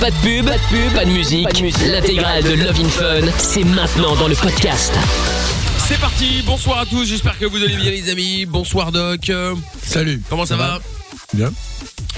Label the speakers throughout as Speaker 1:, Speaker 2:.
Speaker 1: Pas de pub, pas de pub, pas de musique. L'intégrale de Love in Fun, c'est maintenant dans le podcast.
Speaker 2: C'est parti, bonsoir à tous, j'espère que vous allez bien les amis, bonsoir Doc. Euh,
Speaker 3: Salut.
Speaker 2: Comment ça, va,
Speaker 3: Bien.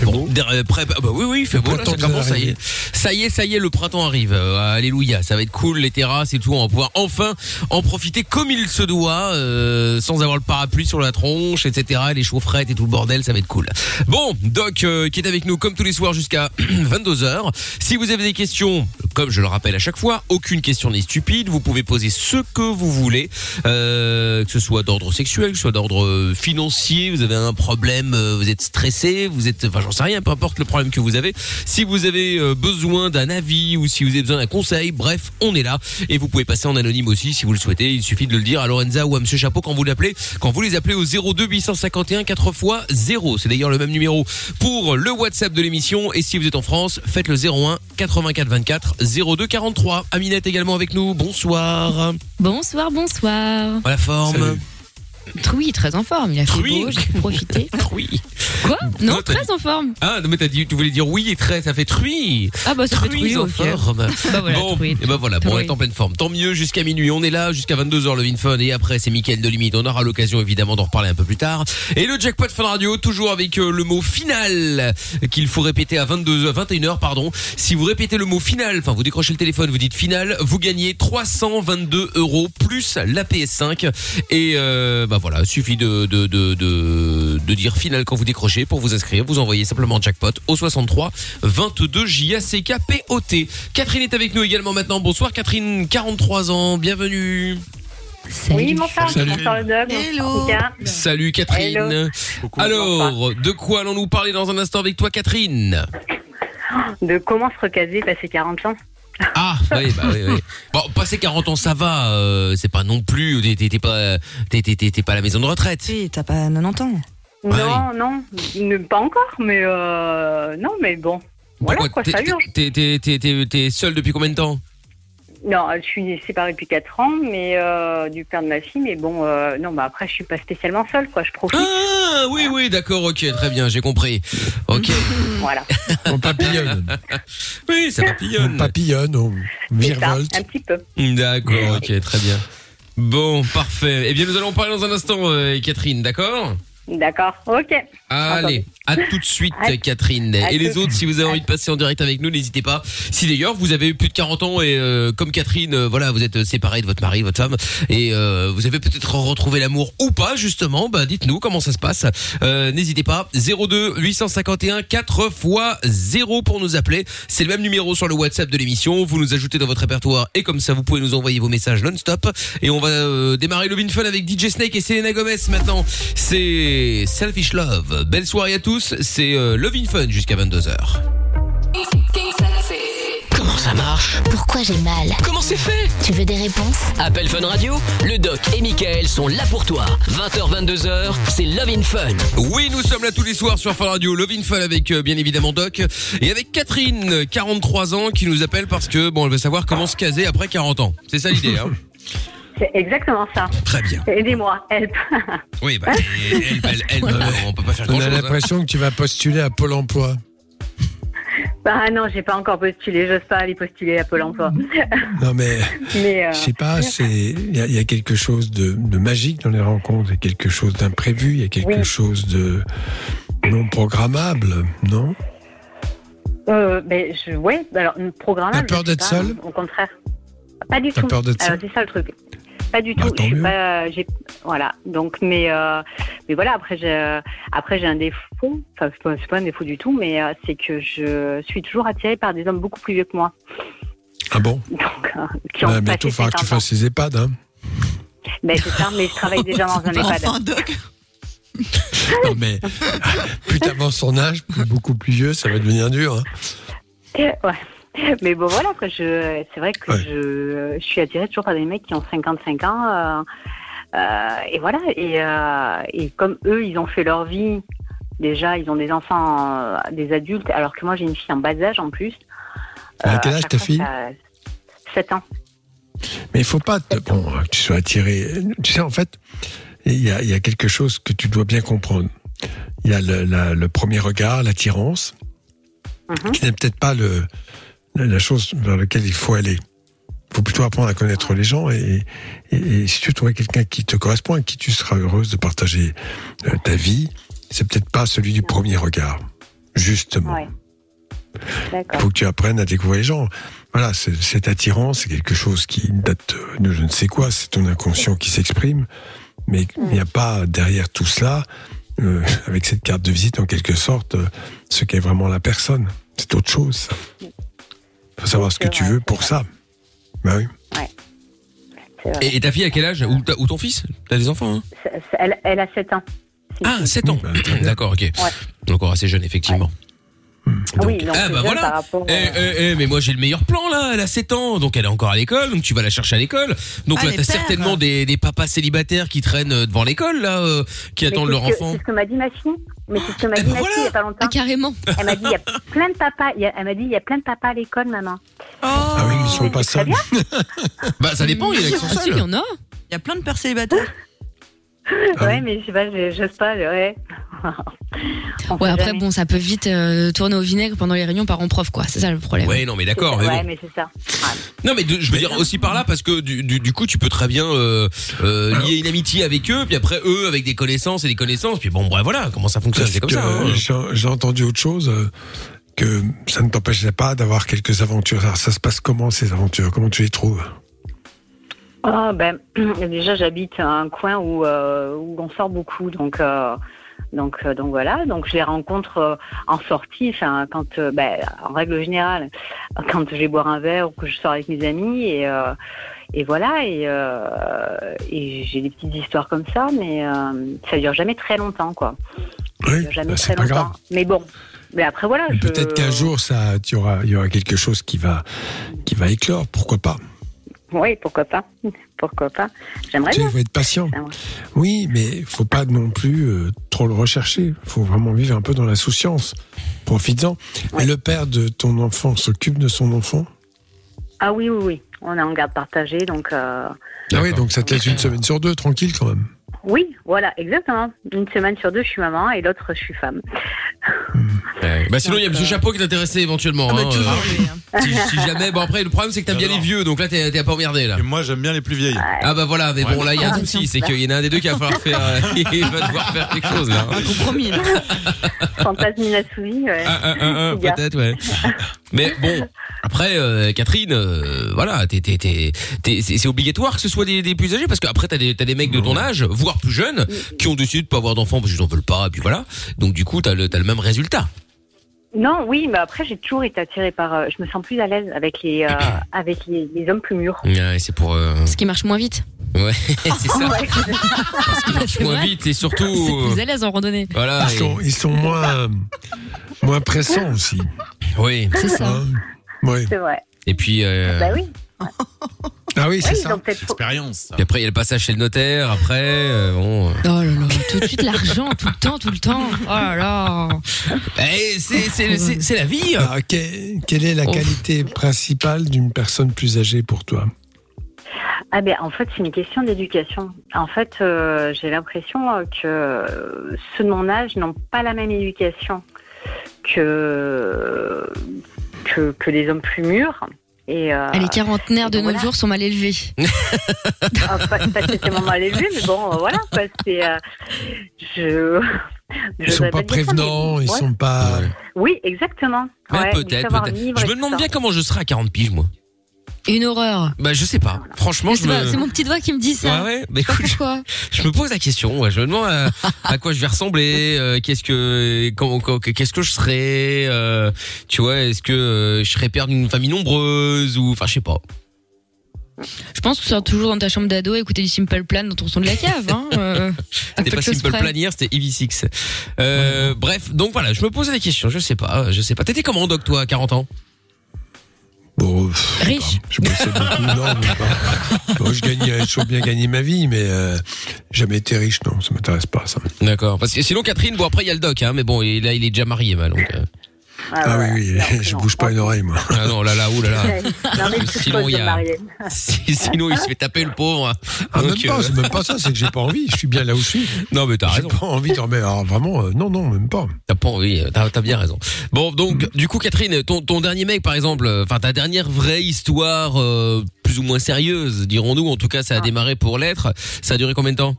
Speaker 2: Bon, derrière- prêt- ah bah oui oui, il fait beau là,
Speaker 3: printemps
Speaker 2: ça commence,
Speaker 3: vient
Speaker 2: ça y
Speaker 3: d'arriver.
Speaker 2: est. Ça y est, ça y est, le printemps arrive. euh, alléluia, ça va être cool les terrasses et tout, on va pouvoir enfin en profiter comme il se doit euh, sans avoir le parapluie sur la tronche, etc. les chaufferettes et tout le bordel, ça va être cool. Bon, Doc euh, qui est avec nous comme tous les soirs jusqu'à 22h. Si vous avez des questions, comme je le rappelle à chaque fois, aucune question n'est stupide, vous pouvez poser ce que vous voulez, euh, que ce soit d'ordre sexuel, que ce soit d'ordre euh, financier, vous avez un problème, euh, vous êtes stressé, vous êtes, enfin j'en sais rien, peu importe le problème que vous avez. Si vous avez euh, besoin d'un avis ou si vous avez besoin d'un conseil, bref, on est là et vous pouvez passer en anonyme aussi si vous le souhaitez. Il suffit de le dire à Lorenza ou à Monsieur Chapeau quand vous l'appelez, quand vous les appelez au 02 851 4 x 0. C'est d'ailleurs le même numéro pour le WhatsApp de l'émission et si vous êtes en France, faites le 01 84 24 02 43. Aminette également avec nous. Bonsoir.
Speaker 4: Bonsoir, bonsoir.
Speaker 2: À la forme.
Speaker 3: Salut.
Speaker 4: Oui, très en forme. Il a fait
Speaker 2: Trui.
Speaker 4: beau, j'ai pu profiter.
Speaker 2: Trui.
Speaker 4: Quoi Non,
Speaker 2: Non, t'as
Speaker 4: très en forme.
Speaker 2: Ah non mais t'as dit tu voulais dire oui et très ça fait truie.
Speaker 4: Hein, Ah bah ça fait
Speaker 2: Truie
Speaker 4: truie,
Speaker 2: en
Speaker 4: ok.
Speaker 2: forme.
Speaker 4: Bah voilà,
Speaker 2: bon,
Speaker 4: truie.
Speaker 2: et ben voilà, bon, on
Speaker 4: Truie.
Speaker 2: est en pleine forme. Tant mieux, jusqu'à minuit, on est là, jusqu'à 22h le Vinfun, et après c'est Mickaël de Limite. On aura l'occasion évidemment d'en reparler un peu plus tard. Et le Jackpot Fun Radio, toujours avec euh, le mot final, qu'il faut répéter à 22h, 21h, pardon. Si vous répétez le mot final, enfin vous décrochez le téléphone, vous dites final, vous gagnez 322 euros plus la PS5. Et euh, bah voilà, suffit de, de, de, de, de dire final quand vous décrochez pour vous inscrire. Vous envoyez simplement jackpot au 63 22 JACK POT. Catherine est avec nous également maintenant. Bonsoir Catherine, 43 ans, bienvenue.
Speaker 4: Salut.
Speaker 5: Oui, bonsoir,
Speaker 3: Salut.
Speaker 5: bonsoir le dog,
Speaker 6: Hello.
Speaker 5: bonsoir Lucas.
Speaker 2: Salut Catherine.
Speaker 5: Hello.
Speaker 2: Alors, de quoi allons-nous parler dans un instant avec toi Catherine
Speaker 5: De comment se recaser passé 40 ans
Speaker 2: Ah, oui, bah oui, oui. Bon, passer 40 ans, ça va, euh, c'est pas non plus, t'es- t'es t'es pas, t'es- t'es- t'es- t'es pas à la maison de retraite.
Speaker 6: Oui, t'as pas 90 ans.
Speaker 2: Ah
Speaker 5: Non, non, ne, pas encore, mais euh, non, mais bon. Voilà quoi,
Speaker 2: Pourquoi
Speaker 5: hein. ça
Speaker 2: T'es-
Speaker 5: urge.
Speaker 2: t'es- t'es- t'es- t'es- T'es seule depuis combien de temps
Speaker 5: Non, je suis séparée depuis 4 ans, mais euh, du père de ma fille, mais bon, euh, non, bah après, je suis pas spécialement seule, quoi, je profite.
Speaker 2: Ah oui, oui, d'accord, ok, très bien, j'ai compris. Ok.
Speaker 5: Voilà.
Speaker 3: On papillonne.
Speaker 2: Oui, ça
Speaker 3: on
Speaker 2: papillonne.
Speaker 3: papillonne, on
Speaker 5: C'est ça, un
Speaker 3: virevolte.
Speaker 5: petit peu.
Speaker 2: D'accord, ok, très bien. Bon, parfait. Eh bien, nous allons en parler dans un instant, euh, Catherine, d'accord
Speaker 5: D'accord, ok.
Speaker 2: Allez, à tout de suite,
Speaker 5: À-
Speaker 2: Catherine.
Speaker 5: à
Speaker 2: Et
Speaker 5: tout
Speaker 2: les
Speaker 5: de
Speaker 2: autres, si vous avez envie de passer en direct avec nous, n'hésitez pas. Si d'ailleurs vous avez plus de 40 ans et euh, comme Catherine, euh, voilà, vous êtes séparé de votre mari, votre femme, et euh, vous avez peut-être retrouvé l'amour ou pas justement, bah dites-nous comment ça se passe. Euh, n'hésitez pas. 02 851 4 fois 0 pour nous appeler. C'est le même numéro sur le WhatsApp de l'émission. Vous nous ajoutez dans votre répertoire et comme ça vous pouvez nous envoyer vos messages non-stop. Et on va euh, démarrer le Vin Fun avec DJ Snake et Selena Gomez maintenant. C'est Selfish Love. Belle soirée à tous. C'est euh, Love in Fun jusqu'à 22h.
Speaker 1: Comment ça marche
Speaker 7: Pourquoi j'ai mal
Speaker 1: Comment c'est fait
Speaker 7: Tu veux des réponses
Speaker 1: Appel Fun Radio, le doc et Michael sont là pour toi. 20h, 22h, c'est Love in Fun.
Speaker 2: Oui, nous sommes là tous les soirs sur Fun Radio Love in Fun avec euh, bien évidemment Doc et avec Catherine, euh, 43 ans, qui nous appelle parce que bon, elle veut savoir comment se caser après 40 ans. C'est ça l'idée, hein
Speaker 5: C'est exactement ça.
Speaker 2: Très bien.
Speaker 5: Aidez-moi, help.
Speaker 2: Oui, bah, elle, elle, elle, elle, euh, on peut pas faire
Speaker 3: On a
Speaker 2: grand-chose. hein.
Speaker 3: l'impression que tu vas postuler à Pôle emploi.
Speaker 5: bah non, j'ai pas encore postulé, j'ose pas aller postuler à Pôle emploi.
Speaker 3: Non, mais
Speaker 5: Mais euh,
Speaker 3: je sais pas, c'est- il y, a- il y a quelque chose de, de magique dans les rencontres, il y a quelque chose d'imprévu, il y a quelque
Speaker 5: Oui.
Speaker 3: chose de non programmable, non
Speaker 5: Euh, ben, je, ouais, alors, programmable.
Speaker 3: T'as peur
Speaker 5: je sais
Speaker 3: d'être
Speaker 5: pas,
Speaker 3: seule
Speaker 5: Au contraire. Pas du
Speaker 3: T'as
Speaker 5: tout.
Speaker 3: peur d'être
Speaker 5: Alors,
Speaker 3: seule
Speaker 5: c'est ça le truc. Pas du
Speaker 3: Bah,
Speaker 5: tout.
Speaker 3: tant
Speaker 5: je suis
Speaker 3: mieux.
Speaker 5: pas, j'ai, voilà. Donc, mais, euh, mais voilà, après, j'ai, euh, après, j'ai un défaut. Enfin, c'est pas, c'est pas un défaut du tout, mais euh, c'est que je suis toujours attirée par des hommes beaucoup plus vieux que moi.
Speaker 3: Ah bon
Speaker 5: Donc, euh, qui ont
Speaker 3: Mais
Speaker 5: passé
Speaker 3: Bientôt, il faudra que tu
Speaker 5: 50 ans.
Speaker 3: fasses les EHPAD. Hein.
Speaker 5: Ben, c'est ça, mais je travaille déjà dans un EHPAD.
Speaker 6: Enfin, Doc.
Speaker 3: Non, mais plus t'avances son âge, plus- beaucoup plus vieux, ça va devenir dur. hein.
Speaker 5: Ouais. Mais bon, voilà, quoi, je, c'est vrai que
Speaker 3: Ouais.
Speaker 5: je, je suis attirée toujours par des mecs qui ont 55 ans. euh, euh, et voilà, et, euh, et comme eux, ils ont fait leur vie, déjà, ils ont des enfants, euh, des adultes, alors que moi, j'ai une fille en bas âge en plus. euh,
Speaker 3: Elle a quel âge,
Speaker 5: chaque
Speaker 3: ta
Speaker 5: fois,
Speaker 3: fille
Speaker 5: ça- 7 ans.
Speaker 3: Mais il faut pas te- bon, hein, que tu sois attiré. Tu sais, en fait, il y a, il y a quelque chose que tu dois bien comprendre. Il y a le, la- le premier regard, l'attirance,
Speaker 5: Mhm.
Speaker 3: qui n'est peut-être pas le, la, la chose vers laquelle il faut aller. Il faut plutôt apprendre à connaître les gens et, et- et si tu trouves quelqu'un qui te correspond, avec qui tu seras heureuse de partager euh, ta vie, c'est peut-être pas celui du premier regard, justement.
Speaker 5: Ouais.
Speaker 3: Il
Speaker 5: D'accord.
Speaker 3: faut que tu apprennes à découvrir les gens. Voilà, c'est- cette attirance, c'est quelque chose qui date de je ne sais quoi, c'est ton inconscient qui s'exprime, mais il
Speaker 5: Mm.
Speaker 3: n'y a pas derrière tout cela, euh, avec cette carte de visite en quelque sorte, euh, ce qu'est vraiment la personne. C'est autre chose. ça. faut savoir ce que
Speaker 5: C'est
Speaker 3: tu
Speaker 5: vrai,
Speaker 3: veux
Speaker 5: c'est
Speaker 3: pour
Speaker 5: vrai.
Speaker 3: ça. Bah oui.
Speaker 5: c'est vrai.
Speaker 2: Et, et ta fille à quel âge ou, ta- ou ton fils T'as des enfants hein
Speaker 5: C'est- c'est- Elle, elle a 7 ans. Si,
Speaker 2: Ah,
Speaker 5: si.
Speaker 2: 7 ans.
Speaker 3: Bah, très bien.
Speaker 2: D'accord, ok. Encore assez jeune, effectivement.
Speaker 5: Ah oui, donc
Speaker 2: ah,
Speaker 5: c'est
Speaker 2: bah
Speaker 5: jeune
Speaker 2: voilà.
Speaker 5: par rapport,
Speaker 2: Eh,
Speaker 5: euh,
Speaker 2: eh, eh, mais moi j'ai le meilleur plan là, elle a 7 ans, donc elle est encore à l'école, donc tu vas la chercher à l'école. Donc
Speaker 6: Ah,
Speaker 2: là
Speaker 6: les
Speaker 2: t'as
Speaker 6: pères.
Speaker 2: certainement des, des papas célibataires qui traînent euh, devant l'école là, euh, qui
Speaker 5: mais
Speaker 2: attendent
Speaker 5: c'est
Speaker 2: leur
Speaker 5: ce que-
Speaker 2: enfant.
Speaker 5: C'est ce que m'a dit ma fille. Mais c'est ce que m'a
Speaker 2: Eh
Speaker 5: dit ma
Speaker 2: ben
Speaker 5: fille il n'y a pas
Speaker 4: Ah,
Speaker 5: longtemps.
Speaker 4: carrément.
Speaker 5: Elle m'a dit il y a plein de papas. il y a- Elle m'a dit il y a plein de papas à l'école, maman.
Speaker 3: Ah oui,
Speaker 6: Oh,
Speaker 3: ils ne sont
Speaker 5: c'est
Speaker 3: pas
Speaker 5: très
Speaker 3: seuls.
Speaker 5: bien.
Speaker 2: Bah ça dépend, il y en a qui sont
Speaker 4: Ah, si, il
Speaker 2: seuls.
Speaker 4: y en a.
Speaker 6: il y a plein de pères célibataires.
Speaker 3: Ah
Speaker 5: ouais,
Speaker 3: oui.
Speaker 5: mais je sais pas, je- j'ose pas. je- Ouais. On
Speaker 4: Ouais,
Speaker 5: sait
Speaker 4: après,
Speaker 5: jamais.
Speaker 4: bon, ça peut vite euh, tourner au vinaigre pendant les réunions parents-prof, quoi. C'est ça le problème.
Speaker 2: Ouais non mais d'accord mais
Speaker 5: Ouais,
Speaker 2: bon.
Speaker 5: mais c'est ça.
Speaker 2: non mais de- je veux dire aussi par là parce que du, du, du coup tu peux très bien euh, euh, lier une amitié avec eux puis après eux avec des connaissances et des connaissances puis bon bref voilà comment ça fonctionne
Speaker 3: Parce
Speaker 2: c'est comme
Speaker 3: que,
Speaker 2: ça hein.
Speaker 3: euh, j'ai- J'ai entendu autre chose, euh, que ça ne t'empêchait pas d'avoir quelques aventures. Alors, ça se passe comment ces aventures Comment tu les trouves
Speaker 5: Ah, ben, déjà, j'habite un coin où, euh, où on sort beaucoup. Donc, euh, donc, euh, donc voilà. Donc, je les rencontre euh, en sortie, enfin, quand, euh, ben, en règle générale, quand je vais boire un verre ou que je sors avec mes amis. Et, euh, et voilà. Et, euh, et j'ai des petites histoires comme ça, mais euh, ça dure jamais très longtemps, quoi. Ça
Speaker 3: Oui,
Speaker 5: dure jamais
Speaker 3: bah,
Speaker 5: très
Speaker 3: c'est pas
Speaker 5: longtemps.
Speaker 3: grave.
Speaker 5: Mais bon. Mais après, voilà.
Speaker 3: Mais
Speaker 5: Ah, je-
Speaker 3: Peut-être qu'un jour, ça, tu auras- il y aura quelque chose qui va, qui va éclore. Pourquoi pas
Speaker 5: Oui, pourquoi pas. Pourquoi pas. J'aimerais
Speaker 3: Tu sais,
Speaker 5: bien.
Speaker 3: il faut être patient.
Speaker 5: Ah ouais.
Speaker 3: Oui, mais faut pas non plus euh, trop le rechercher. Faut vraiment vivre un peu dans la souciance. Profites-en.
Speaker 5: Ouais.
Speaker 3: Et le père de ton enfant s'occupe de son enfant.
Speaker 5: Ah oui, oui, oui. On est en garde partagée, donc. euh,
Speaker 3: Ah oui,
Speaker 2: D'accord.
Speaker 3: donc ça te laisse une semaine sur deux, tranquille quand même.
Speaker 5: Oui, voilà, exactement. Une semaine sur deux, je suis maman et l'autre, je suis femme.
Speaker 2: Ouais. Bah sinon il y a
Speaker 5: Donc,
Speaker 2: Monsieur
Speaker 5: euh,
Speaker 2: Chapeau qui t'intéressait éventuellement.
Speaker 6: Ah, bah,
Speaker 2: hein,
Speaker 6: toujours,
Speaker 2: euh,
Speaker 6: lui, hein.
Speaker 2: si, si jamais bon après le problème c'est que t'as bien les
Speaker 7: J'adore.
Speaker 2: vieux donc là t'es t'es pas emmerdé là.
Speaker 7: Et moi, j'aime bien les plus vieilles.
Speaker 2: Ah bah voilà, mais bon là il y a un
Speaker 4: Ah,
Speaker 2: souci,
Speaker 4: tiens,
Speaker 2: c'est qu'il y en a un des deux qui va falloir faire, il va devoir faire quelque chose là.
Speaker 7: Ah,
Speaker 6: Un compromis. là.
Speaker 5: Fantasme inassouvi, ouais.
Speaker 2: Un, un, un, un,
Speaker 5: C'est bien.
Speaker 2: peut-être ouais. Mais bon, après euh, Catherine, euh, voilà, t'es- t'es- t'es- t'es- c'est c'est obligatoire que ce soit des, des plus âgés parce qu'après t'as des t'as des mecs de ton âge, voire plus jeunes, qui ont décidé de pas avoir d'enfants parce qu'ils en veulent pas et puis voilà. Donc du coup t'as le t'as le même résultat.
Speaker 5: Non, oui, mais après, j'ai toujours été attirée par. euh, je me sens plus à l'aise avec les, euh, avec les, les hommes plus mûrs.
Speaker 2: Ouais, c'est pour euh,
Speaker 4: Ce qui marche moins vite.
Speaker 2: ouais, Eh, c'est ça.
Speaker 5: Ouais.
Speaker 4: C'est
Speaker 2: Moins
Speaker 4: vrai.
Speaker 2: vite et surtout
Speaker 4: C'est
Speaker 2: euh,
Speaker 4: plus à l'aise en randonnée.
Speaker 2: voilà.
Speaker 3: Ils sont, ils sont moins, euh, moins pressants aussi.
Speaker 2: et- oui.
Speaker 4: C'est ça.
Speaker 3: hein. Oui.
Speaker 5: C'est vrai.
Speaker 2: Et puis euh,
Speaker 5: Bah oui,
Speaker 3: Ah oui,
Speaker 5: oui
Speaker 3: c'est
Speaker 5: ils ont
Speaker 3: ça.
Speaker 5: peut-être.
Speaker 7: Expérience.
Speaker 2: puis après il y a le passage chez le notaire. Après euh, bon.
Speaker 4: Oh là là, tout de suite l'argent, tout le temps, tout le temps. Oh là là.
Speaker 2: Eh, c'est- c'est c'est- c'est la vie.
Speaker 3: Alors, que- quelle est la
Speaker 4: Ouf.
Speaker 3: qualité principale d'une personne plus âgée pour toi
Speaker 5: Ah ben en fait c'est une question d'éducation. En fait euh, j'ai l'impression euh, que ceux de mon âge n'ont pas la même éducation que que, que les hommes plus mûrs. Et euh,
Speaker 4: Ah, les quarantenaires de
Speaker 5: Et
Speaker 4: nos
Speaker 5: voilà.
Speaker 4: jours sont mal élevés.
Speaker 5: ah, pas, pas spécialement à l'élu, mais bon euh, voilà quoi. C'est euh, je.
Speaker 3: Ils
Speaker 5: je
Speaker 3: sont
Speaker 5: voudrais
Speaker 3: pas
Speaker 5: dire ça, bah, mais-
Speaker 3: prévenants, ils
Speaker 5: ouais.
Speaker 3: sont pas.
Speaker 5: Oui exactement.
Speaker 2: Mais
Speaker 5: Ouais, du
Speaker 2: peut-être.
Speaker 5: savoir
Speaker 2: peut-être.
Speaker 5: vivre
Speaker 2: Je
Speaker 5: et
Speaker 2: me
Speaker 5: tout
Speaker 2: demande
Speaker 5: ça.
Speaker 2: bien comment je serai à 40 piges, moi.
Speaker 4: Une horreur.
Speaker 2: Bah, je sais pas. Franchement,
Speaker 4: Mais
Speaker 2: je
Speaker 4: C'est pas-
Speaker 2: me.
Speaker 4: c'est mon petit doigt qui me dit
Speaker 2: Ouais,
Speaker 4: ça.
Speaker 2: ouais. Bah,
Speaker 4: Pas
Speaker 2: écoute, je,
Speaker 4: pourquoi.
Speaker 2: je me pose la question. ouais. Je me demande à, à quoi je vais ressembler. euh, qu'est-ce que, comment- comment- qu'est-ce que je serai. euh, tu vois, est-ce que euh, je serai père d'une famille nombreuse ou, enfin, je sais pas.
Speaker 4: Je pense que tu sors toujours dans ta chambre d'ado et écouter du Simple Plan dans ton son de la cave. Hein. euh, à
Speaker 2: C'était
Speaker 4: peu
Speaker 2: pas
Speaker 4: de choses
Speaker 2: Simple
Speaker 4: près.
Speaker 2: Plan hier, c'était Eevee 6 Euh, Bref, donc voilà, je me posais la question. Je sais pas, je sais pas. T'étais comment, Doc, toi, à 40 ans
Speaker 3: Bon, pff, je sais
Speaker 4: Riche.
Speaker 3: pas. Je bossais beaucoup, non, mais pas. Bon, je gagnais, j'ai toujours bien gagné ma vie, mais euh, jamais été riche, non, ça m'intéresse pas, ça.
Speaker 2: D'accord. Parce que sinon, Catherine, bon, après, il y a le Doc, hein, mais bon, il- là, il est déjà marié, bah, donc. euh,
Speaker 3: Ah oui, oui, je bouge pas une oreille, moi.
Speaker 2: Ah non, là, là, oh là là.
Speaker 5: Non, mais je suis
Speaker 2: Sinon,
Speaker 5: folle
Speaker 2: il y
Speaker 5: de
Speaker 2: a-
Speaker 5: me marier.
Speaker 2: Si- Sinon, il se fait taper le pauvre.
Speaker 3: Ah, même
Speaker 2: Donc,
Speaker 3: pas,
Speaker 2: euh,
Speaker 3: c'est même pas ça, c'est que j'ai pas envie. Je suis bien là où je suis.
Speaker 2: Non, mais t'as
Speaker 3: J'ai
Speaker 2: raison.
Speaker 3: pas envie de remettre. Alors vraiment, euh, non, non, même pas.
Speaker 2: T'as pas envie. euh, T'as t'as bien raison. Bon, donc, du coup, Catherine, ton, ton dernier mec, par exemple, euh, enfin, ta dernière vraie histoire, euh, plus ou moins sérieuse, dirons-nous. En tout cas, ça a démarré pour l'être. Ça a duré combien de temps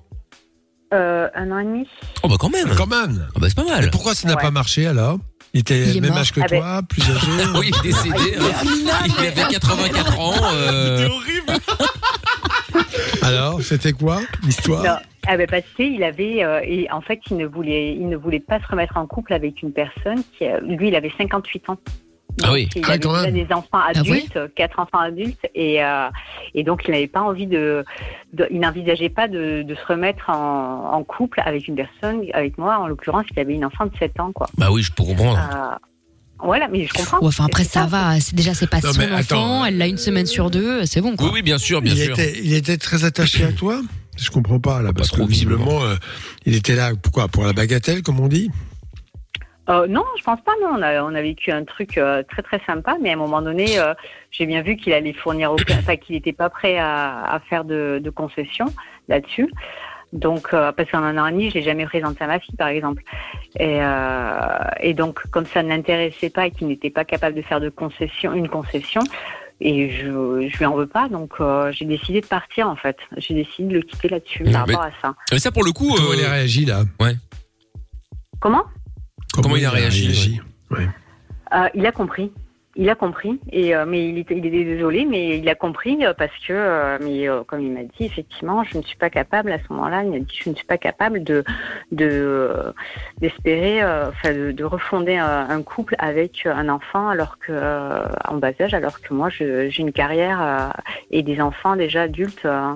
Speaker 5: Euh, un an et demi.
Speaker 2: Oh, bah, quand même.
Speaker 3: Quand même.
Speaker 2: Ah, bah, c'est pas
Speaker 3: Et
Speaker 2: mal.
Speaker 3: pourquoi ça n'a
Speaker 5: Ouais.
Speaker 3: pas marché alors Il était
Speaker 4: Il est
Speaker 3: le même
Speaker 4: mort.
Speaker 3: âge que
Speaker 5: Ah ben-
Speaker 3: toi, plus âgé.
Speaker 2: Oui, il est décédé. hein. Il avait 84 ans. euh,
Speaker 3: Alors, c'était quoi l'histoire
Speaker 5: Non. Ah ben parce qu'il avait euh, et en fait il ne voulait il ne voulait pas se remettre en couple avec une personne qui euh, lui il avait 58 ans.
Speaker 2: Ah oui.
Speaker 5: il
Speaker 3: Ah,
Speaker 5: avait
Speaker 3: quand
Speaker 5: déjà
Speaker 3: même.
Speaker 5: des enfants
Speaker 4: oui
Speaker 5: adultes, euh, quatre enfants adultes et euh, et donc il n'avait pas envie de, de- il n'envisageait pas de, de se remettre en, en couple avec une personne avec moi en l'occurrence il avait une enfant de 7 ans quoi.
Speaker 2: Bah oui, je peux comprendre.
Speaker 5: Euh, voilà mais je comprends.
Speaker 4: Ouais, enfin après
Speaker 5: C'est
Speaker 4: ça va, c'est déjà c'est pas
Speaker 3: Non,
Speaker 4: son
Speaker 3: mais attends.
Speaker 4: enfant, elle l'a une semaine sur deux, euh, c'est bon
Speaker 2: euh, Oui,
Speaker 4: quoi.
Speaker 2: oui, bien sûr, bien
Speaker 3: il
Speaker 2: sûr.
Speaker 3: était, il était très attaché à toi Je comprends pas, là, parce
Speaker 2: trop,
Speaker 3: que visiblement, euh, il était là, pourquoi Pour la bagatelle, comme on dit
Speaker 5: Euh, non, je pense pas. Non, on a, on a vécu un truc euh, très très sympa, mais à un moment donné, euh, j'ai bien vu qu'il allait fournir, aucun- enfin qu'il n'était pas prêt à, à faire de, de concessions là-dessus. Donc, euh, parce qu'en un an et demi, je l'ai jamais présenté à ma fille, par exemple. Et, euh, et donc, comme ça ne l'intéressait pas et qu'il n'était pas capable de faire de concession, une concession, et je, je lui en veux pas, donc euh, j'ai décidé de partir en fait. J'ai décidé de le quitter là-dessus
Speaker 2: Mais-
Speaker 5: par rapport à ça.
Speaker 2: Mais ça, pour le coup,
Speaker 3: Comment
Speaker 2: euh,
Speaker 3: il a réagi, là
Speaker 5: Comment
Speaker 2: Comment il a réagi,
Speaker 5: Euh, il a compris. Il a compris, et, euh, mais il était, il était désolé, mais il a compris euh, parce que, euh, mais euh, comme il m'a dit, effectivement, je ne suis pas capable à ce moment-là. Il m'a dit, je ne suis pas capable de de euh, d'espérer, euh, enfin, de, de refonder un, un couple avec un enfant alors que euh, en bas âge, alors que moi, je- j'ai une carrière euh, et des enfants déjà adultes. euh.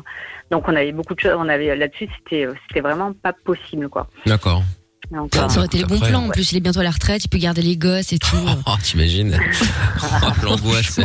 Speaker 5: donc on avait beaucoup de choses. On avait là-dessus, c'était c'était vraiment pas possible, quoi.
Speaker 2: d'accord.
Speaker 5: Donc,
Speaker 2: Ça
Speaker 5: euh,
Speaker 4: Ça aurait été le bon
Speaker 2: Après,
Speaker 4: plan en plus, il est bientôt à la retraite, il peut garder les gosses et tout.
Speaker 2: Oh, t'imagines Oh, L'angoisse.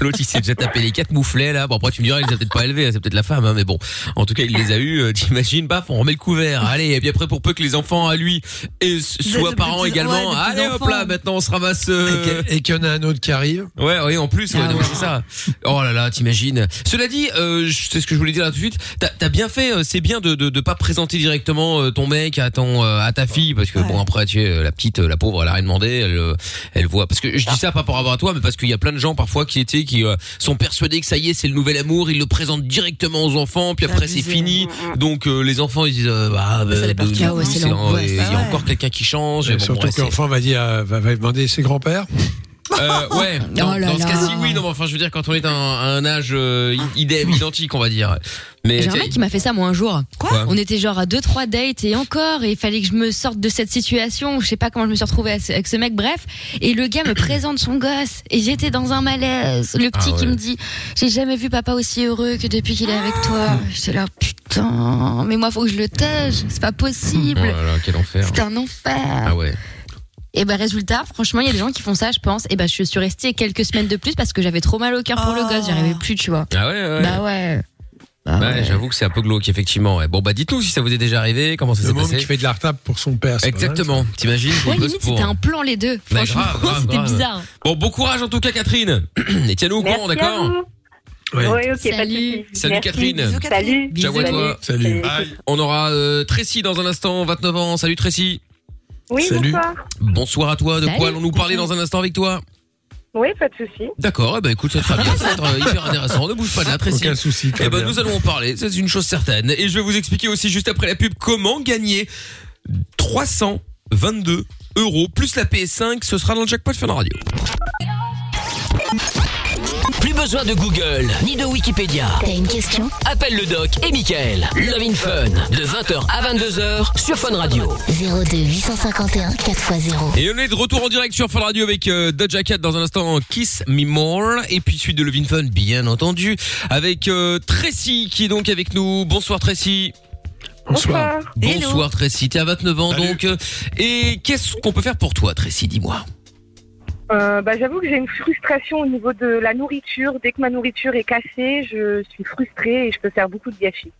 Speaker 2: L'autre, il s'est déjà tapé les quatre mouflets, là. Bon, après, tu me diras, il les a peut-être pas élevés, hein, c'est peut-être la femme, hein, mais bon. En tout cas, il les a eus, euh, t'imagines, baf, on remet le couvert. Allez, et puis après, pour peu que les enfants à lui et s-
Speaker 6: Des-
Speaker 2: soient
Speaker 6: des
Speaker 2: parents
Speaker 6: petits-
Speaker 2: également,
Speaker 6: ouais, des
Speaker 2: allez hop là,
Speaker 6: petits-enfants.
Speaker 2: maintenant, on se ramasse. euh,
Speaker 3: Et qu'il y en a un autre qui arrive
Speaker 2: Ouais, ouais, en plus, ouais,
Speaker 4: Ah
Speaker 2: non, mais
Speaker 4: ouais.
Speaker 2: c'est ça. Oh là là, t'imagines. Cela dit, euh, je- c'est ce que je voulais dire là tout de suite. T'as t'as bien fait. euh, C'est bien de, de de pas présenter directement euh, ton mec à ton euh, à ta fille parce que bon après tu sais, euh, la petite, euh, la pauvre, elle a rien demandé. Elle euh, elle voit parce que je dis ça pas par rapport à toi, mais parce qu'il y a plein de gens parfois qui étaient qui euh, sont persuadés que ça y est, c'est le nouvel amour. Ils le présentent directement aux enfants, puis
Speaker 6: C'est
Speaker 2: après c'est
Speaker 6: abusé. Mm,
Speaker 2: fini. Donc euh, les enfants ils disent euh, bah,
Speaker 6: Ça
Speaker 2: bah,
Speaker 6: les perturbe,
Speaker 2: bah,
Speaker 6: ouais,
Speaker 4: c'est
Speaker 2: c'est-
Speaker 4: l'angoisse.
Speaker 2: il y
Speaker 6: Ah ouais.
Speaker 2: a encore quelqu'un qui change. Bon,
Speaker 3: Euh, Surtout
Speaker 2: bref,
Speaker 3: que
Speaker 2: c'est-
Speaker 3: l'enfant va, dire, euh, va, va demander ses grands-pères.
Speaker 2: euh, ouais,
Speaker 4: Oh
Speaker 2: dans,
Speaker 4: là
Speaker 2: dans ce
Speaker 4: là.
Speaker 2: cas-ci, oui, non, mais enfin, je veux dire, quand on est à un, à un âge euh, i- idem, identique, on va dire. Mais
Speaker 4: J'ai un
Speaker 2: tiens,
Speaker 4: mec qui m'a fait ça moi un jour.
Speaker 2: Quoi
Speaker 4: On était genre à deux trois dates et encore et il fallait que je me sorte de cette situation. Je sais pas comment je me suis retrouvée à ce- avec ce mec. Bref et le gars me présente son gosse et j'étais dans un malaise. Le petit
Speaker 2: Ah ouais.
Speaker 4: qui me dit j'ai jamais vu papa aussi heureux que depuis qu'il est avec
Speaker 2: Ah.
Speaker 4: toi. J'étais là putain mais moi faut que je le tège. C'est pas
Speaker 2: oh
Speaker 4: possible.
Speaker 2: là là, quel enfer.
Speaker 4: C'est un enfer.
Speaker 2: Ah ouais.
Speaker 4: Et ben résultat, franchement, il y a des gens qui font ça, je pense. Et ben je suis restée quelques semaines de plus parce que j'avais trop mal au cœur pour le
Speaker 6: Oh.
Speaker 4: gosse, j'arrivais plus, tu vois.
Speaker 2: Ah ouais, ouais.
Speaker 4: Bah ouais. Bah
Speaker 2: Ouais,
Speaker 4: ouais.
Speaker 2: j'avoue que c'est un peu glauque, effectivement. ouais. Bon, bah, dites-nous si ça vous est déjà arrivé, comment ça
Speaker 3: Le
Speaker 2: s'est
Speaker 3: monde
Speaker 2: passé.
Speaker 3: qui fait de la retape pour son père. c'est pas mal, ça.
Speaker 2: Exactement. T'imagines qu'on
Speaker 4: Ouais,
Speaker 2: bosse
Speaker 4: limite,
Speaker 2: pour-
Speaker 4: c'était un plan les deux.
Speaker 2: Bah,
Speaker 4: Franchement,
Speaker 2: grave, grave,
Speaker 4: c'était
Speaker 2: grave.
Speaker 4: bizarre.
Speaker 2: Bon, bon courage en tout cas, Catherine. Et tiens-nous au
Speaker 5: merci
Speaker 2: courant,
Speaker 5: à
Speaker 2: d'accord
Speaker 5: vous.
Speaker 3: Ouais.
Speaker 5: Oui, ok, pas de
Speaker 4: Salut.
Speaker 5: soucis.
Speaker 2: Salut,
Speaker 5: Merci.
Speaker 2: Catherine.
Speaker 6: Bisous, Catherine.
Speaker 5: Salut.
Speaker 4: Bisous.
Speaker 2: Ciao à toi.
Speaker 3: Salut.
Speaker 2: On aura euh, Tracy dans un instant, 29 ans. Salut Tracy.
Speaker 5: Oui,
Speaker 3: Salut.
Speaker 5: bonsoir.
Speaker 2: Bonsoir à toi. De
Speaker 4: Salut.
Speaker 2: quoi allons-nous parler dans un instant avec toi
Speaker 5: Oui, pas de souci.
Speaker 2: D'accord, eh ben écoute, ça sera bien, ça va être euh, hyper intéressant. Ne bouge pas de là, Tracy.
Speaker 3: Aucun souci. très
Speaker 2: Eh ben,
Speaker 3: bien.
Speaker 2: nous allons en parler, c'est une chose certaine. Et je vais vous expliquer aussi juste après la pub comment gagner 322 euros plus la PS5. Ce sera dans le jackpot Fun Radio.
Speaker 1: Plus besoin de Google ni de Wikipédia.
Speaker 7: T'as une question
Speaker 1: Appelle le doc et Michael. Love in Fun de 20h à 22h sur Fun Radio.
Speaker 7: 02 851 4x0.
Speaker 2: Et on est de retour en direct sur Fun Radio avec euh, Doja Cat dans un instant Kiss Me More et puis suite de Levin Fun bien entendu avec euh, Tracy qui est donc avec nous. Bonsoir Tracy.
Speaker 3: Bonsoir.
Speaker 6: Hello.
Speaker 2: Bonsoir Tracy, t'es à 29 ans
Speaker 3: Salut.
Speaker 2: donc euh, et qu'est-ce qu'on peut faire pour toi Tracy, dis-moi.
Speaker 8: Euh, bah, J'avoue que j'ai une frustration au niveau de la nourriture. Dès que ma nourriture est cassée, je suis frustrée et je peux faire beaucoup de gâchis.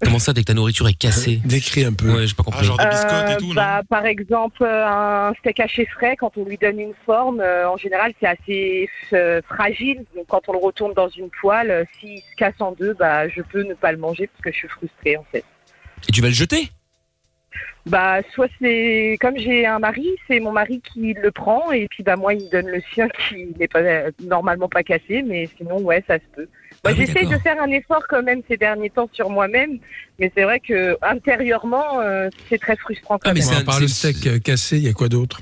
Speaker 2: Comment ça, dès que ta nourriture est cassée
Speaker 3: Euh, Décris un peu. Ah,
Speaker 2: Ouais, j'ai pas compris.
Speaker 9: genre des biscottes et tout, non
Speaker 8: Euh, bah, Par exemple, euh, un steak haché frais, quand on lui donne une forme, euh, en général, c'est assez euh, fragile. Donc, quand on le retourne dans une poêle, euh, s'il se casse en deux, bah, je peux ne pas le manger parce que je suis frustrée, en fait.
Speaker 2: Et tu vas le jeter
Speaker 8: Bah, soit c'est comme j'ai un mari, c'est mon mari qui le prend et puis bah moi il me donne le sien qui n'est pas euh, normalement pas cassé, mais sinon ouais ça se peut.
Speaker 2: Ah
Speaker 8: Moi
Speaker 2: oui,
Speaker 8: j'essaie de
Speaker 2: d'accord.
Speaker 8: faire un effort quand même ces derniers temps sur moi-même, mais c'est vrai que intérieurement euh, c'est très frustrant. Quand
Speaker 2: Ah, mais
Speaker 8: même.
Speaker 2: c'est
Speaker 3: Bon,
Speaker 2: un-
Speaker 3: à part
Speaker 2: c'est
Speaker 3: le
Speaker 2: une-
Speaker 3: steak euh, cassé, il y a quoi d'autre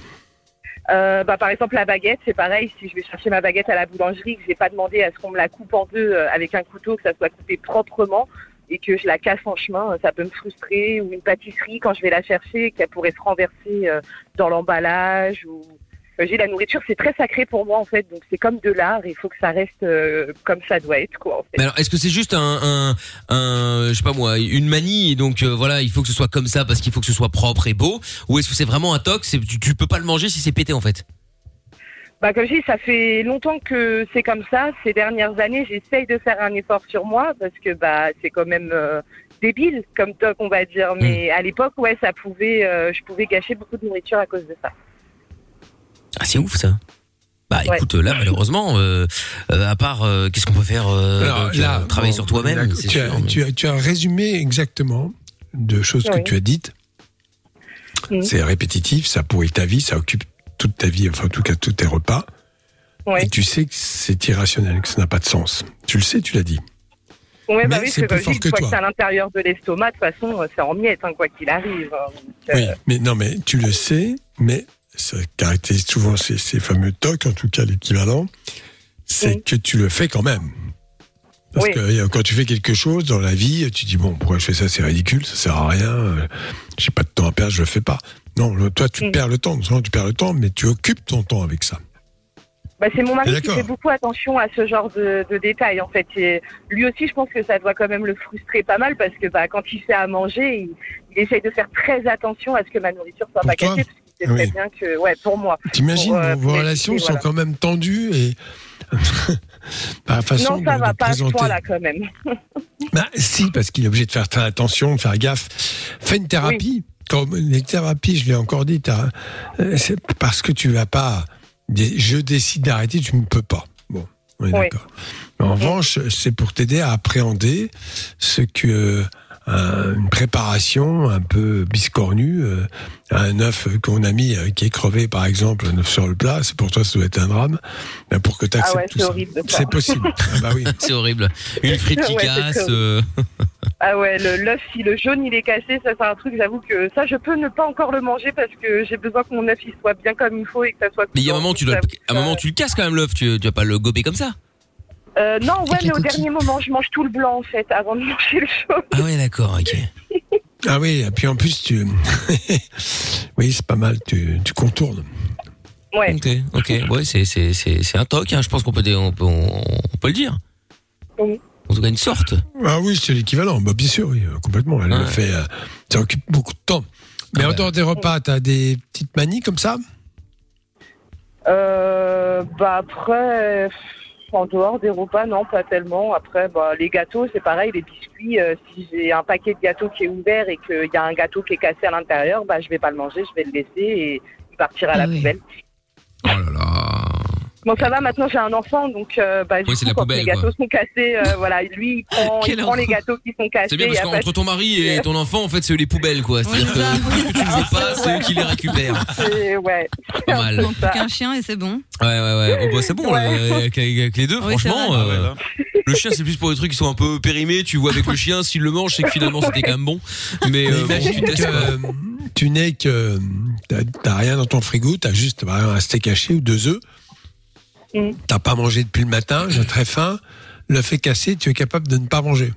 Speaker 8: Euh, bah, par exemple la baguette c'est pareil, si je vais chercher ma baguette à la boulangerie, que j'ai pas demandé à ce qu'on me la coupe en deux euh, avec un couteau, que ça soit coupé proprement. Et que je la casse en chemin, euh, ça peut me frustrer. Ou une pâtisserie, quand je vais la chercher, qu'elle pourrait se renverser euh, dans l'emballage ou Euh, j'ai la nourriture, c'est très sacré pour moi en fait, donc c'est comme de l'art, il faut que ça reste euh, comme ça doit être quoi. En fait.
Speaker 2: Mais alors, est-ce que c'est juste un, un, un- je sais pas moi, une manie, et donc euh, voilà, il faut que ce soit comme ça parce qu'il faut que ce soit propre et beau, ou est-ce que c'est vraiment un toc, c'est- tu, tu peux pas le manger si c'est pété en fait
Speaker 8: Bah comme je dis, ça fait longtemps que c'est comme ça. Ces dernières années, j'essaye de faire un effort sur moi parce que bah c'est quand même euh, débile comme toc on va
Speaker 3: Mm.
Speaker 8: dire. Mais à l'époque, ouais, ça pouvait, euh, je pouvais gâcher beaucoup de nourriture à cause de ça.
Speaker 2: Ah, c'est ouf ça. Bah
Speaker 8: Ouais.
Speaker 2: écoute, là malheureusement, euh, euh, à part euh, qu'est-ce qu'on peut faire euh,
Speaker 3: Alors,
Speaker 2: donc, euh,
Speaker 3: là,
Speaker 2: Travailler
Speaker 3: bon,
Speaker 2: sur toi-même,
Speaker 3: là,
Speaker 2: c'est
Speaker 3: tu, as-
Speaker 2: sûr, mais-
Speaker 3: tu as, tu as résumé exactement deux choses que
Speaker 8: Oui.
Speaker 3: tu as dites.
Speaker 8: Mhm.
Speaker 3: C'est répétitif, ça pourrit ta vie, ça occupe toute ta vie, enfin en tout cas tous tes repas.
Speaker 8: Oui.
Speaker 3: Et tu sais que c'est irrationnel, que ça n'a pas de sens. Tu le sais, tu l'as dit.
Speaker 8: Ouais, bah
Speaker 3: Mais
Speaker 8: oui,
Speaker 3: c'est
Speaker 8: parce
Speaker 3: plus
Speaker 8: que comme
Speaker 3: fort
Speaker 8: je dis,
Speaker 3: que
Speaker 8: une fois
Speaker 3: toi.
Speaker 8: que c'est à l'intérieur de l'estomac, de toute façon, euh, c'est en miettes hein, quoi qu'il arrive. hein. Donc,
Speaker 3: Oui,
Speaker 8: euh,
Speaker 3: mais non, mais tu le sais, mais ça caractérise souvent ces, ces fameux tocs, en tout cas l'équivalent, c'est
Speaker 8: Oui.
Speaker 3: que tu le fais quand même. Parce
Speaker 8: Oui.
Speaker 3: que euh, quand tu fais quelque chose dans la vie, tu dis bon, pourquoi je fais ça, c'est ridicule, ça sert à rien, euh, j'ai pas de temps à perdre, je le fais pas. Non, le- toi, tu
Speaker 8: Mm.
Speaker 3: perds le temps, non seulement tu perds le temps, mais tu occupes ton temps avec ça.
Speaker 8: Bah, c'est mon mari qui
Speaker 3: D'accord.
Speaker 8: fait beaucoup attention à ce genre de, de détails en fait. Et lui aussi, je pense que ça doit quand même le frustrer pas mal parce que bah, quand il fait à manger, il, il essaye de faire très attention à ce que ma nourriture soit
Speaker 3: Pour
Speaker 8: pas
Speaker 3: toi
Speaker 8: cassée parce qu'il sait très
Speaker 3: Oui.
Speaker 8: bien que, ouais, pour moi.
Speaker 3: T'imagines,
Speaker 8: Pour, euh,
Speaker 3: vos vos
Speaker 8: pour
Speaker 3: relations
Speaker 8: éviter,
Speaker 3: sont
Speaker 8: voilà.
Speaker 3: quand même tendues et. Par la façon
Speaker 8: Non, ça
Speaker 3: de-
Speaker 8: va
Speaker 3: de
Speaker 8: pas à ce
Speaker 3: présenter.
Speaker 8: point-là quand même.
Speaker 3: Bah, si, parce qu'il est obligé de faire très attention, de faire gaffe. Fais une thérapie. Comme les thérapies, je l'ai encore dit, t'as- euh, c'est parce que tu vas pas. dé- Je décide d'arrêter, tu ne peux pas. Bon, on est
Speaker 8: Oui.
Speaker 3: d'accord. Mais en revanche, c'est pour t'aider à appréhender ce que euh, un- une préparation un peu biscornue, euh, un œuf qu'on a mis euh, qui est crevé par exemple, un œuf sur le plat, c'est pour toi ça doit être un drame, ben, pour que tu
Speaker 8: Ah
Speaker 3: acceptes
Speaker 8: ouais,
Speaker 3: tout
Speaker 8: c'est
Speaker 3: ça.
Speaker 8: horrible. de
Speaker 3: C'est
Speaker 8: ça.
Speaker 3: possible. Ah bah oui.
Speaker 2: C'est horrible. Une frite qui
Speaker 8: Ouais, c'est
Speaker 2: casse.
Speaker 8: horrible.
Speaker 2: euh,
Speaker 8: Ah ouais, le- l'œuf, si le jaune il est cassé, ça c'est un truc, j'avoue que ça je peux ne pas encore le manger parce que j'ai besoin que mon œuf il soit bien comme il faut et que ça soit.
Speaker 2: Mais il y a un
Speaker 8: coulant.
Speaker 2: moment, où tu dois,
Speaker 8: Ça-
Speaker 2: à un moment, où tu le casses quand même l'œuf. Tu, tu vas pas le gober comme ça.
Speaker 8: Euh, non, ouais,
Speaker 4: Avec la
Speaker 8: mais au
Speaker 4: coquille.
Speaker 8: dernier moment, je mange tout le blanc en fait avant de manger le jaune.
Speaker 2: Ah ouais, d'accord, ok.
Speaker 3: Ah oui, et puis en plus, tu. oui, c'est pas mal, tu, tu contournes.
Speaker 8: Ouais,
Speaker 2: Ok, ok. Ouais, c'est c'est c'est c'est un toc. hein, Je pense qu'on peut dé- on peut on, on peut le dire.
Speaker 8: Oui.
Speaker 2: En tout cas, une sorte.
Speaker 3: Ah oui, c'est l'équivalent. Bah, bien sûr, oui, euh, complètement. Elle le
Speaker 2: Ouais.
Speaker 3: fait. euh, ça occupe beaucoup de temps. Mais
Speaker 2: Ah
Speaker 3: en
Speaker 2: ouais.
Speaker 3: dehors des repas, t'as des petites manies comme ça
Speaker 8: Euh, bah après, euh, en dehors des repas, non, pas tellement. Après, bah, les gâteaux, c'est pareil, les biscuits. euh, si j'ai un paquet de gâteaux qui est ouvert et qu'il y a un gâteau qui est cassé à l'intérieur, bah, je vais pas le manger, je vais le laisser et il partira à la
Speaker 4: Ah oui.
Speaker 8: poubelle.
Speaker 2: Oh là là.
Speaker 8: Bon, ça va, maintenant j'ai un enfant, donc euh, bah, du
Speaker 2: Oui, c'est
Speaker 8: coup,
Speaker 2: la
Speaker 8: quand
Speaker 2: poubelle,
Speaker 8: les gâteaux sont cassés, euh, voilà, lui, il prend, il
Speaker 2: Quel
Speaker 8: prend les
Speaker 2: enfant.
Speaker 8: gâteaux qui sont cassés.
Speaker 2: C'est bien
Speaker 8: il y
Speaker 2: parce
Speaker 8: a pas
Speaker 2: qu'entre ton mari et ton enfant, en fait, c'est les poubelles, quoi. C'est-à-dire
Speaker 6: Oui, ça.
Speaker 2: que tout ce que
Speaker 10: Ah,
Speaker 2: tu ne veux pas, c'est eux qui les récupèrent.
Speaker 8: de- c'est- ouais, c'est un
Speaker 2: Pas mal.
Speaker 8: peu
Speaker 6: Non, plus
Speaker 8: ça.
Speaker 6: qu'un chien et c'est bon.
Speaker 2: Ouais, ouais, ouais. Oh, bah, c'est bon, là,
Speaker 8: Ouais.
Speaker 2: avec, avec- avec les deux,
Speaker 6: Oui, c'est
Speaker 2: franchement.
Speaker 6: vrai.
Speaker 9: Ah ouais,
Speaker 2: euh,
Speaker 9: là.
Speaker 2: le chien, c'est plus pour des trucs qui sont un peu périmés. Tu vois avec le chien, s'il le mange, c'est que finalement, c'était quand même bon. Mais, euh, bon,
Speaker 3: Imagine
Speaker 2: tu testes,
Speaker 3: que
Speaker 2: quoi.
Speaker 3: euh, tu n'es que. euh, T'as t'as rien dans ton frigo, t'as juste par exemple, un steak haché ou deux œufs.
Speaker 8: Mm.
Speaker 3: T'as pas mangé depuis le matin, j'ai très faim. Le fait casser, tu es capable de ne pas manger.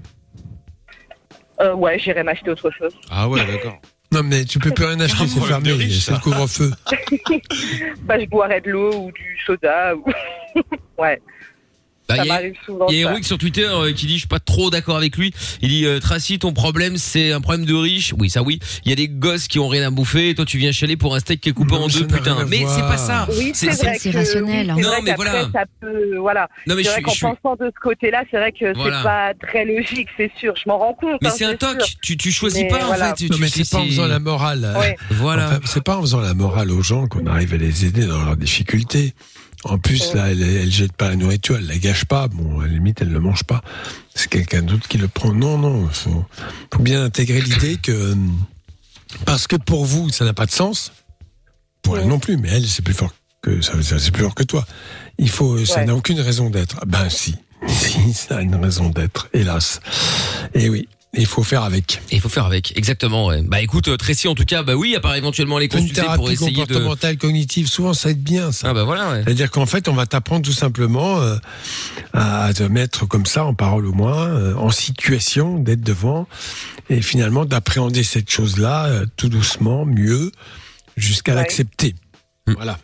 Speaker 8: Euh, ouais, j'irai m'acheter autre chose.
Speaker 9: Ah ouais, d'accord.
Speaker 3: Non, mais tu
Speaker 9: Ah,
Speaker 3: peux plus rien acheter,
Speaker 9: Un
Speaker 3: c'est
Speaker 9: problème de
Speaker 3: fermé,
Speaker 9: riche,
Speaker 3: c'est le
Speaker 9: ça.
Speaker 3: couvre-feu.
Speaker 8: Bah, je boirais de l'eau ou du soda. Ou... ouais.
Speaker 2: Bah,
Speaker 8: ça
Speaker 2: il y a-
Speaker 8: m'arrive souvent.
Speaker 2: Il y a
Speaker 8: ça.
Speaker 2: Eric sur Twitter euh, qui dit je suis pas trop d'accord avec lui. Il dit euh, Tracy ton problème c'est un problème de riche. Oui ça oui. Il y a des gosses qui ont rien à bouffer et toi tu viens chialer pour un steak qui est coupé
Speaker 3: Non,
Speaker 2: en
Speaker 3: mais ça
Speaker 2: deux
Speaker 3: n'a
Speaker 2: putain.
Speaker 3: rien à
Speaker 2: Mais c'est
Speaker 3: voir.
Speaker 2: pas ça.
Speaker 8: Oui, c'est vrai
Speaker 4: c'est
Speaker 8: que-
Speaker 4: rationnel,
Speaker 8: oui,
Speaker 4: hein.
Speaker 8: c'est
Speaker 2: Non,
Speaker 8: vrai
Speaker 2: mais
Speaker 8: qu'après,
Speaker 2: voilà.
Speaker 8: Ça peut, voilà.
Speaker 2: Non mais je
Speaker 8: c'est vrai
Speaker 2: suis.
Speaker 8: qu'en
Speaker 2: je suis-
Speaker 8: pensant de ce côté-là, c'est vrai que
Speaker 2: Voilà.
Speaker 8: c'est pas très logique, c'est sûr. Je m'en rends compte.
Speaker 2: Mais
Speaker 8: hein,
Speaker 2: c'est un toc.
Speaker 8: sûr.
Speaker 2: Tu tu choisis
Speaker 8: Mais
Speaker 2: pas en
Speaker 8: voilà.
Speaker 2: fait.
Speaker 3: Non,
Speaker 2: Tu
Speaker 3: mais
Speaker 2: sais,
Speaker 3: c'est pas en
Speaker 2: c'est-
Speaker 3: faisant la morale. euh,
Speaker 8: Ouais.
Speaker 2: Voilà.
Speaker 3: Enfin, c'est pas en faisant la morale aux gens qu'on arrive à les aider dans leurs difficultés. En plus,
Speaker 8: Ouais.
Speaker 3: là, elle, elle jette pas la nourriture, elle la gâche pas. Bon, à la limite, elle ne mange pas. C'est quelqu'un d'autre qui le prend. Non, non, faut, faut bien intégrer l'idée que euh, parce que pour vous, ça n'a pas de sens. Pour elle
Speaker 8: Ouais.
Speaker 3: non plus, mais elle, c'est plus fort que ça, ça- c'est plus fort que toi. Il faut, ça
Speaker 8: Ouais.
Speaker 3: n'a aucune raison d'être. Ah Ben si, si, ça a une raison d'être, hélas. Et oui, il faut faire avec.
Speaker 2: Et Il faut faire avec. Exactement. ouais. Bah écoute euh, Tracy en tout cas bah oui à part éventuellement les
Speaker 3: Une
Speaker 2: consulter pour
Speaker 3: thérapie
Speaker 2: essayer de.
Speaker 3: comportementale cognitive, souvent, ça aide bien. Ça.
Speaker 2: Ah bah voilà. ouais.
Speaker 3: C'est-à-dire qu'en fait, on va t'apprendre tout simplement euh, à te mettre comme ça, en parole au moins, euh, en situation d'être devant, et finalement d'appréhender cette chose-là euh, tout doucement, mieux, jusqu'à
Speaker 8: Ouais.
Speaker 3: l'accepter.
Speaker 2: Mm.
Speaker 3: Voilà.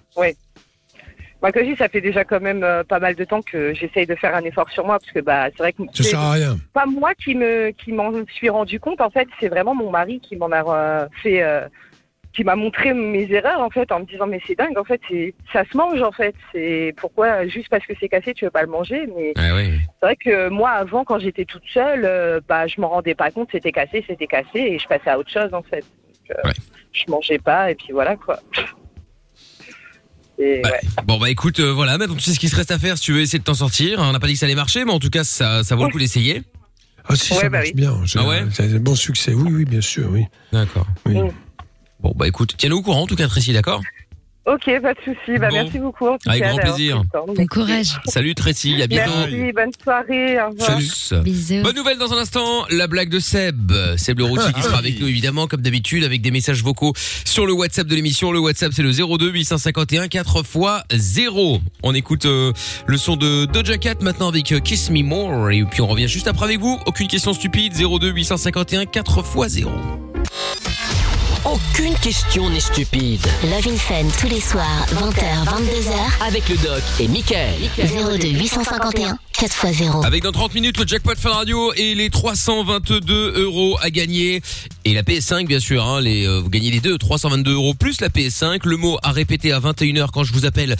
Speaker 8: Moi, comme je dis, ça fait déjà quand même euh, pas mal de temps que j'essaye de faire un effort sur moi, parce que bah, c'est vrai que
Speaker 3: Ça
Speaker 8: c'est
Speaker 3: sert à rien.
Speaker 8: pas moi qui me qui m'en suis rendu compte. En fait, c'est vraiment mon mari qui m'en a euh, fait, euh, qui m'a montré mes erreurs en fait, en me disant mais c'est dingue. En fait, c'est ça se mange en fait. C'est pourquoi juste parce que c'est cassé, tu veux pas le manger. Mais
Speaker 2: Ouais, ouais.
Speaker 8: c'est vrai que moi, avant, quand j'étais toute seule, euh, bah, je m'en rendais pas compte. C'était cassé, c'était cassé, et je passais à autre chose en fait. Donc, euh,
Speaker 2: Ouais.
Speaker 8: Je mangeais pas, et puis voilà quoi. Et,
Speaker 2: Bah,
Speaker 8: ouais.
Speaker 2: Bon bah écoute euh, voilà maintenant tu sais ce qu'il se reste à faire si tu veux essayer de t'en sortir. hein. On n'a pas dit que ça allait marcher mais en tout cas ça ça vaut le coup d'essayer. Ah
Speaker 3: Ah si,
Speaker 8: Ouais,
Speaker 3: ça
Speaker 8: bah
Speaker 3: marche
Speaker 8: oui.
Speaker 3: bien. en général.
Speaker 2: ouais
Speaker 3: Ça a des bons succès. Oui, oui, bien sûr, oui.
Speaker 2: D'accord.
Speaker 3: oui.
Speaker 8: Mm.
Speaker 2: Bon bah écoute tiens-nous au courant en tout cas Tracy d'accord.
Speaker 8: Ok, pas de souci. Bah,
Speaker 2: Bon.
Speaker 8: Merci beaucoup. en tout
Speaker 2: Avec
Speaker 8: cas,
Speaker 2: grand
Speaker 8: d'avoir
Speaker 2: plaisir.
Speaker 8: pris le temps.
Speaker 4: Bon courage.
Speaker 2: Salut Tracy à bientôt.
Speaker 8: Merci, bonne soirée. Au revoir.
Speaker 2: Salut.
Speaker 4: Bisous.
Speaker 2: Bonne nouvelle dans un instant, la blague de Seb. Seb le routier qui sera avec nous évidemment comme d'habitude avec des messages vocaux sur le WhatsApp de l'émission. Le WhatsApp c'est le 02 851 4 x 0. On écoute euh, le son de Doja Cat maintenant avec euh, Kiss Me More et puis on revient juste après avec vous. Aucune question stupide 02 851 4 x 0.
Speaker 1: Aucune question n'est stupide.
Speaker 7: Love in Fun tous les soirs, 20h, 22h,
Speaker 1: Avec le doc et Michael.
Speaker 7: 02 851 4x0.
Speaker 2: Avec dans 30 minutes le jackpot Fun Radio et les 322 euros à gagner. Et la PS5 bien sûr, hein, les, euh, vous gagnez les deux, 322 euros plus la PS5. Le mot à répéter à 21h quand je vous appelle.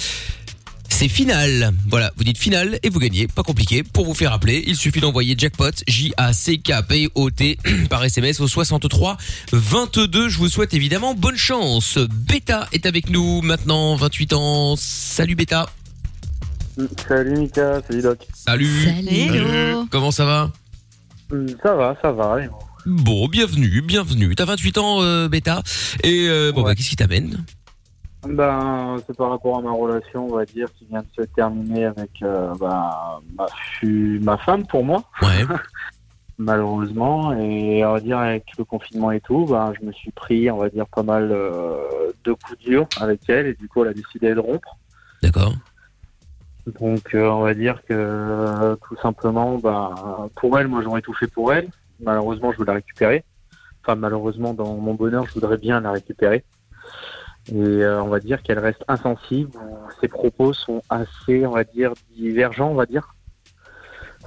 Speaker 2: C'est final. Voilà, vous dites final et vous gagnez. Pas compliqué. Pour vous faire appeler, il suffit d'envoyer jackpot J-A-C-K-P-O-T par SMS au 63 22. Je vous souhaite évidemment bonne chance. Beta est avec nous maintenant, 28 ans. Salut Beta.
Speaker 9: Salut Mika, salut Doc.
Speaker 2: Salut.
Speaker 4: Salut.
Speaker 2: Comment ça va
Speaker 9: Hum, Ça va, ça va. allez.
Speaker 2: Bon, bienvenue, bienvenue. T'as 28 ans, euh, Beta. Et euh, bon,
Speaker 9: Ouais.
Speaker 2: bah, qu'est-ce qui t'amène
Speaker 9: Ben, c'est par rapport à ma relation, on va dire, qui vient de se terminer avec euh, ben, ma, fu- ma femme pour moi,
Speaker 2: Ouais.
Speaker 9: malheureusement. Et on va dire, avec le confinement et tout, ben, je me suis pris, on va dire, pas mal euh, de coups durs avec elle. Et du coup, elle a décidé de rompre.
Speaker 2: D'accord.
Speaker 9: Donc, euh, on va dire que euh, tout simplement, ben, pour elle, moi, j'aurais tout fait pour elle. Malheureusement, je veux la récupérer. Enfin, malheureusement, dans mon bonheur, je voudrais bien la récupérer. Et euh, on va dire qu'elle reste insensible. Ses propos sont assez, on va dire, divergents, on va dire.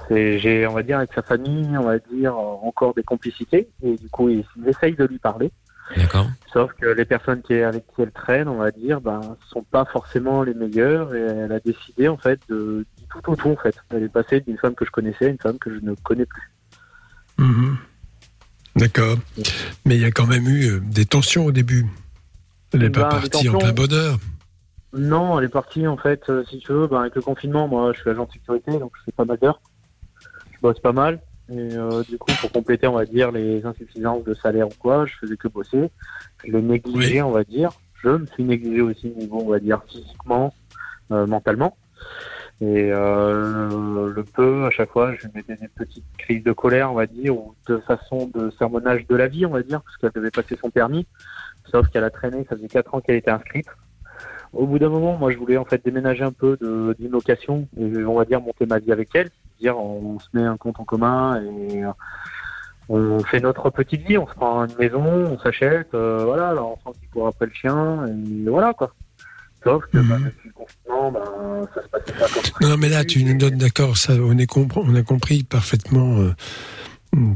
Speaker 9: C'est, j'ai, on va dire, avec sa famille, on va dire, euh, encore des complicités. Et du coup, il il essaye de lui parler.
Speaker 2: D'accord.
Speaker 9: Sauf que les personnes qui, avec qui elle traîne, on va dire, ben, sont pas forcément les meilleures et elle a décidé, en fait, de, du tout au tout, en fait. Elle est passée d'une femme que je connaissais à une femme que je ne connais plus.
Speaker 3: Mhm. D'accord. Mais il y a quand même eu euh, des tensions au début. Elle n'est pas
Speaker 9: Ben, les
Speaker 3: partie en
Speaker 9: tensions-
Speaker 3: plein bonheur.
Speaker 9: Non, elle est partie, en fait, euh, si tu veux, ben, avec le confinement, moi, je suis agent de sécurité, donc je fais pas mal d'heures. Je bosse pas mal. Et euh, du coup, pour compléter, on va dire, les insuffisances de salaire ou quoi, je faisais que bosser. Je le négligeais, on va dire. Je me suis négligé aussi, niveau, on va dire, physiquement, euh, mentalement. Et euh, le peu, à chaque fois, je mettais des petites crises de colère, on va dire, ou de façon de sermonnage de la vie, on va dire, parce qu'elle devait passer son permis. Sauf qu'elle a traîné, ça faisait quatre ans qu'elle était inscrite. Au bout d'un moment, moi, je voulais en fait déménager un peu de- d'une location et on va dire monter ma vie avec elle, dire on se met un compte en commun et euh, on fait notre petite vie, on se prend une maison, on s'achète, euh, voilà, l'enfant qui court après le chien et voilà quoi. Sauf Sauf que
Speaker 3: Mhm.
Speaker 9: bah, depuis le confinement, bah, ça se passait pas comme
Speaker 3: Non, mais là, tu nous donnes d'accord, ça, on, est compre- on a compris parfaitement euh,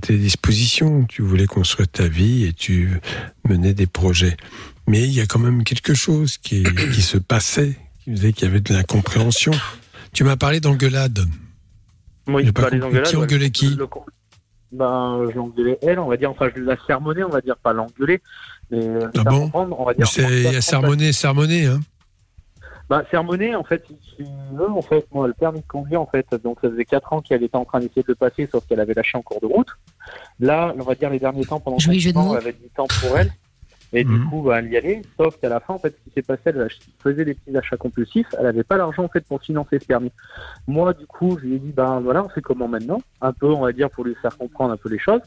Speaker 3: tes dispositions. Tu voulais construire ta vie et tu menais des projets. Mais il y a quand même quelque chose qui, qui se passait, qui faisait qu'il y avait de l'incompréhension. Tu m'as parlé d'engueulade.
Speaker 9: Moi,
Speaker 3: J'ai pas compris. Qui engueulait qui
Speaker 9: Ben, je l'engueulais elle, on va dire. Enfin, je la sermonnais, on va dire, pas l'engueuler. Mais euh,
Speaker 3: Ah
Speaker 9: faire
Speaker 3: bon
Speaker 9: prendre, on va dire. prendre
Speaker 3: C'est
Speaker 9: ça, prendre ça.
Speaker 3: sermonné, sermonné. Hein.
Speaker 9: Bah, sermonner, en fait, si tu veux, en fait, moi, le permis de conduire, en fait, donc ça faisait 4 ans qu'elle était en train d'essayer de le passer, sauf qu'elle avait lâché en cours de route. Là, on va dire les derniers temps, pendant
Speaker 4: Joli jeu de
Speaker 9: cinq ans,
Speaker 4: mots.
Speaker 9: elle avait du temps pour elle. Et du
Speaker 3: Mhm.
Speaker 9: coup, bah, elle y allait. Sauf qu'à la fin, en fait, ce qui s'est passé, elle ach- faisait des petits achats compulsifs. Elle n'avait pas l'argent, en fait, pour financer ce permis. Moi, du coup, je lui ai dit, ben voilà, on fait comment maintenant Un peu, on va dire, pour lui faire comprendre un peu les choses.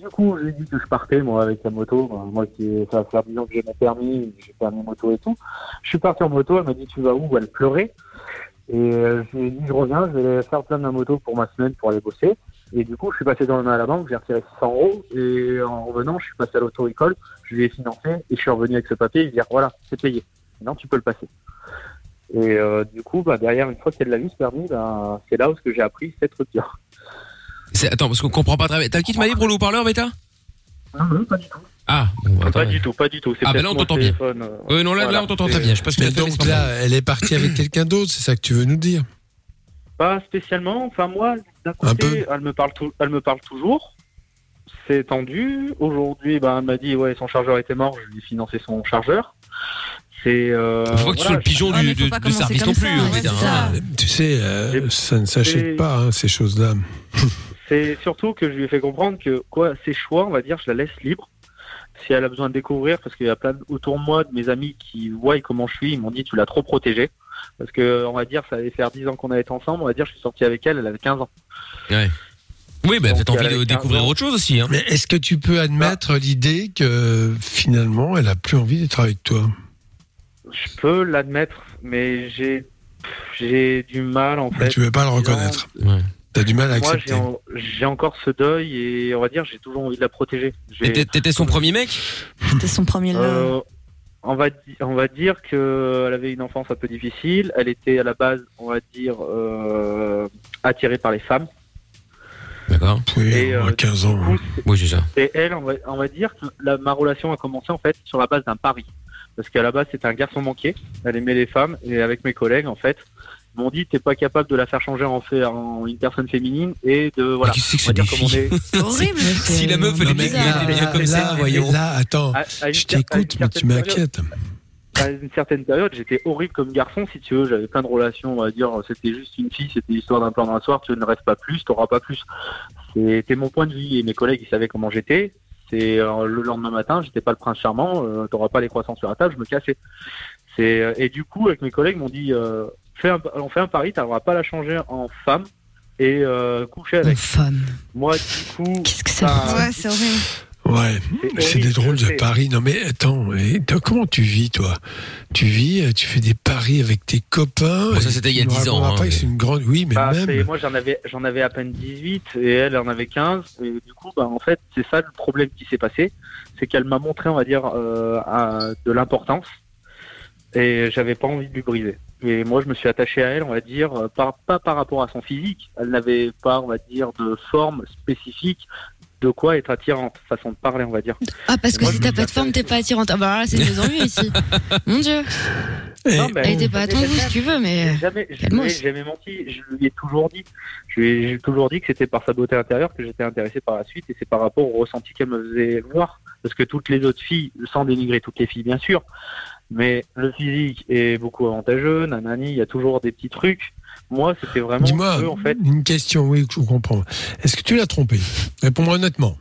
Speaker 9: Du coup, je lui ai dit que je partais, moi, avec la moto. Ben, moi, qui, ça va faire 10 ans que j'ai mon permis, j'ai permis moto et tout. Je suis parti en moto, elle m'a dit, tu vas où Elle pleurait. Et euh, je lui ai dit, je reviens, je vais faire plein de la moto pour ma semaine pour aller bosser. Et du coup, je suis passé dans le main à la banque, j'ai retiré 600 euros. Et euh, en revenant, je suis passé à l'auto-école, je lui ai financé et je suis revenu avec ce papier et lui dire voilà, c'est payé. Maintenant, tu peux le passer. Et euh, du coup, bah, derrière, une fois qu'elle l'a vu, ce permis, bah, c'est là où ce que j'ai appris cette rupture.
Speaker 2: C'est- Attends, parce qu'on comprend pas très bien. T'as le kit Maillot pour le haut-parleur, Beta
Speaker 9: Non, non, pas du tout.
Speaker 2: Ah, bon, bah,
Speaker 9: Pas
Speaker 2: attends.
Speaker 9: du tout, pas du tout. C'est
Speaker 2: Ah, bah
Speaker 9: peut-être
Speaker 2: là, on
Speaker 9: mon
Speaker 2: t'entend bien.
Speaker 9: téléphone, euh,
Speaker 2: Euh, non, là,
Speaker 9: voilà.
Speaker 2: là, on t'entend très
Speaker 9: C'est-
Speaker 2: bien. Je sais pas ce que
Speaker 3: Mais
Speaker 2: t'as fait,
Speaker 3: donc
Speaker 2: mais c'est pas
Speaker 3: là, elle est partie avec quelqu'un d'autre, c'est ça que tu veux nous dire
Speaker 9: Pas spécialement. Enfin, moi, d'un
Speaker 3: Un
Speaker 9: côté, elle me parle, tou- elle me parle toujours. C'est tendu. Aujourd'hui, ben, elle m'a dit, ouais, son chargeur était mort. Je lui ai financé son chargeur. C'est. Euh,
Speaker 2: grave. Faut pas que tu sois
Speaker 9: voilà,
Speaker 2: le pigeon
Speaker 6: Ouais,
Speaker 2: du,
Speaker 6: mais faut
Speaker 2: de-
Speaker 6: pas
Speaker 2: de
Speaker 6: commencer
Speaker 2: service non
Speaker 6: comme
Speaker 2: plus,
Speaker 6: ça, ouais,
Speaker 2: Beta,
Speaker 6: c'est
Speaker 2: hein.
Speaker 6: ça.
Speaker 3: Tu sais, euh,
Speaker 9: Et-
Speaker 3: ça ne s'achète
Speaker 9: et-
Speaker 3: pas, hein, ces choses-là.
Speaker 9: C'est surtout que je lui ai fait comprendre que quoi, ses choix, on va dire, je la laisse libre. Si elle a besoin de découvrir, parce qu'il y a plein de- autour de moi de mes amis qui voient comment je suis, ils m'ont dit tu l'as trop protégée. Parce que on va dire, ça allait faire 10 ans qu'on avait été ensemble, on va dire, je suis sorti avec elle, elle avait 15 ans.
Speaker 2: Oui, bah,
Speaker 9: Donc,
Speaker 2: t'as envie
Speaker 9: avec
Speaker 2: de
Speaker 9: un
Speaker 2: découvrir
Speaker 9: an.
Speaker 2: autre chose aussi, hein. Bah.
Speaker 3: Mais est-ce que tu peux admettre l'idée que finalement, elle a plus envie d'être avec toi
Speaker 9: Je peux l'admettre, mais j'ai pff, j'ai du mal en
Speaker 3: Mais
Speaker 9: fait.
Speaker 3: Tu veux pas le reconnaître.
Speaker 2: Ouais.
Speaker 3: T'as du mal à
Speaker 9: Bah, Moi,
Speaker 3: accepter.
Speaker 9: j'ai en- j'ai encore ce deuil et on va dire, j'ai toujours envie de la protéger. J'ai-
Speaker 2: Et t'es- T'étais son premier mec
Speaker 6: C'était son premier love.
Speaker 9: Euh, on, va di- on va dire qu'elle avait une enfance un peu difficile. Elle était à la base, on va dire, euh, attirée par les femmes.
Speaker 2: D'accord.
Speaker 3: Oui,
Speaker 9: et,
Speaker 3: à
Speaker 9: euh,
Speaker 3: 15 ans.
Speaker 9: Du coup,
Speaker 2: Oui, c'est ça.
Speaker 9: c'est elle, on va, on va dire que la, ma relation a commencé en fait sur la base d'un pari. Parce qu'à la base, c'était un garçon manqué. Elle aimait les femmes. Et avec mes collègues, en fait, ils m'ont dit, t'es pas capable de la faire changer en, fait, en une personne féminine. Et de, voilà.
Speaker 2: Mais qu'est-ce que
Speaker 9: On
Speaker 2: c'est
Speaker 9: va
Speaker 2: que
Speaker 9: dire
Speaker 2: des
Speaker 9: comme on
Speaker 2: filles
Speaker 9: est
Speaker 6: C'est horrible.
Speaker 2: Si la meuf, elle
Speaker 3: Non,
Speaker 2: est
Speaker 3: mais
Speaker 2: bien
Speaker 3: là,
Speaker 2: elle était bien
Speaker 3: là,
Speaker 2: comme ça,
Speaker 3: là,
Speaker 2: voyons.
Speaker 3: là, attends,
Speaker 9: à- à une
Speaker 3: je
Speaker 9: cer- à une
Speaker 3: t'écoute, mais tu
Speaker 9: certaine période.
Speaker 3: m'inquiètes.
Speaker 9: à une certaine période, j'étais horrible comme garçon, si tu veux. J'avais plein de relations, on va dire. C'était juste une fille, c'était l'histoire d'un plan d'un soir. Tu ne restes pas plus, t'auras pas plus. C'était mon point de vue. Et mes collègues, ils savaient comment j'étais. C'est euh, le lendemain matin, j'étais pas le prince charmant. euh, t'auras pas les croissants sur la table, je me cassais. C'est euh, et du coup, avec mes collègues, m'ont dit, euh, fais un, on fait un pari, t'arriveras pas à la changer en femme et euh, coucher avec.
Speaker 4: femme.
Speaker 9: Moi, du coup,
Speaker 4: Qu'est-ce que ça
Speaker 9: bah,
Speaker 6: Ouais, c'est horrible.
Speaker 3: Ouais, c'est
Speaker 9: horrible,
Speaker 3: des drôles
Speaker 9: je
Speaker 3: de
Speaker 9: sais.
Speaker 3: paris. Non mais attends, et t- comment tu vis toi Tu vis, euh, tu fais des paris avec tes copains.
Speaker 2: Bon, ça,
Speaker 3: et
Speaker 2: c'était il y a
Speaker 3: tu nous
Speaker 2: 10 ans,
Speaker 3: raconteras
Speaker 2: hein,
Speaker 3: pas que
Speaker 2: mais-
Speaker 3: c'est une grande. Oui, mais
Speaker 9: Bah, c'est-
Speaker 3: même.
Speaker 9: moi j'en avais j'en avais à peine 18 et elle en avait 15 et du coup bah en fait c'est ça le problème qui s'est passé c'est qu'elle m'a montré on va dire euh, un- de l'importance et j'avais pas envie de lui briser et moi je me suis attaché à elle on va dire euh, par, pas par rapport à son physique elle n'avait pas on va dire de forme spécifique de quoi être attirante façon de parler on va dire
Speaker 4: Ah, parce que
Speaker 9: Moi,
Speaker 4: si
Speaker 9: je
Speaker 4: t'as
Speaker 9: me
Speaker 4: pas de forme, t'es pas attirante. Ah, bah alors là, c'est deux ennuis ici. Mon dieu.
Speaker 10: Eh.
Speaker 3: Et-
Speaker 9: Non, mais-
Speaker 4: Elle était pas à ton
Speaker 9: Mais
Speaker 4: goût si tu veux, mais. euh,
Speaker 9: J'ai jamais, j'ai
Speaker 4: calmos.
Speaker 9: jamais, jamais menti. Je lui ai toujours dit. Je lui ai, j'ai toujours dit que c'était par sa beauté intérieure que j'étais intéressé par la suite et c'est par rapport au ressenti qu'elle me faisait voir. Parce que toutes les autres filles, sans dénigrer toutes les filles bien sûr, mais le physique est beaucoup avantageux, nanani, il y a toujours des petits trucs. Moi, c'était vraiment
Speaker 3: Dis-moi
Speaker 9: que, en fait,
Speaker 3: une question, oui, que je comprends. Est-ce que tu l'as trompée Réponds-moi honnêtement.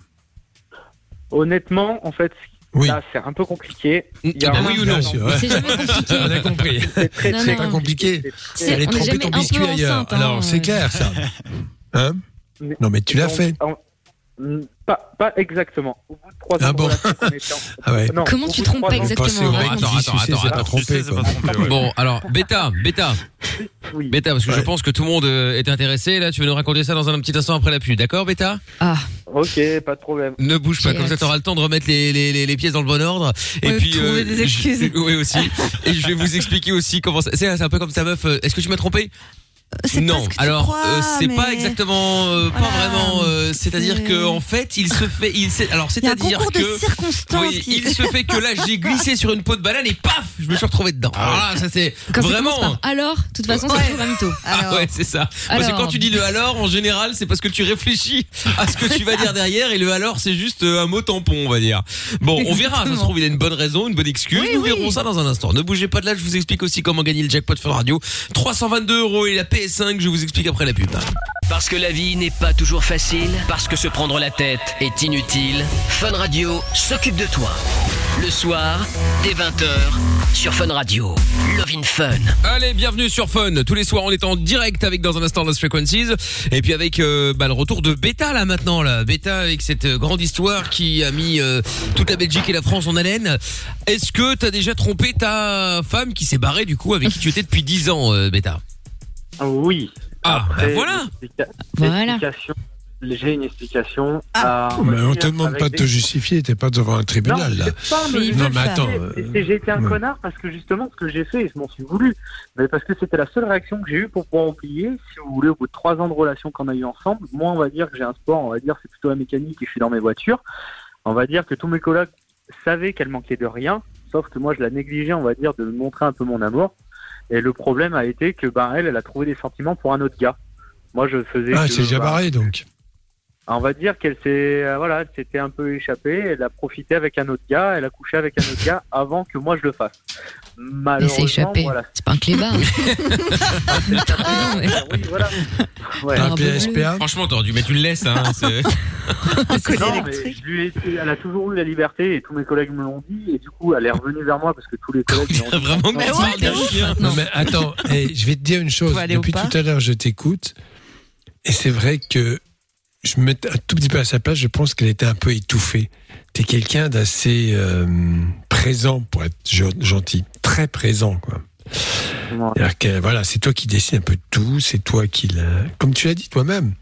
Speaker 9: honnêtement, en fait,
Speaker 3: Oui.
Speaker 9: là, c'est un peu compliqué. Il y a
Speaker 2: Ah, bah
Speaker 9: un-
Speaker 2: oui ou
Speaker 3: Bien
Speaker 2: non
Speaker 3: sûr, ouais.
Speaker 4: C'est jamais compliqué.
Speaker 3: On a compris.
Speaker 9: C'est très,
Speaker 4: Non,
Speaker 9: très
Speaker 4: non.
Speaker 3: pas compliqué.
Speaker 4: Tu sais,
Speaker 3: Elle est
Speaker 4: on est
Speaker 3: trempée
Speaker 4: jamais
Speaker 3: ton
Speaker 4: un peu
Speaker 3: biscuit ailleurs.
Speaker 9: euh.
Speaker 4: enceinte. hein,
Speaker 3: Alors c'est
Speaker 4: euh.
Speaker 3: clair ça. Hein
Speaker 9: Mais-
Speaker 3: Non mais tu l'as
Speaker 9: Donc,
Speaker 3: fait.
Speaker 9: en- Mm, Pas, pas exactement. Au bout de trois
Speaker 3: Ah
Speaker 9: ans de
Speaker 3: bon.
Speaker 9: relation qu'on était en-
Speaker 3: Ah ouais.
Speaker 9: Non,
Speaker 4: Comment
Speaker 9: au bout
Speaker 4: tu
Speaker 9: de
Speaker 4: trompes
Speaker 9: trois
Speaker 4: pas
Speaker 9: ans-
Speaker 4: exactement
Speaker 3: Passer au
Speaker 4: Raymond
Speaker 2: Attends,
Speaker 3: mec qui
Speaker 2: attends,
Speaker 3: sucer,
Speaker 2: attends,
Speaker 3: c'est
Speaker 2: attends.
Speaker 3: pas trompé. quoi.
Speaker 2: Bon, alors, bêta, bêta,
Speaker 9: Oui.
Speaker 2: bêta, parce que je
Speaker 3: Ouais.
Speaker 2: pense que tout le monde euh, est intéressé. Là, tu vas nous raconter ça dans un petit instant après la pluie, d'accord, bêta
Speaker 4: Ah,
Speaker 9: Ok, pas de problème.
Speaker 2: Ne bouge pas,
Speaker 4: J'ai
Speaker 2: comme ça
Speaker 4: hâte.
Speaker 2: t'auras le temps de remettre les, les, les, les pièces dans le bon ordre. Et
Speaker 4: Ouais,
Speaker 2: puis euh,
Speaker 4: trouver des excuses.
Speaker 2: je- oui aussi. Et je vais vous expliquer aussi comment. ça- C'est c'est un peu comme ta meuf. euh, Est-ce que tu m'as trompé
Speaker 6: Euh, C'est
Speaker 2: Non.
Speaker 6: pas ce que tu
Speaker 2: Alors
Speaker 6: crois,
Speaker 2: euh, c'est
Speaker 6: mais
Speaker 2: pas exactement, euh, pas
Speaker 6: Voilà.
Speaker 2: vraiment. euh, C'est-à-dire
Speaker 6: C'est-
Speaker 2: que en fait, il se fait, il s'est- alors
Speaker 6: Il y a un
Speaker 2: c'est-à-dire
Speaker 6: concours de
Speaker 2: que.
Speaker 6: circonstances.
Speaker 2: oui,
Speaker 6: qui-
Speaker 2: il se fait que là j'ai glissé sur une peau de banane et paf, je me suis retrouvé dedans. Alors là, ça c'est
Speaker 4: quand ça
Speaker 2: vraiment.
Speaker 4: commence par alors, de toute façon,
Speaker 6: Ouais.
Speaker 4: c'est toujours un mytho.
Speaker 2: Ah
Speaker 6: Alors,
Speaker 2: ouais, c'est ça. Parce
Speaker 4: Alors.
Speaker 2: que quand tu dis le alors, en général, c'est parce que tu réfléchis à ce que tu vas dire derrière et le alors, c'est juste euh, un mot tampon, on va dire. Bon, on verra. Ça se
Speaker 4: Exactement.
Speaker 2: trouve, il a une bonne raison, une bonne excuse.
Speaker 4: Oui,
Speaker 2: Nous
Speaker 4: oui.
Speaker 2: verrons ça dans un instant. Ne bougez pas de là. Je vous explique aussi comment gagner le jackpot Fun Radio. 322 euros et la PS5. Je vous explique après la pub.
Speaker 1: Parce que la vie n'est pas toujours facile, parce que se prendre la tête est inutile, Fun Radio s'occupe de toi. Le soir, dès 20h, sur Fun Radio. Love in Fun.
Speaker 2: Allez, bienvenue sur Fun. Tous les soirs, on est en direct avec dans un instant Lost Frequencies. Et puis avec euh, bah, le retour de Beta là maintenant. Là. Beta avec cette euh, grande histoire qui a mis euh, toute la Belgique et la France en haleine. Est-ce que t'as déjà trompé ta femme qui s'est barrée du coup avec qui tu étais depuis 10 ans, euh, Beta
Speaker 9: Oui.
Speaker 2: Ah,
Speaker 9: Après,
Speaker 2: bah voilà
Speaker 9: l'explica-
Speaker 4: Voilà.
Speaker 9: l'explication- J'ai une explication.
Speaker 6: Ah.
Speaker 9: à
Speaker 3: Oh, Mais on te
Speaker 9: retenir
Speaker 3: demande pas de
Speaker 9: bah, avec
Speaker 3: te
Speaker 9: des-
Speaker 3: justifier, t'es pas devant un
Speaker 9: Non,
Speaker 3: tribunal là.
Speaker 9: c'est pas me
Speaker 6: Mais il
Speaker 3: Non
Speaker 6: veut
Speaker 3: mais
Speaker 6: le faire.
Speaker 3: attends,
Speaker 9: Et
Speaker 3: euh,
Speaker 9: c'est- J'ai été un
Speaker 3: ouais.
Speaker 9: connard parce que justement, ce que j'ai fait, et je m'en suis voulu, mais parce que c'était la seule réaction que j'ai eue pour pouvoir oublier. Si vous voulez, au bout de trois ans de relation qu'on a eu ensemble, moi, on va dire que j'ai un sport, on va dire que c'est plutôt la mécanique et je suis dans mes voitures. On va dire que tous mes collègues savaient qu'elle manquait de rien, sauf que moi, je la négligeais, on va dire, de montrer un peu mon amour. Et le problème a été que, ben, elle, elle a trouvé des sentiments pour un autre gars. Moi, je faisais.
Speaker 3: Ah,
Speaker 9: que,
Speaker 3: c'est déjà
Speaker 9: ben,
Speaker 3: barré donc.
Speaker 9: on va dire qu'elle s'est, euh, voilà, elle s'était un peu échappée. Elle a profité avec un autre gars. Elle a couché avec un autre gars avant que moi je le fasse.
Speaker 4: Mais c'est
Speaker 9: Malheureusement,
Speaker 4: échappé.
Speaker 9: voilà.
Speaker 4: C'est pas un clébard. Pardon,
Speaker 9: Ah oui, voilà. Ouais.
Speaker 4: Ah,
Speaker 3: Un
Speaker 4: bah,
Speaker 3: PSPA
Speaker 2: Franchement, t'aurais dû mettre une laisse. Hein, c'est-
Speaker 6: c'est
Speaker 9: Non, mais
Speaker 6: électrique.
Speaker 9: je lui ai dit- elle a toujours eu la liberté et tous mes collègues me l'ont dit. Et du coup, elle est revenue vers moi parce que tous les collègues. me l'ont dit. Ah,
Speaker 2: Vraiment,
Speaker 9: Mais
Speaker 2: tu
Speaker 6: ouais,
Speaker 2: parles
Speaker 6: de
Speaker 2: d'un
Speaker 6: ouf.
Speaker 2: chien.
Speaker 3: Non, mais attends, eh, je vais te dire une chose.
Speaker 6: Faut aller au
Speaker 3: Depuis
Speaker 6: parc.
Speaker 3: tout à l'heure, je t'écoute. Et c'est vrai que je me mets un tout petit peu à sa place. Je pense qu'elle était un peu étouffée. T'es quelqu'un d'assez euh, présent pour être gen- gentil. Très présent, quoi.
Speaker 9: Ouais.
Speaker 3: C'est-à-dire que, voilà, c'est toi qui décides un peu de tout. C'est toi qui l'a- Comme tu l'as dit toi-même.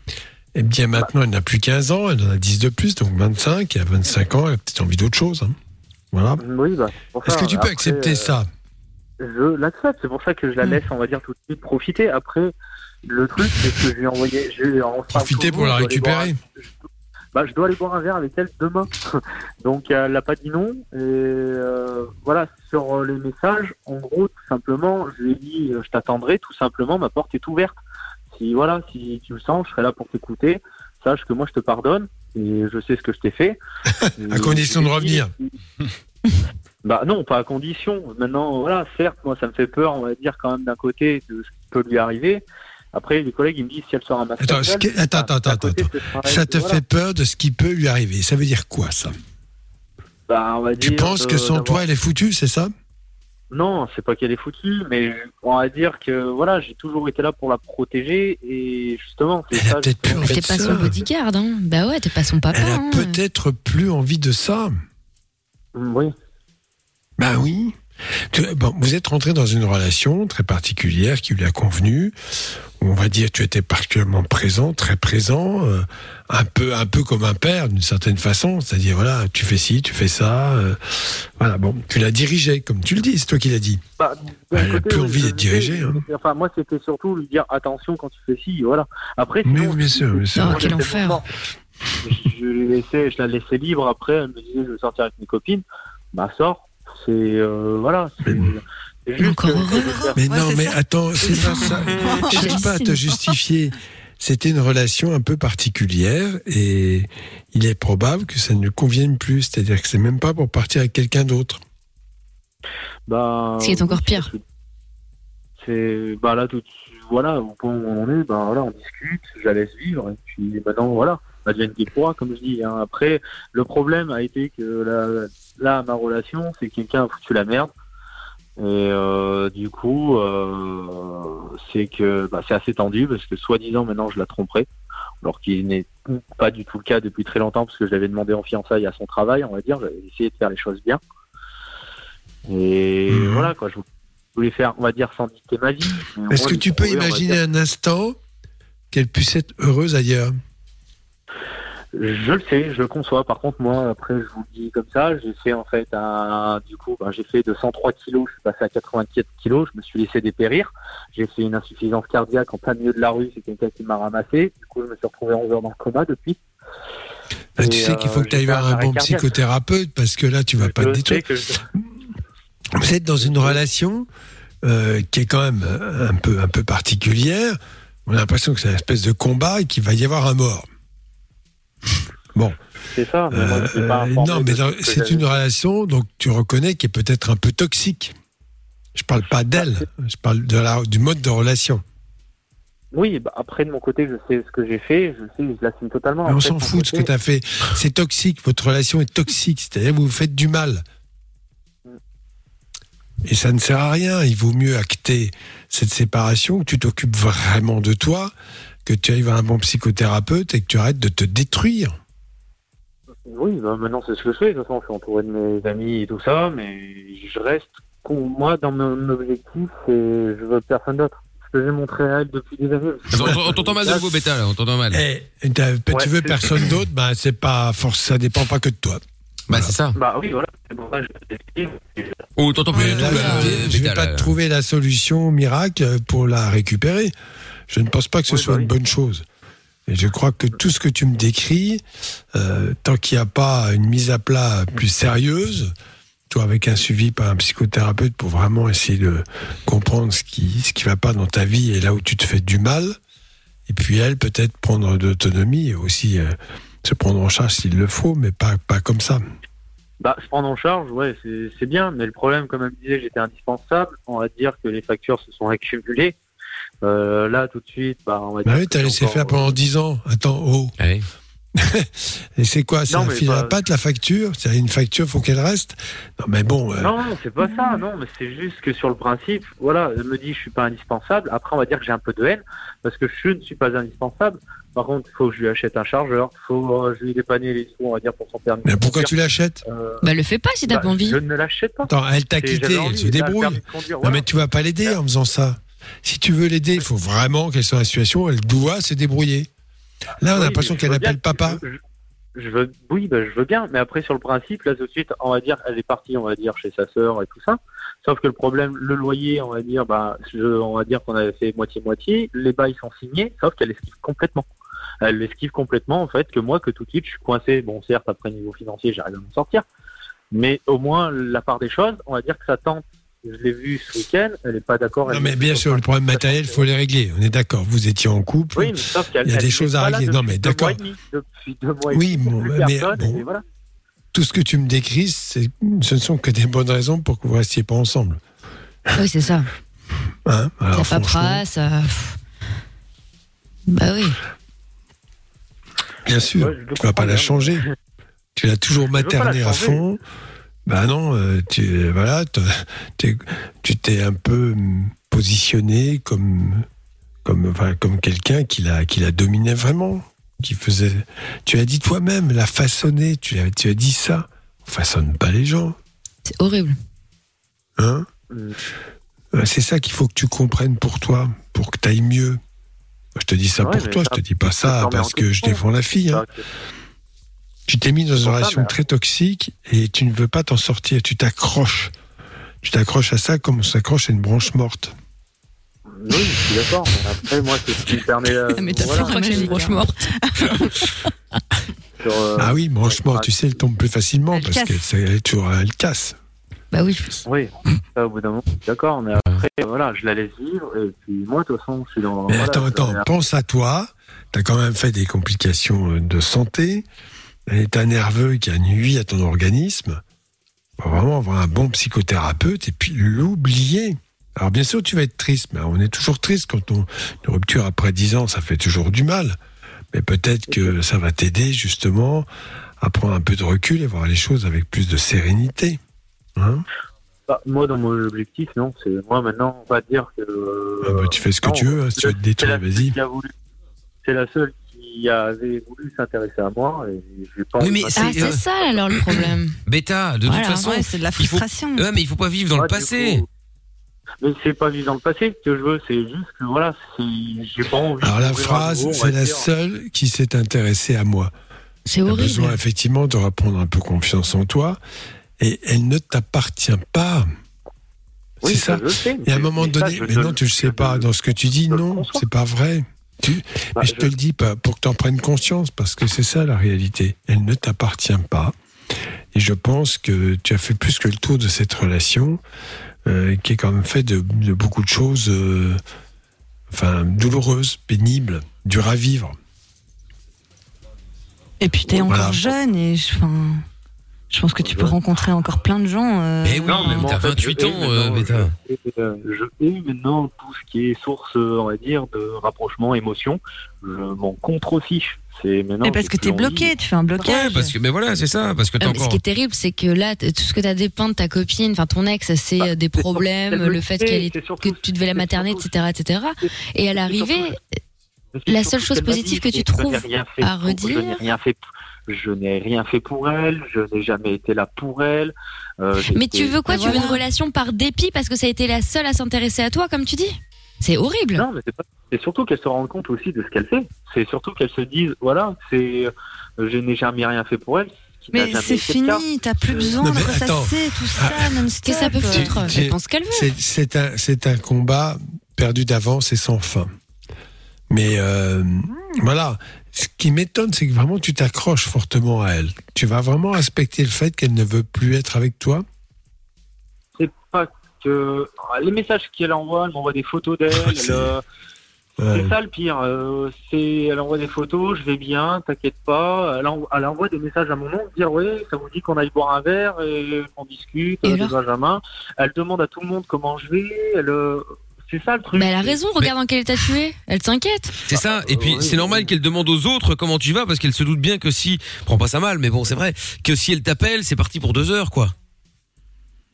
Speaker 3: Elle me dit, ah, maintenant, elle n'a plus 15 ans. Elle en a 10 de plus, donc 25. Et à 25 ans, elle a peut-être envie d'autre chose. hein. Voilà.
Speaker 9: Oui, bah, c'est pour
Speaker 3: Est-ce
Speaker 9: ça.
Speaker 3: que tu peux
Speaker 9: Après,
Speaker 3: accepter
Speaker 9: euh,
Speaker 3: ça
Speaker 9: Je l'accepte. C'est pour ça que je la
Speaker 3: Hmm.
Speaker 6: Mm.
Speaker 9: laisse, on va dire, tout de suite profiter. Après, le truc, c'est que je lui ai envoyé. Je lui ai- on se parle
Speaker 3: Profiter
Speaker 9: toujours,
Speaker 3: pour la
Speaker 9: je dois aller boire un
Speaker 3: récupérer
Speaker 9: bah, je dois aller boire un verre avec elle demain. Donc euh, elle n'a pas dit non. Et euh, voilà, sur euh, les messages, en gros, tout simplement, je lui ai dit, euh, je t'attendrai, tout simplement, ma porte est ouverte. Si voilà, si tu le sens, je serai là pour t'écouter. Sache que moi, je te pardonne et je sais ce que je t'ai fait.
Speaker 3: À condition de revenir.
Speaker 9: Bah non, pas à condition. Maintenant, voilà, certes, moi, ça me fait peur, on va dire quand même d'un côté de ce qui peut lui arriver. Après, les collègues, ils me disent si elle sort un master.
Speaker 3: Attends, ce que- attends, attends, attends, attends. Ça te fait peur de ce qui peut lui arriver. Ça veut dire quoi, ça
Speaker 9: Bah, on va
Speaker 3: Tu
Speaker 9: dire
Speaker 3: penses que
Speaker 9: de-
Speaker 3: sans
Speaker 9: d'avoir-
Speaker 3: toi, elle est foutue, c'est ça
Speaker 9: Non, c'est pas qu'elle est foutue, mais on va dire que voilà, j'ai toujours été là pour la protéger et justement, c'est
Speaker 3: Elle a
Speaker 9: ça.
Speaker 3: peut-être
Speaker 9: justement.
Speaker 3: plus envie
Speaker 4: T'es
Speaker 3: de
Speaker 4: pas son
Speaker 3: ça.
Speaker 4: bodyguard, hein. Bah ouais, t'es pas son papa.
Speaker 3: Elle a
Speaker 4: hein.
Speaker 3: peut-être plus envie de ça.
Speaker 9: Mm, Oui.
Speaker 3: Ben oui. Tu- bon, vous êtes rentré dans une relation très particulière qui lui a convenu. On va dire tu étais particulièrement présent, très présent, euh, un peu un peu comme un père d'une certaine façon, c'est-à-dire voilà, tu fais ci, tu fais ça, euh, voilà bon, tu l'as dirigé comme tu le dis, c'est toi qui l'as dit.
Speaker 9: Bah, d'un
Speaker 3: Elle a plus
Speaker 9: oui,
Speaker 3: envie
Speaker 9: je
Speaker 3: d'être
Speaker 9: le disais,
Speaker 3: dirigée, hein.
Speaker 9: Enfin, moi, c'était surtout lui dire attention quand tu fais ci, voilà. Après,
Speaker 3: Mais
Speaker 9: sinon,
Speaker 3: oui, bien sûr, bien sûr.
Speaker 4: Ah,
Speaker 9: moi,
Speaker 4: quel
Speaker 9: j'étais
Speaker 4: enfer.
Speaker 9: content. Je, je l'ai laissais, je la laissais libre. Après, elle me disait je veux sortir avec mes copines. Bah sors. C'est euh, voilà. c'est- c'est juste
Speaker 4: Encore
Speaker 9: que-
Speaker 4: heureux.
Speaker 3: Mais
Speaker 6: Ouais,
Speaker 3: non,
Speaker 6: c'est
Speaker 3: mais
Speaker 6: ça.
Speaker 3: attends, c'est pas ça. Je cherche pas à te justifier. C'était une relation un peu particulière et il est probable que ça ne lui convienne plus. C'est-à-dire que c'est même pas pour partir avec quelqu'un d'autre.
Speaker 9: Bah,
Speaker 4: Ce qui est encore
Speaker 9: oui,
Speaker 4: pire.
Speaker 9: c'est- C'est bah là tout de suite, voilà, au point où on en est, bah voilà, on discute, je la laisse vivre et puis maintenant voilà, elle devient des proies comme je dis. hein. Après, le problème a été que là, là ma relation, c'est que quelqu'un a foutu la merde. Et euh, du coup, euh, c'est que bah, c'est assez tendu parce que soi-disant maintenant je la tromperai. alors qu'il n'est pas du tout le cas depuis très longtemps parce que je l'avais demandé en fiançailles à son travail, on va dire, j'avais essayé de faire les choses bien. Et
Speaker 3: Mhm.
Speaker 9: voilà quoi, je voulais faire, on va dire, sans dicter ma vie. mais au
Speaker 3: Est-ce
Speaker 9: moins
Speaker 3: que
Speaker 9: lui
Speaker 3: tu peux
Speaker 9: prouver, on va
Speaker 3: imaginer
Speaker 9: dire,
Speaker 3: un instant qu'elle puisse être heureuse ailleurs
Speaker 9: Je le sais, je le conçois. Par contre, moi, après, je vous le dis comme ça, j'ai fait en fait un, du coup, ben, j'ai fait de 103 kilos, je suis passé à 84 kilos, je me suis laissé dépérir. J'ai fait une insuffisance cardiaque en plein milieu de la rue, c'est quelqu'un qui m'a ramassé. Du coup, je me suis retrouvé 11 heures dans le coma depuis.
Speaker 3: Là, Bah, Tu
Speaker 9: Et,
Speaker 3: sais qu'il faut
Speaker 9: euh,
Speaker 3: que tu ailles
Speaker 9: j'ai
Speaker 3: voir
Speaker 9: fait
Speaker 3: un bon
Speaker 9: arrêt cardiaque.
Speaker 3: psychothérapeute parce que là, tu vas pas te
Speaker 9: Je sais
Speaker 3: détruire.
Speaker 9: que je-
Speaker 3: Vous êtes dans une relation euh, qui est quand même euh, un peu, un peu particulière. On a l'impression que c'est une espèce de combat et qu'il va y avoir un mort. Bon.
Speaker 9: C'est ça, Ah, mais moi, je suis pas
Speaker 3: Euh,
Speaker 9: informé
Speaker 3: non,
Speaker 9: de
Speaker 3: mais
Speaker 9: ce
Speaker 3: dans-
Speaker 9: que
Speaker 3: c'est
Speaker 9: j'avais
Speaker 3: une relation, donc tu reconnais qui est peut-être un peu toxique. Je parle pas d'elle, je parle de la, du mode de relation.
Speaker 9: Oui, bah, après, de mon côté, je sais ce que j'ai fait, je sais, je l'assume totalement.
Speaker 3: Mais on
Speaker 9: Après,
Speaker 3: s'en
Speaker 9: de mon
Speaker 3: fout de ce que
Speaker 9: côté-
Speaker 3: tu as fait. C'est toxique, votre relation est toxique, c'est-à-dire vous vous faites du mal. Et ça ne sert à rien, il vaut mieux acter cette séparation, que tu t'occupes vraiment de toi, que tu arrives à un bon psychothérapeute et que tu arrêtes de te détruire.
Speaker 9: Oui, bah, maintenant c'est ce que je fais. De toute façon, je suis entouré de mes amis et tout ça, mais je reste. con- Moi, dans mon objectif, c'est je veux personne d'autre. Ce que j'ai montré à elle depuis des années.
Speaker 2: On t'entend- on t'entend mal de nouveau, Beta, là, on t'entend mal.
Speaker 9: Eh.
Speaker 3: Et t'as- tu veux
Speaker 9: c'est-
Speaker 3: personne d'autre, ben c'est pas force, ça dépend pas que de toi.
Speaker 2: Bah, c'est ça.
Speaker 9: Bah oui, voilà. C'est pour ça que je-
Speaker 2: Oh, t'entends plus du tout,
Speaker 3: Là,
Speaker 2: là,
Speaker 3: je vais-
Speaker 2: euh,
Speaker 3: je vais
Speaker 2: Beta,
Speaker 3: pas
Speaker 2: là.
Speaker 3: te trouver la solution miracle pour la récupérer. Je ne pense pas que ce
Speaker 9: bah
Speaker 3: soit une bonne chose. Et je crois que tout ce que tu me décris, euh, tant qu'il n'y a pas une mise à plat plus sérieuse, toi avec un suivi par un psychothérapeute pour vraiment essayer de comprendre ce qui ce qui va pas dans ta vie et là où tu te fais du mal, et puis elle peut-être prendre de l'autonomie et aussi euh, se prendre en charge s'il le faut, mais pas pas comme ça.
Speaker 9: Bah, je prends en charge, ouais, c'est c'est bien, mais le problème, comme elle me disait, j'étais indispensable. On va dire que les factures se sont accumulées. Euh, là, tout de suite, bah, on va
Speaker 3: Bah
Speaker 9: dire.
Speaker 3: oui,
Speaker 9: que
Speaker 3: t'as
Speaker 9: j'ai
Speaker 3: laissé
Speaker 9: encore- euh,
Speaker 3: faire pendant 10 ans. Attends, oh.
Speaker 2: Ah
Speaker 3: Et c'est quoi C'est
Speaker 9: Non,
Speaker 3: un
Speaker 9: mais
Speaker 3: fil à
Speaker 9: bah-
Speaker 3: patte, la facture C'est une facture, faut qu'elle reste Non, mais bon. euh,
Speaker 9: Non, non, c'est pas ça, non, mais c'est juste que sur le principe, voilà, elle me dit je suis pas indispensable. Après, on va dire que j'ai un peu de haine parce que je ne suis pas indispensable. Par contre, faut que je lui achète un chargeur, faut euh, je lui dépanner les sous, on va dire, pour son permis.
Speaker 3: mais pourquoi tu l'achètes
Speaker 4: Bah, le fais pas si t'as
Speaker 9: Bah,
Speaker 4: pas envie.
Speaker 9: Je ne l'achète pas.
Speaker 3: Attends, elle t'a
Speaker 9: C'est- j'avais
Speaker 3: quitté, elle
Speaker 9: envie,
Speaker 3: se
Speaker 9: là, le
Speaker 3: débrouille.
Speaker 9: permis de conduire,
Speaker 3: Non,
Speaker 9: voilà.
Speaker 3: mais tu vas pas l'aider en faisant ça. Si tu veux l'aider, il faut vraiment qu'elle soit dans la situation où elle doit se débrouiller. Là, on a
Speaker 9: Oui,
Speaker 3: l'impression
Speaker 9: mais
Speaker 3: qu'elle
Speaker 9: je veux bien
Speaker 3: appelle
Speaker 9: que-
Speaker 3: papa.
Speaker 9: je- je, je veux, oui, bah, je veux bien, mais après sur le principe, là tout de suite, on va dire, elle est partie, on va dire, chez sa sœur et tout ça. Sauf que le problème, le loyer, on va dire, bah, je- on va dire qu'on avait fait moitié-moitié, les bails sont signés, sauf qu'elle esquive complètement. Elle l'esquive complètement, en fait, que moi, que tout de suite, je suis coincé. Bon, certes, après niveau financier, j'arrive à m'en sortir, mais au moins, la part des choses, on va dire que sa tante, je l'ai vue ce week-end, elle n'est pas d'accord.
Speaker 3: Non,
Speaker 9: elle
Speaker 3: mais
Speaker 9: est-
Speaker 3: bien sûr, le problème matériel, il faut les régler. On est d'accord. Vous étiez en couple.
Speaker 9: Oui, mais sauf qu'elle-
Speaker 3: Il y a
Speaker 9: elle
Speaker 3: des
Speaker 9: est
Speaker 3: choses à
Speaker 9: pas là
Speaker 3: régler. Non,
Speaker 9: depuis
Speaker 3: mais
Speaker 9: deux
Speaker 3: d'accord.
Speaker 9: mois et demi. Depuis deux mois et
Speaker 3: Oui,
Speaker 9: demi,
Speaker 3: bon,
Speaker 9: plus
Speaker 3: mais
Speaker 9: personne,
Speaker 3: bon.
Speaker 9: et voilà.
Speaker 3: Tout ce que tu me décris, c'est- ce ne sont que des bonnes raisons pour que vous restiez pas ensemble.
Speaker 4: Ah Oui, c'est ça.
Speaker 10: Ah,
Speaker 3: Hein Alors,
Speaker 4: ça
Speaker 3: franchement,
Speaker 4: paperasse. ça. euh, Bah oui.
Speaker 3: Bien sûr,
Speaker 9: Ouais, je le
Speaker 3: tu vas pas
Speaker 9: comprends
Speaker 3: la
Speaker 9: bien.
Speaker 3: changer. Tu l'as toujours
Speaker 9: veux pas la
Speaker 3: maternée à
Speaker 9: changer.
Speaker 3: fond. Bah non, euh, tu voilà, t'as- t'es- tu t'es un peu hum, positionné comme comme enfin, comme quelqu'un qui la qui la dominait vraiment, qui faisait. Tu l'as dit toi-même, la façonner. Tu l'as tu as dit ça. On façonne pas les gens,
Speaker 4: C'est horrible.
Speaker 3: hein. Euh, C'est ça qu'il faut que tu comprennes pour toi, pour que tu ailles mieux. Moi, Je te dis ça
Speaker 9: Ouais,
Speaker 3: pour
Speaker 9: mais
Speaker 3: toi,
Speaker 9: ça-
Speaker 3: je te dis pas
Speaker 9: ça
Speaker 3: ça
Speaker 9: remet en
Speaker 3: parce que je
Speaker 9: question.
Speaker 3: défends la fille. hein. Tu t'es mis dans
Speaker 9: C'est
Speaker 3: une
Speaker 9: pour ça,
Speaker 3: relation
Speaker 9: mais-
Speaker 3: très toxique et tu ne veux pas t'en sortir. Tu t'accroches. Tu t'accroches à ça comme on s'accroche à une branche morte.
Speaker 9: Oui, je suis d'accord. mais Après, moi, c'est ce qui me permet. euh,
Speaker 10: Mais t'as
Speaker 9: voilà,
Speaker 10: fait une
Speaker 9: sur,
Speaker 4: hein.
Speaker 10: branche morte.
Speaker 9: euh,
Speaker 3: ah oui, branche morte, tu sais, elle tombe plus facilement parce
Speaker 9: casse.
Speaker 3: qu'elle c'est- elle est toujours- elle casse.
Speaker 4: Bah oui.
Speaker 9: Oui, ça, au bout d'un moment, je suis d'accord. Mais après, euh, voilà, je la laisse vivre. Et puis, moi, de toute façon, je suis dans.
Speaker 3: Mais
Speaker 9: voilà,
Speaker 3: attends,
Speaker 9: je-
Speaker 3: attends, pense à toi. T'as quand même fait des complications euh, de santé. Un état nerveux qui a nuit à ton organisme. Faut vraiment avoir un bon psychothérapeute et puis l'oublier. Alors bien sûr, tu vas être triste, mais on est toujours triste quand on une rupture après 10 ans, ça fait toujours du mal. Mais peut-être que ça va t'aider justement à prendre un peu de recul et voir les choses avec plus de sérénité. Hein
Speaker 9: Bah, moi, dans mon objectif, non. C'est moi maintenant, on va dire que.
Speaker 3: Ah bah, tu fais ce que
Speaker 9: non,
Speaker 3: tu veux, hein, si tu veux te
Speaker 9: c'est la
Speaker 3: détruire,
Speaker 9: seule
Speaker 3: vas-y.
Speaker 9: qui a voulu. C'est la seule qui qui avait voulu s'intéresser à moi et j'ai pas.
Speaker 2: Oui, mais
Speaker 4: Ah, c'est
Speaker 2: euh,
Speaker 4: ça alors le problème.
Speaker 2: Bêta, de
Speaker 4: Voilà,
Speaker 2: toute façon.
Speaker 4: ouais, c'est de la
Speaker 2: il faut-
Speaker 4: frustration.
Speaker 2: Ouais, mais il faut pas vivre dans
Speaker 9: Ouais,
Speaker 2: le
Speaker 9: du
Speaker 2: passé.
Speaker 9: coup, Mais c'est pas vivre dans le passé que je veux, c'est juste que voilà, c'est- j'ai pas envie.
Speaker 3: Alors la
Speaker 9: d'ouvrir un
Speaker 3: phrase,
Speaker 9: nouveau, on va
Speaker 3: c'est la
Speaker 9: dire.
Speaker 3: seule qui s'est intéressée à moi.
Speaker 4: C'est
Speaker 3: Tu as
Speaker 4: horrible.
Speaker 3: besoin effectivement de reprendre un peu confiance en toi et elle ne t'appartient pas.
Speaker 9: Oui,
Speaker 3: c'est ça.
Speaker 9: je sais,
Speaker 3: et à un
Speaker 9: mais-
Speaker 3: moment
Speaker 9: mais ça,
Speaker 3: donné,
Speaker 9: je
Speaker 3: mais
Speaker 9: te
Speaker 3: non,
Speaker 9: le-
Speaker 3: tu le sais pas. Dans ce que tu dis, non, c'est pas vrai. Tu,
Speaker 9: Bah,
Speaker 3: mais je, te le dis pas pour que tu en prennes conscience, parce que c'est ça la réalité. Elle ne t'appartient pas. Et je pense que tu as fait plus que le tour de cette relation, euh, qui est quand même faite de, de beaucoup de choses, euh, enfin douloureuses, pénibles, dures à vivre.
Speaker 10: Et puis t'es encore
Speaker 3: Voilà.
Speaker 10: jeune et je, enfin, je pense que tu peux rencontrer encore plein de gens. euh,
Speaker 9: Eh
Speaker 2: Eh
Speaker 9: Non, mais moi, en fait, je hais maintenant,
Speaker 2: euh, Beta.
Speaker 9: je hais, euh, Je hais maintenant tout ce qui est source, euh, on va dire, de rapprochement, émotion. Je m'en contre-fiche. C'est maintenant.
Speaker 10: mais parce
Speaker 9: j'ai
Speaker 10: que
Speaker 9: plus
Speaker 10: t'es
Speaker 9: envie.
Speaker 10: bloqué, tu fais un blocage.
Speaker 2: Ouais, parce que, mais voilà, c'est ça, parce que t'as
Speaker 4: Ah, mais ce
Speaker 2: encore.
Speaker 4: qui est terrible, c'est que là, t- tout ce que t'as dépeint de ta copine, enfin ton ex, c'est euh, des problèmes,
Speaker 9: Bah, qu'elle me
Speaker 4: le fait
Speaker 9: fait,
Speaker 4: qu'elle est-
Speaker 9: c'est
Speaker 4: que tu devais la materner, etc., etc. Et à l'arrivée,
Speaker 9: C'est
Speaker 4: la
Speaker 9: surtout
Speaker 4: seule
Speaker 9: ce
Speaker 4: chose
Speaker 9: qu'elle m'a
Speaker 4: positive
Speaker 9: dit,
Speaker 4: que tu
Speaker 9: c'est je n'ai
Speaker 4: trouves
Speaker 9: rien fait
Speaker 4: à
Speaker 9: pour- Je n'ai
Speaker 4: redire.
Speaker 9: rien fait. Je n'ai rien fait pour elle. Je n'ai jamais été là pour elle. euh, j'ai
Speaker 4: Mais
Speaker 9: été-
Speaker 4: tu veux quoi Tu veux une relation par dépit parce que ça a été la seule à s'intéresser à toi, comme tu dis C'est horrible.
Speaker 9: Non, mais c'est pas- c'est surtout qu'elle se rende compte aussi de ce qu'elle fait. C'est surtout qu'elle se dise, voilà, c'est, je n'ai jamais rien fait pour elle. ce qui n'a
Speaker 10: Mais
Speaker 9: jamais
Speaker 10: c'est
Speaker 9: été le cas.
Speaker 10: fini, t'as plus besoin
Speaker 3: Non,
Speaker 10: de
Speaker 3: mais attends.
Speaker 10: ressasser tout ça
Speaker 2: Ah.
Speaker 10: non-stop.
Speaker 4: Qu'est-ce que ça peut foutre
Speaker 3: Tu-
Speaker 4: Elle pense qu'elle veut.
Speaker 3: C'est- C'est un, c'est un combat perdu d'avance et sans fin. Mais euh, voilà, ce qui m'étonne, c'est que vraiment tu t'accroches fortement à elle. Tu vas vraiment respecter le fait qu'elle ne veut plus être avec toi.
Speaker 9: C'est pas que ah, les messages qu'elle envoie, elle m'envoie des photos d'elle.
Speaker 2: Ah,
Speaker 9: elle, euh,
Speaker 3: Ouais.
Speaker 9: C'est ça le pire. euh, c'est, elle envoie des photos, je vais bien, t'inquiète pas. Elle, envo- elle envoie des messages à mon oncle, dire ouais, ça vous dit qu'on aille boire un verre et on discute, euh, de Benjamin. Elle demande à tout le monde comment je vais. Elle, euh, c'est ça le truc.
Speaker 4: Mais Bah, elle a raison, regarde en quel état tu es. Elle t'inquiète.
Speaker 2: C'est ça. Et puis c'est normal qu'elle demande aux autres comment tu vas parce qu'elle se doute bien que si, prends pas ça mal, mais bon c'est vrai que si elle t'appelle, c'est parti pour deux heures quoi.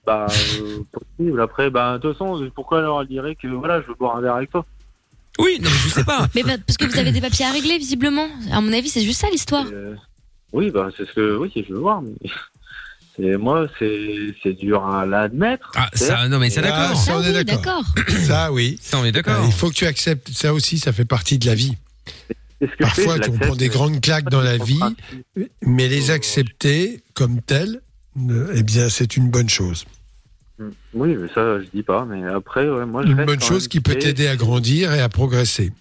Speaker 9: Bah, euh, possible. Après, bah, de toute façon, pourquoi alors elle dirait que voilà, je veux boire un verre avec toi
Speaker 2: Oui, non, mais je sais
Speaker 9: Ah.
Speaker 2: pas.
Speaker 4: Mais bah, parce que vous avez des papiers à régler, visiblement. À mon avis, c'est juste ça l'histoire.
Speaker 9: Oui, bah, c'est ce que oui, je veux voir. Mais c'est moi, c'est c'est dur à l'admettre.
Speaker 2: Ah, ça, non, mais ça
Speaker 3: Ah,
Speaker 2: d'accord.
Speaker 3: ça, on est d'accord. Ça, oui.
Speaker 2: Ça, on est d'accord.
Speaker 3: Il faut que tu acceptes. Ça aussi, ça fait partie de la vie.
Speaker 9: Est-ce que
Speaker 3: Parfois,
Speaker 9: c'est, je
Speaker 3: on prend
Speaker 9: l'accepte, Euh,
Speaker 3: des
Speaker 9: mais-
Speaker 3: grandes claques dans la vie, mais les accepter comme telles, euh, eh bien, c'est une bonne chose.
Speaker 9: Mm. Oui, mais ça, je dis pas. Mais après, ouais, moi, je
Speaker 3: Une
Speaker 9: reste
Speaker 3: bonne
Speaker 9: quand
Speaker 3: chose
Speaker 9: même
Speaker 3: qui peut
Speaker 9: très-
Speaker 3: t'aider à grandir et à progresser.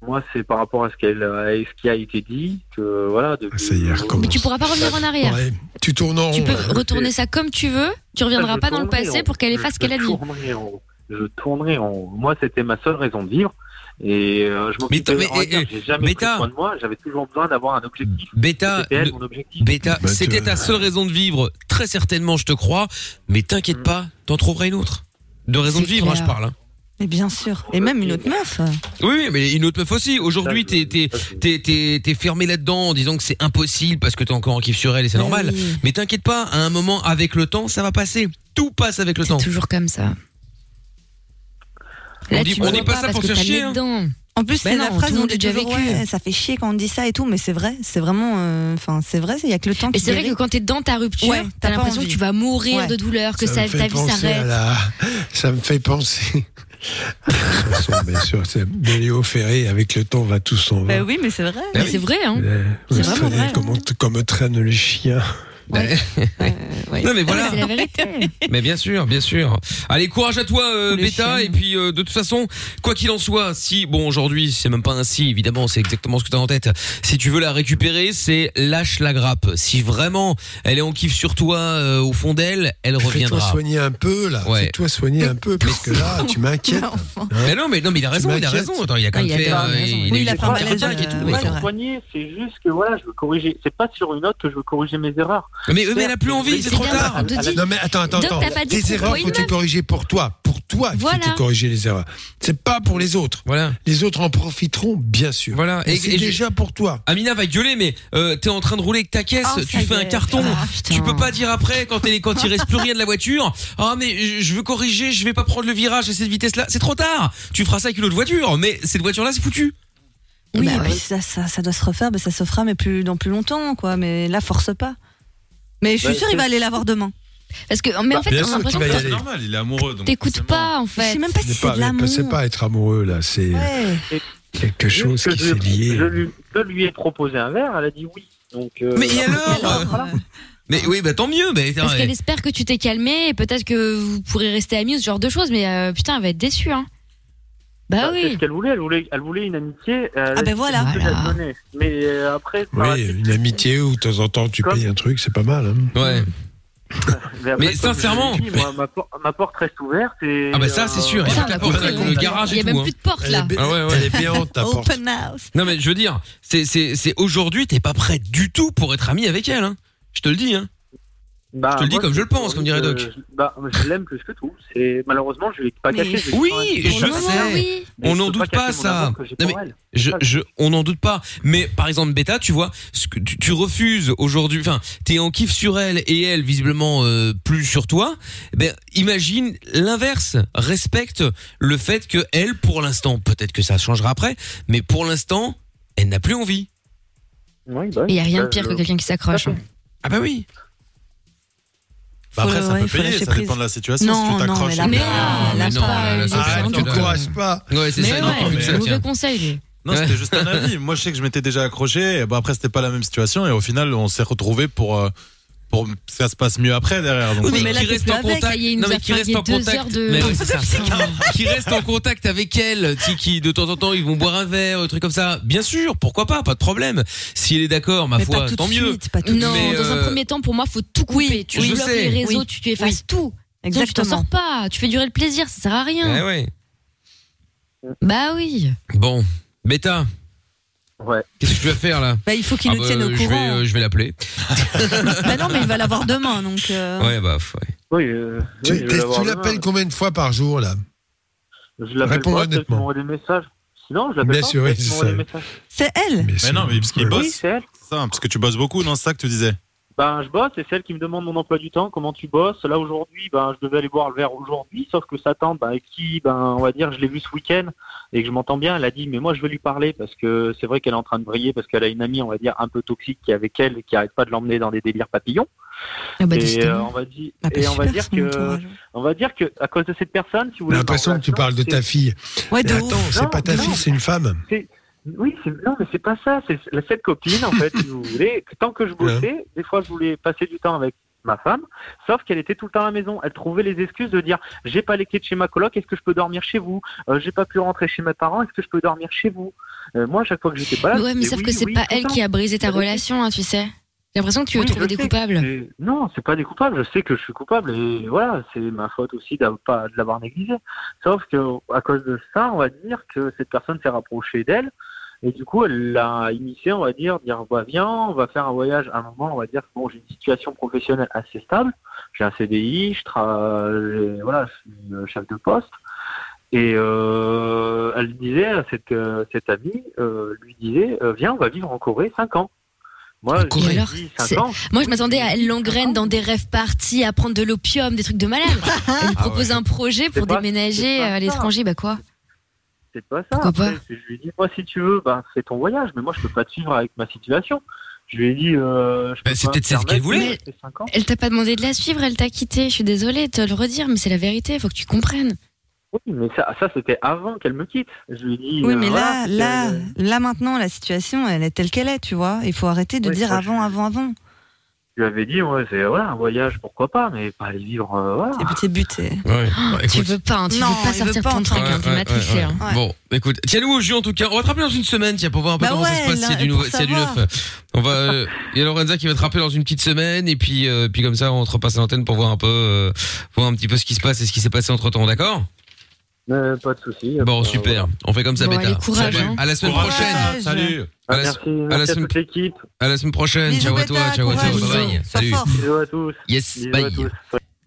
Speaker 9: Moi, c'est par rapport à ce qu'elle, à ce qui a été dit que voilà. Depuis...
Speaker 3: Ah, Ça y est, elle recommence.
Speaker 4: Mais tu pourras pas revenir en arrière.
Speaker 3: Ouais. Tu tournes en
Speaker 4: Tu
Speaker 3: rond, hein.
Speaker 4: peux
Speaker 3: là.
Speaker 4: retourner ça comme tu veux, tu
Speaker 9: bah,
Speaker 4: reviendras
Speaker 9: Je
Speaker 4: pas dans le
Speaker 9: tournerai
Speaker 4: passé
Speaker 9: en-
Speaker 4: pour qu'elle efface ce
Speaker 9: je
Speaker 4: qu'elle a dit.
Speaker 9: tournerai en haut. Je tournerai en haut. Moi, c'était ma seule raison de vivre. Et euh, je m'occupais
Speaker 2: Mais- mais-
Speaker 9: on va dire,
Speaker 2: eh,
Speaker 9: j'ai
Speaker 2: eh,
Speaker 9: jamais
Speaker 2: Beta.
Speaker 9: pris soin de moi. J'avais toujours besoin d'avoir un objectif.
Speaker 2: Bêta,
Speaker 9: C'était elle,
Speaker 2: le-
Speaker 9: mon objectif.
Speaker 2: Bêta,
Speaker 3: Bah, tu-
Speaker 2: c'était ta seule raison de vivre, très certainement, je te crois. Mais
Speaker 9: Mm.
Speaker 2: t'inquiète pas, t'en trouveras une autre. De raison
Speaker 10: C'est
Speaker 2: de vivre, hein,
Speaker 10: clair.
Speaker 2: je parle. hein.
Speaker 10: Mais bien sûr. Et même une autre meuf.
Speaker 2: Oui, oui, mais une autre meuf aussi. Aujourd'hui, t'es t'es t'es t'es t'es fermé là-dedans en disant que c'est impossible parce que t'es encore en kiff sur elle et c'est
Speaker 4: Ah
Speaker 10: Ouais,
Speaker 2: normal.
Speaker 10: oui.
Speaker 2: Mais t'inquiète pas, à un moment, avec le temps, ça va passer. Tout passe avec le temps.
Speaker 4: Toujours comme ça. Là,
Speaker 2: on dit-
Speaker 4: tu
Speaker 2: on
Speaker 4: me
Speaker 2: n'est
Speaker 4: vois
Speaker 2: pas,
Speaker 4: pas
Speaker 2: ça
Speaker 4: parce
Speaker 2: pour
Speaker 4: que
Speaker 2: faire
Speaker 4: t'as
Speaker 2: chier.
Speaker 4: le
Speaker 2: hein.
Speaker 4: dedans.
Speaker 10: En plus,
Speaker 4: Bah
Speaker 10: c'est
Speaker 4: non,
Speaker 10: la
Speaker 4: tout
Speaker 10: phrase
Speaker 4: le
Speaker 10: on
Speaker 4: monde
Speaker 10: dit
Speaker 4: a déjà
Speaker 10: toujours,
Speaker 4: vécu.
Speaker 10: ouais, ça fait chier quand on dit ça et tout, mais c'est vrai, c'est vraiment, euh, enfin, c'est vrai, il y a que le temps
Speaker 4: Et
Speaker 10: qui.
Speaker 4: c'est vrai
Speaker 10: guérit.
Speaker 4: que quand t'es dans ta rupture,
Speaker 10: Ouais, t'as
Speaker 4: t'as
Speaker 10: pas
Speaker 4: l'impression que
Speaker 10: envie.
Speaker 4: tu vas mourir
Speaker 10: Ouais.
Speaker 4: de douleur, que
Speaker 3: Ça
Speaker 4: ça-
Speaker 3: me fait
Speaker 4: ta vie
Speaker 3: penser à
Speaker 4: s'arrête.
Speaker 3: la- Ça me fait penser. à la chanson, bien sûr, c'est de Léo Ferré, avec le temps va tout s'en va.
Speaker 10: Bah oui, mais c'est vrai.
Speaker 2: Bah
Speaker 4: Mais
Speaker 2: oui.
Speaker 4: c'est vrai, hein.
Speaker 3: Euh,
Speaker 4: C'est
Speaker 3: vous
Speaker 4: vraiment
Speaker 3: savez
Speaker 4: vrai, hein.
Speaker 3: Comment, comme traînent les chiens.
Speaker 2: Non mais
Speaker 4: Ah, mais
Speaker 2: voilà,
Speaker 4: C'est la vérité.
Speaker 2: mais bien sûr, bien sûr. Allez, courage à toi, euh,
Speaker 10: les
Speaker 2: Beta.
Speaker 10: chiens.
Speaker 2: Et puis, euh, de toute façon, quoi qu'il en soit, si bon aujourd'hui, c'est même pas un si, évidemment, c'est exactement ce que t'as en tête. Si tu veux la récupérer, c'est lâche la grappe. Si vraiment elle est en kiff sur toi, euh, au fond d'elle, elle
Speaker 3: Fais-toi
Speaker 2: reviendra.
Speaker 3: soigner un peu, là.
Speaker 2: Ouais.
Speaker 3: Fais-toi soigner un peu, parce que là, tu m'inquiètes.
Speaker 2: Mais non, mais non, mais il a raison, il a
Speaker 3: m'inquiètes.
Speaker 2: raison. Attends, il a quand
Speaker 4: Ah,
Speaker 2: même
Speaker 4: il a
Speaker 2: fait.
Speaker 4: quand même
Speaker 2: euh,
Speaker 4: raison,
Speaker 2: il
Speaker 10: oui,
Speaker 2: eu
Speaker 10: il a
Speaker 2: des
Speaker 10: fait un
Speaker 2: cardiaques
Speaker 10: malaise,
Speaker 2: et tout,
Speaker 10: euh,
Speaker 2: ouais.
Speaker 10: ouais.
Speaker 9: Pas
Speaker 10: c'est
Speaker 9: me
Speaker 10: vrai.
Speaker 9: soigner, c'est juste que voilà, je veux corriger. C'est pas sur une note que je veux corriger mes erreurs.
Speaker 2: Mais, mais elle a plus envie, c'est
Speaker 4: C'est
Speaker 2: trop
Speaker 4: bien
Speaker 2: tard.
Speaker 4: de dire.
Speaker 3: Ah, Non, mais attends, attends,
Speaker 4: Doc,
Speaker 3: attends.
Speaker 4: t'as pas dit
Speaker 3: Tes
Speaker 4: pour
Speaker 3: erreurs,
Speaker 4: toi,
Speaker 3: faut-tu
Speaker 4: une
Speaker 3: corriger pour toi. Pour toi, qu'il
Speaker 4: Voilà.
Speaker 3: faut-tu corriger les erreurs. C'est pas pour les autres.
Speaker 2: Voilà.
Speaker 3: Les autres en profiteront, bien sûr.
Speaker 2: Voilà.
Speaker 3: Et,
Speaker 2: Et-
Speaker 3: c'est
Speaker 2: et je-
Speaker 3: déjà pour toi.
Speaker 2: Amina va gueuler, mais euh, t'es en train de rouler avec ta caisse,
Speaker 10: Oh,
Speaker 2: tu
Speaker 10: ça
Speaker 2: fais
Speaker 10: y
Speaker 2: un
Speaker 10: est.
Speaker 2: carton,
Speaker 10: Ah,
Speaker 2: tu
Speaker 10: putain.
Speaker 2: peux pas dire après quand, t'es- quand il reste plus rien de la voiture. Ah mais je- je veux corriger, je vais pas prendre le virage à cette vitesse-là. C'est trop tard. Tu feras ça avec une autre voiture, mais cette voiture-là c'est foutu.
Speaker 10: Bah Oui, et puis ça, ça, ça doit se refaire, mais ça se fera, mais plus dans plus longtemps, quoi. Mais là, force pas. Mais je suis
Speaker 2: Ben,
Speaker 11: Bah,
Speaker 10: sûre, il va
Speaker 11: c'est-
Speaker 10: aller la voir demain.
Speaker 4: Parce que, mais en fait,
Speaker 3: Bien
Speaker 4: on a
Speaker 3: sûr qu'il
Speaker 4: l'impression
Speaker 3: va y
Speaker 4: que
Speaker 3: aller.
Speaker 11: normal, il est amoureux. Donc
Speaker 4: t'écoutes pas en fait.
Speaker 10: Je sais même pas si
Speaker 3: C'est pas, c'est pas être amoureux, là. C'est quelque chose
Speaker 9: que
Speaker 3: qui
Speaker 9: je-
Speaker 3: s'est lié.
Speaker 9: Je lui, je lui ai proposé un verre, elle a dit oui. Donc, euh,
Speaker 2: Mais et alors Mais oui, bah tant mieux. Mais,
Speaker 4: Parce qu'elle espère que tu t'es calmé et peut-être que vous pourrez rester amis ou ce genre de choses, mais euh, putain, elle va être déçue. Hein. Bah
Speaker 9: C'est
Speaker 4: oui.
Speaker 9: ce qu'elle voulait, elle voulait, elle voulait une amitié. euh,
Speaker 4: Ah ben voilà. Voilà.
Speaker 9: Mais euh, après, ça
Speaker 3: Oui, une amitié où de temps en temps tu payes un truc, c'est pas mal. Hein.
Speaker 2: Ouais.
Speaker 9: Mais,
Speaker 2: Mais sincèrement-
Speaker 9: comme je l'ai dit, moi, ma, por- ma porte reste ouverte. Et, euh,
Speaker 2: Ah bah ça, c'est sûr. Il y a Ça, toute on la a porte
Speaker 4: bah,
Speaker 2: compris, avec le ouais. garage et Il y a tout, même hein. plus de porte, là. Ah ouais, ouais. Elle est béante, ta porte.
Speaker 10: Open house.
Speaker 2: Non mais je veux dire, c'est c'est c'est aujourd'hui t'es pas prêt du tout pour être ami avec elle. Hein. Je te le dis. Hein.
Speaker 9: Bah,
Speaker 2: je te le dis
Speaker 9: moi,
Speaker 2: comme je le pense, comme dirait
Speaker 9: euh,
Speaker 2: Doc.
Speaker 9: Bah, je l'aime plus que tout. C'est malheureusement, je l'ai pas
Speaker 2: Mais
Speaker 9: caché. je l'ai
Speaker 2: oui,
Speaker 9: pas caché.
Speaker 2: je sais.
Speaker 9: Mais
Speaker 2: On
Speaker 9: je
Speaker 2: n'en
Speaker 9: peux
Speaker 2: doute pas,
Speaker 9: cacher mon
Speaker 2: ça.
Speaker 9: amour que j'ai
Speaker 2: Non,
Speaker 9: pour
Speaker 2: mais
Speaker 9: elle.
Speaker 2: je, je, on n'en doute pas. Mais par exemple, Beta, tu vois, ce que tu, tu refuses aujourd'hui. Enfin, t'es en kiff sur elle et elle visiblement euh, plus sur toi. Ben, imagine l'inverse. Respecte le fait que elle, pour l'instant, peut-être que ça changera après, mais pour l'instant, elle n'a plus envie.
Speaker 9: Oui, bah,
Speaker 4: Il y a rien de
Speaker 2: Bah,
Speaker 4: pire
Speaker 2: je-
Speaker 4: que quelqu'un qui s'accroche. hein.
Speaker 2: Ah bah oui.
Speaker 11: Bah après,
Speaker 4: Faut-
Speaker 11: ça
Speaker 4: ouais,
Speaker 11: peut
Speaker 4: faut
Speaker 11: payer,
Speaker 4: lâcher
Speaker 11: ça
Speaker 4: prise.
Speaker 11: dépend de la situation. si
Speaker 4: Non,
Speaker 11: tu
Speaker 4: non,
Speaker 11: t'accroches.
Speaker 4: mais là,
Speaker 11: et
Speaker 4: mais
Speaker 11: que-
Speaker 4: Ah, là, c'est pas-
Speaker 11: là,
Speaker 4: c'est
Speaker 11: ça,
Speaker 4: un
Speaker 11: tu
Speaker 4: truc,
Speaker 11: t'encourages
Speaker 4: euh,
Speaker 3: pas.
Speaker 2: Ouais,
Speaker 4: Mais ouais, mauvais conseil. lui.
Speaker 11: Non, c'était juste un avis. Moi, je sais que je m'étais déjà accroché. Et bah, après, c'était pas la même situation. Et au final, on s'est retrouvés pour, euh, pour que ça se passe mieux après derrière. Donc,
Speaker 2: Oui, mais
Speaker 11: euh,
Speaker 2: qui reste en
Speaker 4: avec. Ça
Speaker 2: contact.
Speaker 4: y est, il
Speaker 2: Non,
Speaker 4: nous
Speaker 2: mais
Speaker 4: a
Speaker 2: qui reste
Speaker 4: flingué
Speaker 2: en
Speaker 4: deux
Speaker 2: contact.
Speaker 4: heures de-
Speaker 2: Mais oui, c'est ça. Qui reste en contact avec elle, tu sais, qui de temps en temps ils vont boire un verre, un truc comme ça. Bien sûr, pourquoi pas, pas de problème. Si elle est d'accord, ma
Speaker 4: Mais
Speaker 2: foi,
Speaker 4: pas tout de
Speaker 2: tant mieux.
Speaker 4: suite, pas tout de
Speaker 2: Mais,
Speaker 4: Non, dans un
Speaker 2: euh,
Speaker 4: premier temps, pour moi, faut tout couper. tu
Speaker 2: je
Speaker 4: bloques
Speaker 2: sais.
Speaker 4: les réseaux,
Speaker 2: Oui.
Speaker 4: tu, tu effaces tout. Sinon, tu t'en
Speaker 10: Exactement.
Speaker 4: sors pas. Tu fais durer le plaisir, ça sert à rien.
Speaker 2: eh ouais.
Speaker 4: Bah oui.
Speaker 2: Bon, Beta.
Speaker 9: Ouais.
Speaker 2: Qu'est-ce que tu vas faire là Ah
Speaker 10: Bah, il faut qu'il nous tienne au
Speaker 2: Je vais,
Speaker 10: courant.
Speaker 2: euh, je vais l'appeler.
Speaker 10: bah non, mais il va la voir demain, donc.
Speaker 4: Ah.
Speaker 10: euh,
Speaker 2: Ouais, bah, f- ouais.
Speaker 9: Oui, euh,
Speaker 3: Tu,
Speaker 9: oui, je vais
Speaker 3: t'es-
Speaker 9: l'avoir
Speaker 3: tu
Speaker 9: demain.
Speaker 3: l'appelles combien de fois par jour, là
Speaker 9: Je l'appelle
Speaker 3: Réponds
Speaker 9: pas, peut-être qu'il
Speaker 3: honnêtement.
Speaker 9: m'envoie des messages. Sinon, je
Speaker 3: Bien
Speaker 9: l'appelle pas.
Speaker 3: sûr, oui,
Speaker 9: peut-être qu'il
Speaker 3: c'est
Speaker 9: m'envoie
Speaker 3: ça.
Speaker 9: des messages.
Speaker 10: C'est elle
Speaker 11: Mais non, mais parce qu'il
Speaker 9: Oui,
Speaker 11: bosse.
Speaker 9: c'est elle.
Speaker 11: Ça, parce que tu bosses beaucoup, non C'est ça que tu disais
Speaker 9: Ben, je bosse et c'est elle qui me demande mon emploi du temps, comment tu bosses. Là, aujourd'hui, ben, je devais aller boire le verre aujourd'hui, sauf que sa tante, ben, avec qui, ben, on va dire, je l'ai vue ce week-end et que je m'entends bien, elle a dit, mais moi, je veux lui parler parce que c'est vrai qu'elle est en train de briller parce qu'elle a une amie, on va dire, un peu toxique qui est avec elle et qui arrête pas de l'emmener dans des délires papillons.
Speaker 10: Ah bah,
Speaker 9: et
Speaker 10: décidément.
Speaker 9: euh, on va, dire
Speaker 10: Ah bah,
Speaker 9: et on va
Speaker 10: super,
Speaker 9: dire
Speaker 10: son
Speaker 9: que,
Speaker 10: entourage.
Speaker 9: on va dire que, à cause de cette personne, si vous
Speaker 3: J'ai
Speaker 9: voulez.
Speaker 3: l'impression que tu parles de ta fille.
Speaker 10: Ouais,
Speaker 3: Mais
Speaker 9: de
Speaker 3: attends,
Speaker 9: ouf.
Speaker 3: c'est pas ta
Speaker 9: Non,
Speaker 3: fille,
Speaker 9: non.
Speaker 3: c'est une femme.
Speaker 9: C'est- Oui, c'est- non, mais c'est pas ça. C'est la- cette copine, en fait, si vous voulez. que Tant que je bossais, des fois, je voulais passer du temps avec ma femme, sauf qu'elle était tout le temps à la maison. Elle trouvait les excuses de dire j'ai pas les clés de chez ma coloc, est-ce que je peux dormir chez vous Euh, J'ai pas pu rentrer chez mes parents, est-ce que je peux dormir chez vous Euh, Moi, à chaque fois que j'étais pas là,
Speaker 4: Mais ouais, mais
Speaker 9: c'était
Speaker 4: sauf
Speaker 9: oui,
Speaker 4: que c'est
Speaker 9: oui,
Speaker 4: pas
Speaker 9: tout le
Speaker 4: elle
Speaker 9: temps.
Speaker 4: qui a brisé ta
Speaker 9: Elle était-
Speaker 4: relation, hein, tu sais. J'ai l'impression que tu veux
Speaker 9: Oui,
Speaker 4: trouver
Speaker 9: je
Speaker 4: des
Speaker 9: sais.
Speaker 4: coupables.
Speaker 9: C'est- Non, c'est pas des coupables. Je sais que je suis coupable et voilà, c'est ma faute aussi d'a- pas- de l'avoir négligé. Sauf que à cause de ça, on va dire que cette personne s'est rapprochée d'elle et du coup, elle l'a initié, on va dire, dire bah viens, on va faire un voyage. À un moment, on va dire bon, j'ai une situation professionnelle assez stable, j'ai un CDI, je travaille, voilà, je suis euh, chef de poste. Et euh, elle disait à cette, euh, cette amie, euh, lui disait, euh, viens, on va vivre en Corée 5 ans. Moi,
Speaker 4: Et
Speaker 9: j'ai
Speaker 4: alors,
Speaker 9: dit
Speaker 4: c'est-
Speaker 9: 5 ans.
Speaker 4: Moi, je m'attendais à elle l'engraine dans des rêves partis, à prendre de l'opium, des trucs de malade. Elle lui
Speaker 9: Ah
Speaker 4: propose
Speaker 9: ouais.
Speaker 4: un projet pour
Speaker 9: C'est pas- c'est
Speaker 4: déménager
Speaker 9: pas
Speaker 4: euh, à
Speaker 9: ça.
Speaker 4: l'étranger, bah quoi
Speaker 9: C'est pas ça.
Speaker 4: Pourquoi
Speaker 9: Après, Je lui ai dit, moi, si tu veux, bah, fais ton voyage, mais moi, je peux pas te suivre avec ma situation. Je lui ai dit, euh, je peux
Speaker 2: c'est
Speaker 9: pas
Speaker 2: peut-être
Speaker 9: me
Speaker 2: celle qu'elle
Speaker 9: permettre
Speaker 2: voulait.
Speaker 9: de rester cinq ans.
Speaker 4: Elle t'a pas demandé de la suivre, elle t'a quitté. Je suis désolée de te le redire, mais c'est la vérité, faut que tu comprennes.
Speaker 9: Oui, mais ça, ça c'était avant qu'elle me quitte. Je lui ai dit,
Speaker 10: Oui,
Speaker 9: euh,
Speaker 10: mais
Speaker 9: voilà,
Speaker 10: là,
Speaker 9: c'était-
Speaker 10: là, là maintenant, la situation, elle est telle qu'elle est, tu vois. Il faut arrêter de
Speaker 9: Oui,
Speaker 10: dire
Speaker 9: moi,
Speaker 10: avant, avant, avant.
Speaker 9: je lui avais dit, ouais, c'est voilà, un voyage, pourquoi pas, mais pas aller vivre, euh, voilà.
Speaker 10: T'es buté.
Speaker 9: Oh,
Speaker 2: Ouais. Bah,
Speaker 4: tu
Speaker 2: écoute.
Speaker 4: veux pas, hein, tu
Speaker 10: Non,
Speaker 4: veux pas
Speaker 10: il veut
Speaker 4: sortir
Speaker 10: pas
Speaker 4: de ton truc,
Speaker 2: Ouais,
Speaker 4: hein, t'es
Speaker 2: ouais,
Speaker 4: matrixé.
Speaker 2: ouais, ouais.
Speaker 4: hein.
Speaker 2: Bon, écoute, tiens-nous au jus en tout cas. On va te rappeler dans une semaine, tiens, pour voir un peu
Speaker 10: Bah
Speaker 2: comment ça
Speaker 10: ouais,
Speaker 2: se passe, s'il y a
Speaker 10: là,
Speaker 2: du, nouveau-
Speaker 10: pour
Speaker 2: s'il y a du
Speaker 10: savoir.
Speaker 2: neuf. On va, euh, il y a Lorenza qui va te rappeler dans une petite semaine, et puis, euh, puis comme ça, on te repasse à l'antenne pour voir un peu, euh, voir un petit peu ce qui se passe et ce qui s'est passé entre temps, d'accord?
Speaker 9: Euh, pas de souci.
Speaker 2: Bon, super. On fait comme ça,
Speaker 9: Bon,
Speaker 2: Beta.
Speaker 9: allez, courage,
Speaker 2: Ça va.
Speaker 9: hein.
Speaker 2: À la semaine
Speaker 9: Courage.
Speaker 2: prochaine.
Speaker 9: Salut.
Speaker 2: À la,
Speaker 9: Merci,
Speaker 2: à la
Speaker 9: merci à
Speaker 2: semaine-
Speaker 9: toute l'équipe.
Speaker 2: À la semaine prochaine.
Speaker 9: Bisous,
Speaker 2: ciao à
Speaker 9: Beta,
Speaker 2: toi, ciao à toi.
Speaker 9: courage.
Speaker 2: Bye bye.
Speaker 9: Sois
Speaker 2: Salut.
Speaker 9: fort. Bisous à tous.
Speaker 2: Yes,
Speaker 9: Bisous
Speaker 2: bye.
Speaker 9: à tous.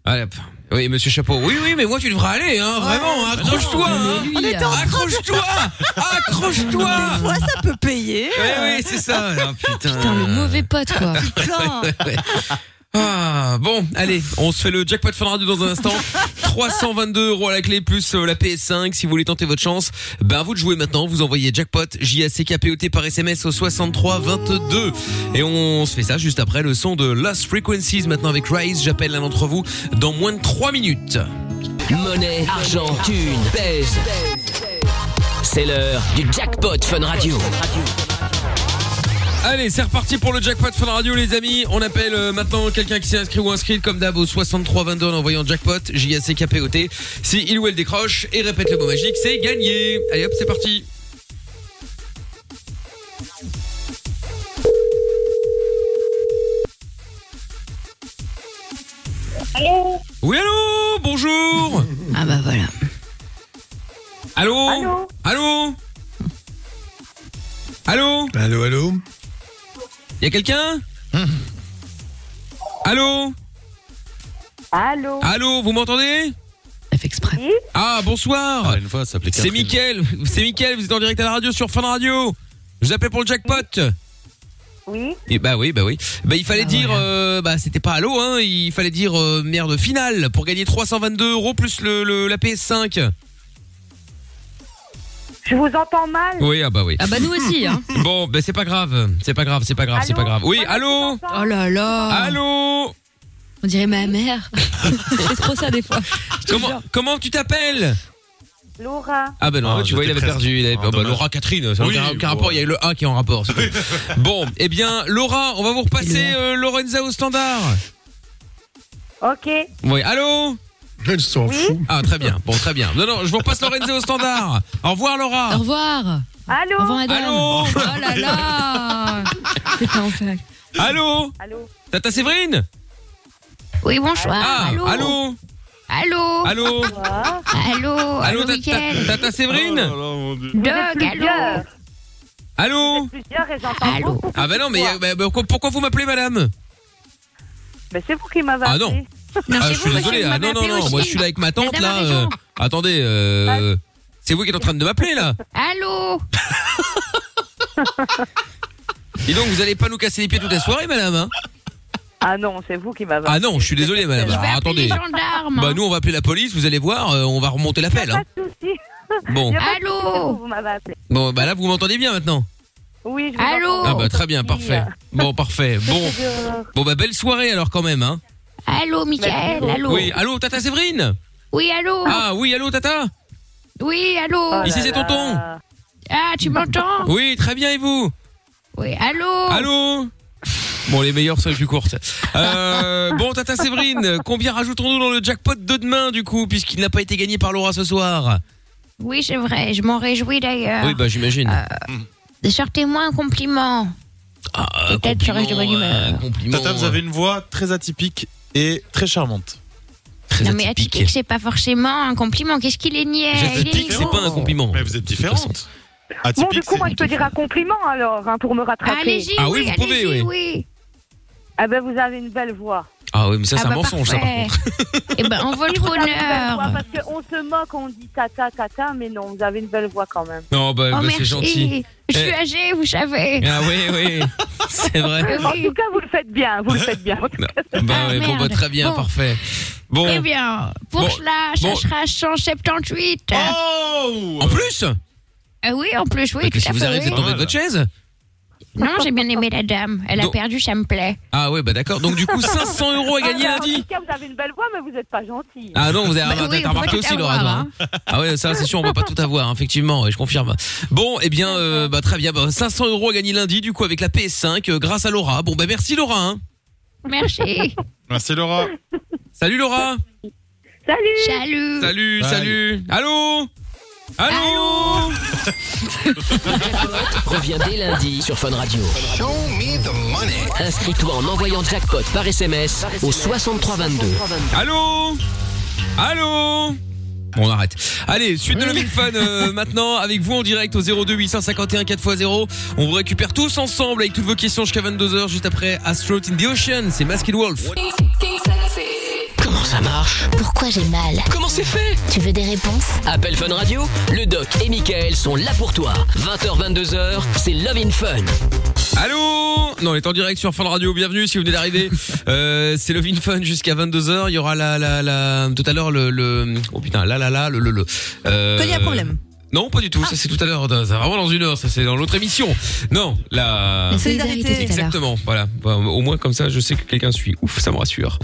Speaker 2: Allez, hop. Oui, monsieur Chapeau. Oui, oui, mais moi, tu devrais aller, hein, vraiment, hein, accroche-toi, hein.
Speaker 10: On était en train de-
Speaker 2: Accroche-toi Accroche-toi
Speaker 10: Des fois, ça peut payer.
Speaker 2: Oui, oui, c'est ça. Ah, putain.
Speaker 4: Putain, le mauvais Mmh. pote, quoi.
Speaker 2: Ouais, ouais, ouais. Ah bon, allez, on se fait le jackpot Fun Radio dans un instant. 322 euros à la clé plus euh, la PS5 si vous voulez tenter votre chance. Ben à vous de jouer maintenant, vous envoyez jackpot J A C K P O T par SMS au 63 22 et on se fait ça juste après le son de Lost Frequencies maintenant avec Rise. J'appelle l'un d'entre vous dans moins de 3 minutes.
Speaker 1: Monnaie, argent, thune, pèse. C'est l'heure du jackpot Fun Radio.
Speaker 2: Allez, c'est reparti pour le jackpot Fun Radio, les amis. On appelle euh, maintenant quelqu'un qui s'est inscrit ou inscrit comme d'hab au 6322 en envoyant jackpot J A C K P O T. Si il ou elle décroche et répète le mot magique, c'est gagné. Allez hop, c'est parti.
Speaker 12: Allô
Speaker 2: Oui, allô, bonjour.
Speaker 4: Ah bah voilà.
Speaker 2: Allô Allô Allô Allô Allô, allô Y'a quelqu'un
Speaker 12: Hmm.
Speaker 2: Allô
Speaker 12: Allô
Speaker 2: Allô, vous m'entendez Ah, bonsoir
Speaker 11: Une fois, ça s'appelait
Speaker 2: C'est
Speaker 11: Catherine.
Speaker 2: Mickaël, c'est Mickaël, vous êtes en direct à la radio sur Fun Radio Je vous appelais pour le jackpot
Speaker 12: Oui
Speaker 2: Et bah oui, bah oui. Bah il
Speaker 12: Ah,
Speaker 2: fallait dire, euh, bah c'était pas allô, hein, il fallait dire euh, merde finale pour gagner 322 euros plus le, le- la PS5.
Speaker 12: Je vous entends mal
Speaker 2: Oui, ah bah oui.
Speaker 12: Ah bah nous aussi, hein.
Speaker 2: Bon, bah c'est pas grave, c'est pas grave, c'est pas grave, c'est pas grave. Oui, allô
Speaker 4: Oh là là
Speaker 2: Allô
Speaker 4: On dirait ma mère. C'est trop ça des fois.
Speaker 2: Comment, comment tu t'appelles
Speaker 12: Laura
Speaker 2: Ah ben non,
Speaker 11: Ah,
Speaker 2: tu vois, il
Speaker 11: j'étais
Speaker 2: avait
Speaker 11: presque.
Speaker 2: perdu. Il avait...
Speaker 11: Ah,
Speaker 2: ah bah,
Speaker 11: dommage.
Speaker 2: Laura Catherine, ça n'a
Speaker 11: Oui,
Speaker 2: aucun, aucun rapport, il y a eu le A qui est en rapport. c'est tout. bon, eh bien, Laura, on va vous repasser euh, Lorenza au standard.
Speaker 12: Ok.
Speaker 2: Oui, allô Elle s'en fout. Ah, très bien, bon, très bien. Non, non, je vous repasse Lorenza au standard. Au revoir, Laura.
Speaker 4: Au revoir.
Speaker 12: Allô
Speaker 4: Au revoir madame.
Speaker 2: Allô
Speaker 4: oh là là Putain, on fait la-
Speaker 2: Allô
Speaker 12: Allô
Speaker 2: Tata Séverine
Speaker 4: Oui, bonsoir.
Speaker 2: Ah,
Speaker 4: allô
Speaker 2: allô Allô
Speaker 4: Allô Allô
Speaker 2: Allô,
Speaker 4: Oh, Allô,
Speaker 2: ta- ta-
Speaker 4: Mickaël
Speaker 2: Tata
Speaker 11: Oh
Speaker 2: Séverine
Speaker 4: Doc, allô
Speaker 2: Allô
Speaker 12: Plusieurs et j'entends beaucoup.
Speaker 2: Ah bah non, mais euh, bah, bah, pourquoi vous m'appelez, madame
Speaker 12: Ben, c'est vous qui m'avez
Speaker 2: Ah
Speaker 12: appelé.
Speaker 2: non. Ah, je suis désolé. Ah, non, non, non. Moi, je suis là avec ma tante, là. euh, attendez, euh, c'est vous qui êtes en train de m'appeler, là.
Speaker 4: Allô
Speaker 2: Et donc, vous allez pas nous casser les pieds toute la soirée, madame, hein
Speaker 12: Ah non, c'est vous qui m'avez
Speaker 2: Ah non, je suis désolé, madame.
Speaker 12: Je vais
Speaker 2: Alors,
Speaker 12: appeler
Speaker 2: attendez.
Speaker 12: les gendarmes, hein.
Speaker 2: Bah, nous, on va appeler la police, vous allez voir, euh, on va remonter l'appel. Hein.
Speaker 12: Pas de souci.
Speaker 2: Bon.
Speaker 12: Y a pas de
Speaker 4: Allô
Speaker 12: souci, c'est vous, Vous m'avez appelé.
Speaker 2: Bon, bah là, vous m'entendez bien maintenant
Speaker 12: Oui, je vous
Speaker 4: Allô
Speaker 2: Ah, bah, très bien, parfait. Bon, parfait. Bon.
Speaker 12: Bon.
Speaker 2: Bon, bah, belle soirée, alors, quand même, hein.
Speaker 4: Allô, Mickaël Allô
Speaker 2: Oui, allô, Tata Séverine
Speaker 4: Oui,
Speaker 12: Oh.
Speaker 4: allô
Speaker 2: Ah, oui, allô, Tata
Speaker 4: Oui, allô
Speaker 2: Ici, c'est tonton
Speaker 4: Ah, tu m'entends
Speaker 2: Oui, très bien, et vous
Speaker 4: Oui, allô
Speaker 12: Oh.
Speaker 2: Allô Bon, les meilleures sont les plus courtes. Euh, bon, Tata Séverine, combien rajoutons-nous dans le jackpot de demain, du coup, puisqu'il n'a pas été gagné par Laura ce soir
Speaker 4: Oui, c'est vrai, je m'en réjouis d'ailleurs.
Speaker 2: Oui, bah j'imagine.
Speaker 4: Sortez-moi un compliment. Peut-être serai-je de bonne humeur.
Speaker 11: Tata, vous avez une voix très atypique et très charmante. Très
Speaker 4: non, mais atypique, c'est pas forcément un compliment. Qu'est-ce qu'il est niais Il est
Speaker 11: Atypique,
Speaker 4: niais.
Speaker 11: c'est pas un
Speaker 2: compliment.
Speaker 11: Mais vous êtes différente.
Speaker 12: Bon, du coup, moi, je peux dire un compliment alors, hein, pour me rattraper.
Speaker 4: Allez-y, Ah oui, oui, vous allez-y, pouvez, oui.
Speaker 12: Ah ben, vous avez une belle voix.
Speaker 2: Ah oui, mais ça, c'est
Speaker 13: bah,
Speaker 2: un mensonge, ça, par
Speaker 12: parfait.
Speaker 2: contre.
Speaker 4: bah, Eh ben, en votre
Speaker 12: Vous avez une belle voix,
Speaker 4: honneur.
Speaker 12: Parce qu'on se moque, on dit tata, tata, mais non, vous avez une belle voix quand même.
Speaker 2: Non, bah, bah, c'est gentil.
Speaker 4: Oh, Je
Speaker 2: Eh.
Speaker 4: suis âgée, vous savez.
Speaker 2: Ah oui, oui, c'est vrai.
Speaker 12: En tout cas, vous le faites bien, vous le faites bien.
Speaker 2: Bah, ouais, bon, bah, très bien,
Speaker 4: Bon.
Speaker 2: parfait. Bon.
Speaker 4: Très Eh bien. Pour
Speaker 2: Bon.
Speaker 4: cela, ça
Speaker 2: Bon.
Speaker 4: sera 178.
Speaker 11: Oh
Speaker 2: En plus
Speaker 4: Ah oui, en plus, oui,
Speaker 2: Mais
Speaker 4: tout
Speaker 2: Qu'est-ce
Speaker 4: à
Speaker 2: qui vous
Speaker 4: fait.
Speaker 2: arrive, vous êtes
Speaker 4: oui.
Speaker 2: tombé de votre chaise
Speaker 4: Non, j'ai bien aimé la dame. Elle
Speaker 2: Donc-
Speaker 4: a perdu, ça me plaît.
Speaker 2: Ah ouais, bah d'accord. Donc du coup, 500 euros à gagner
Speaker 12: Ah, bah,
Speaker 2: lundi.
Speaker 12: En tout cas, vous avez une belle voix, mais vous n'êtes pas gentil.
Speaker 2: Ah non, vous avez
Speaker 12: Bah
Speaker 2: t'as
Speaker 12: oui, on
Speaker 2: remarqué
Speaker 12: peut
Speaker 2: aussi,
Speaker 12: tout
Speaker 2: Laura.
Speaker 12: avoir,
Speaker 2: toi, hein. Ah ouais, ça c'est sûr, on va pas tout avoir, hein, effectivement, ouais, je confirme. Bon, eh bien, euh, bah, très bien, bah, 500 euros à gagner lundi, du coup, avec la PS5, euh, grâce à Laura. Bon, bah merci Laura. hein.
Speaker 4: Merci.
Speaker 11: Merci Laura.
Speaker 2: Salut Laura.
Speaker 12: Salut.
Speaker 4: Salut.
Speaker 2: Salut, salut. Allô Allô
Speaker 1: Revient dès lundi sur Fun Radio. Inscris-toi en envoyant jackpot par SMS au 6322.
Speaker 2: Allô Allô Bon, on arrête. Allez, suite de Loving Fun euh, maintenant avec vous en direct au 02 851 4x0. On vous récupère tous ensemble avec toutes vos questions jusqu'à 22h juste après Astro in the Ocean, c'est Masked Wolf.
Speaker 1: Comment ça marche
Speaker 7: Pourquoi j'ai mal
Speaker 1: Comment c'est fait
Speaker 7: Tu veux des réponses
Speaker 1: Appel Fun Radio, le doc et Michael sont là pour toi. 20h-22h, c'est Love in Fun.
Speaker 2: Allô Non, on est en direct sur Fun Radio, bienvenue si vous venez d'arriver. Euh, c'est Love in Fun jusqu'à 22h, il y aura la la la tout à l'heure le le oh putain, la la la le le le. Euh,
Speaker 10: Tony a problème.
Speaker 2: Non, pas du tout,
Speaker 10: Ah.
Speaker 2: ça c'est tout à l'heure, dans- ça, vraiment dans une heure, ça c'est dans l'autre émission. Non, la
Speaker 10: La solidarité, tout à l'heure.
Speaker 2: Exactement, voilà. Bah, au moins comme ça, je sais que quelqu'un suit. Ouf, ça me rassure.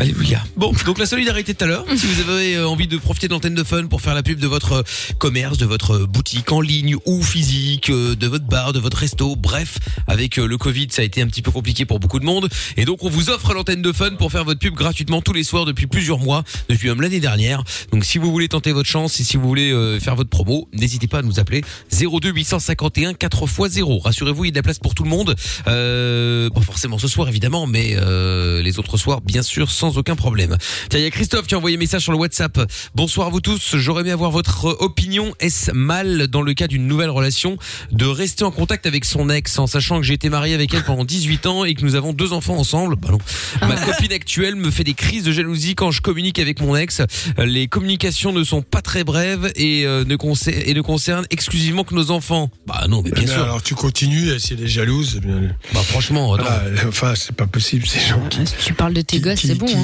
Speaker 2: Alléluia. Bon, donc la solidarité tout à l'heure. Si vous avez euh, envie de profiter de l'antenne de Fun pour faire la pub de votre euh, commerce, de votre euh, boutique en ligne ou physique, euh, de votre bar, de votre resto, bref, avec euh, le Covid, ça a été un petit peu compliqué pour beaucoup de monde. Et donc on vous offre l'antenne de Fun pour faire votre pub gratuitement tous les soirs depuis plusieurs mois, depuis même l'année dernière. Donc si vous voulez tenter votre chance et si vous voulez euh, faire votre promo, n'hésitez pas à nous appeler 02 851 4 x 0. Rassurez-vous, il y a de la place pour tout le monde. Euh, pas forcément ce soir évidemment, mais euh, les autres soirs bien sûr sans aucun problème. Tiens, il y a Christophe qui a envoyé un message sur le WhatsApp. Bonsoir à vous tous, j'aurais aimé avoir votre opinion. Est-ce mal dans le cas d'une nouvelle relation de rester en contact avec son ex en sachant que j'ai été marié avec elle pendant 18 ans et que nous avons deux enfants ensemble Bah non. Ma copine actuelle me fait des crises de jalousie quand je communique avec mon ex. Les communications ne sont pas très brèves et, euh, ne, concer- et ne concernent exclusivement que nos enfants. Bah non, mais bien
Speaker 3: Eh ben,
Speaker 2: sûr.
Speaker 3: Alors tu continues, et si elle est jalouse, eh bien.
Speaker 2: Bah franchement,
Speaker 3: enfin c'est pas possible ces gens. qui-
Speaker 4: Tu parles de tes gosses, c'est bon. hein.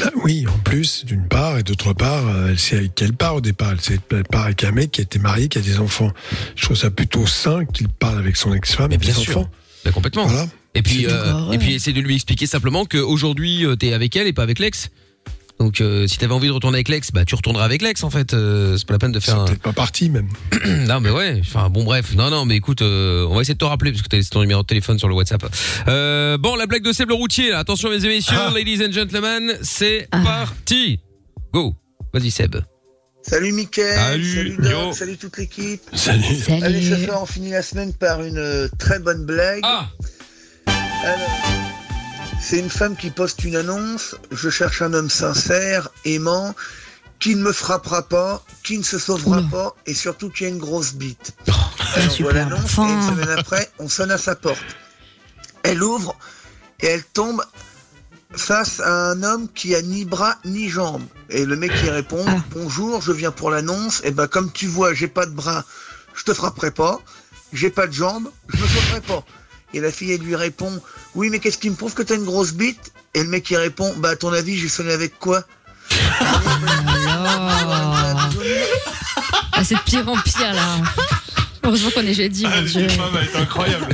Speaker 3: Bah oui, en plus d'une part et d'autre part, euh, elle sait avec quelle part au départ. Elle sait elle part avec un mec qui a été marié, qui a des enfants. Je trouve ça plutôt sain qu'il parle avec son ex-femme et des
Speaker 2: bien sûr.
Speaker 3: enfants.
Speaker 2: Bah, complètement.
Speaker 3: Voilà.
Speaker 2: Et puis, euh, et puis essayer de lui expliquer simplement qu'aujourd'hui, tu t'es avec elle et pas avec l'ex. Donc, euh, si t'avais envie de retourner avec l'ex, bah tu retourneras avec l'ex en fait. Euh, c'est pas la peine de faire. un-
Speaker 3: Pas parti même.
Speaker 2: non mais ouais, enfin bon bref, non non mais écoute, euh, on va essayer de te rappeler parce que t'as laissé ton numéro de téléphone sur le WhatsApp. Euh, bon la blague de Seb le routier, là. attention mes et messieurs, ladies and gentlemen, c'est parti, go, vas-y Seb.
Speaker 14: Salut Mickaël,
Speaker 3: Ah.
Speaker 2: Salut,
Speaker 14: salut Doc,
Speaker 2: yo.
Speaker 14: salut toute l'équipe.
Speaker 2: Salut. Salut.
Speaker 14: Allez, ce soir, on finit la semaine par une euh, très bonne blague.
Speaker 3: Ah.
Speaker 14: Alors, c'est une femme qui poste une annonce. Je cherche un homme sincère, aimant, qui ne me frappera pas, qui ne se sauvera pas, et surtout qui a une grosse bite. Alors, voilà l'annonce, et une semaine après, on sonne à sa porte. Elle ouvre et elle tombe face à un homme qui a ni bras ni jambes. Et le mec qui répond Bonjour, je viens pour l'annonce. Et ben comme tu vois, j'ai pas de bras, je te frapperai pas. J'ai pas de jambes, je me sauverai pas. Et la fille elle lui répond Oui, mais qu'est-ce qui me prouve que t'as une grosse bite Et le mec qui répond Bah à ton avis, j'ai sonné avec quoi
Speaker 4: Ah, c'est de pire en pire là. Heureusement qu'on est jeudi. mon Dieu.
Speaker 11: incroyable.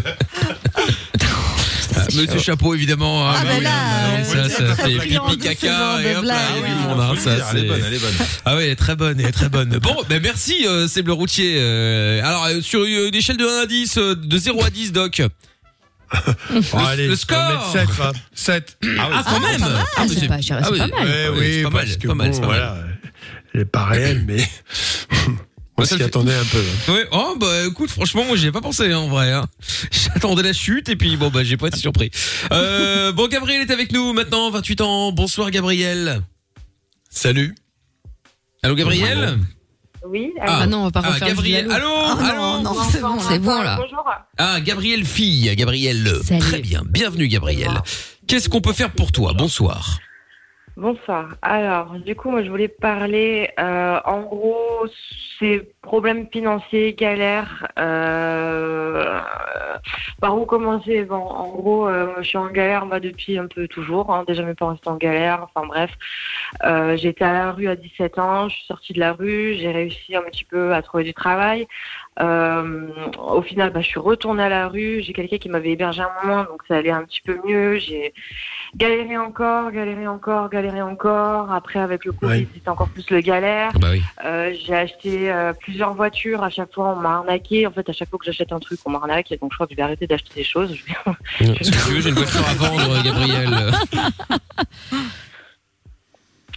Speaker 2: Ah, Monsieur Chapeau évidemment. Ah, bah, là, ça, ça fait pipi caca et hop là, oui, on a, hein, ça,
Speaker 11: Elle est
Speaker 2: c'est-
Speaker 11: bonne, elle est bonne.
Speaker 2: Ah oui, elle est très bonne, elle est très bonne. Bon, ben merci euh, Seb le routier. Euh, alors euh, sur une une échelle de 1 à 10, euh, de 0 à 10 Doc. Le,
Speaker 3: allez,
Speaker 2: le
Speaker 3: on va mettre
Speaker 2: score
Speaker 3: sept, va.
Speaker 2: 7. Ah,
Speaker 3: Ah,
Speaker 2: quand
Speaker 3: pas
Speaker 2: même
Speaker 3: mal.
Speaker 4: Ah, c'est
Speaker 2: mais
Speaker 4: pas- c'est pas
Speaker 2: oui,
Speaker 4: mal.
Speaker 2: ouais,
Speaker 3: oui,
Speaker 2: c'est pas mal,
Speaker 3: parce
Speaker 2: c'est
Speaker 3: que
Speaker 2: pas mal,
Speaker 3: bon,
Speaker 2: c'est pas mal.
Speaker 3: voilà, elle est pas réelle, mais on s'y attendait un peu. hein.
Speaker 2: Ouais, oh bah écoute, franchement, moi j'y ai pas pensé hein, en vrai. hein. J'attendais la chute et puis bon bah j'ai pas été surpris. Euh, bon Gabriel est avec nous maintenant, 28 ans. Bonsoir Gabriel. Salut. Allô Gabriel.
Speaker 12: hein. Oui,
Speaker 2: Ah.
Speaker 4: Ah non, on va pas
Speaker 2: Ah,
Speaker 4: refaire du
Speaker 2: Gabriel,
Speaker 4: dialogue.
Speaker 2: allô, allô
Speaker 4: c'est bon, c'est bon là.
Speaker 2: Ah Gabriel fille, Gabriel. Très bien, bienvenue Gabriel. Qu'est-ce qu'on peut faire pour toi Bonsoir.
Speaker 12: Bonsoir. Alors, du coup, moi, je voulais parler, euh, en gros, ces problèmes financiers, galères, euh, par où commencer Bon, En gros, euh, je suis en galère, moi, depuis un peu toujours. hein. Déjà, mes parents étaient en galère. Enfin, bref. Euh, J'étais à la rue à 17 ans. Je suis sortie de la rue. J'ai réussi un petit peu à trouver du travail. Euh, au final, bah, je suis retournée à la rue. J'ai quelqu'un qui m'avait hébergé un moment, donc ça allait un petit peu mieux. J'ai galéré encore, galéré encore, galéré encore. Après, avec le Covid, c'était encore plus le galère. Euh, j'ai acheté euh, plusieurs voitures. À chaque fois, on m'a arnaqué. En fait, à chaque fois que j'achète un truc, on m'arnaque. Donc, je crois que je vais arrêter d'acheter des choses. Je vais-
Speaker 2: Si tu veux, j'ai une voiture à vendre, Gabriel.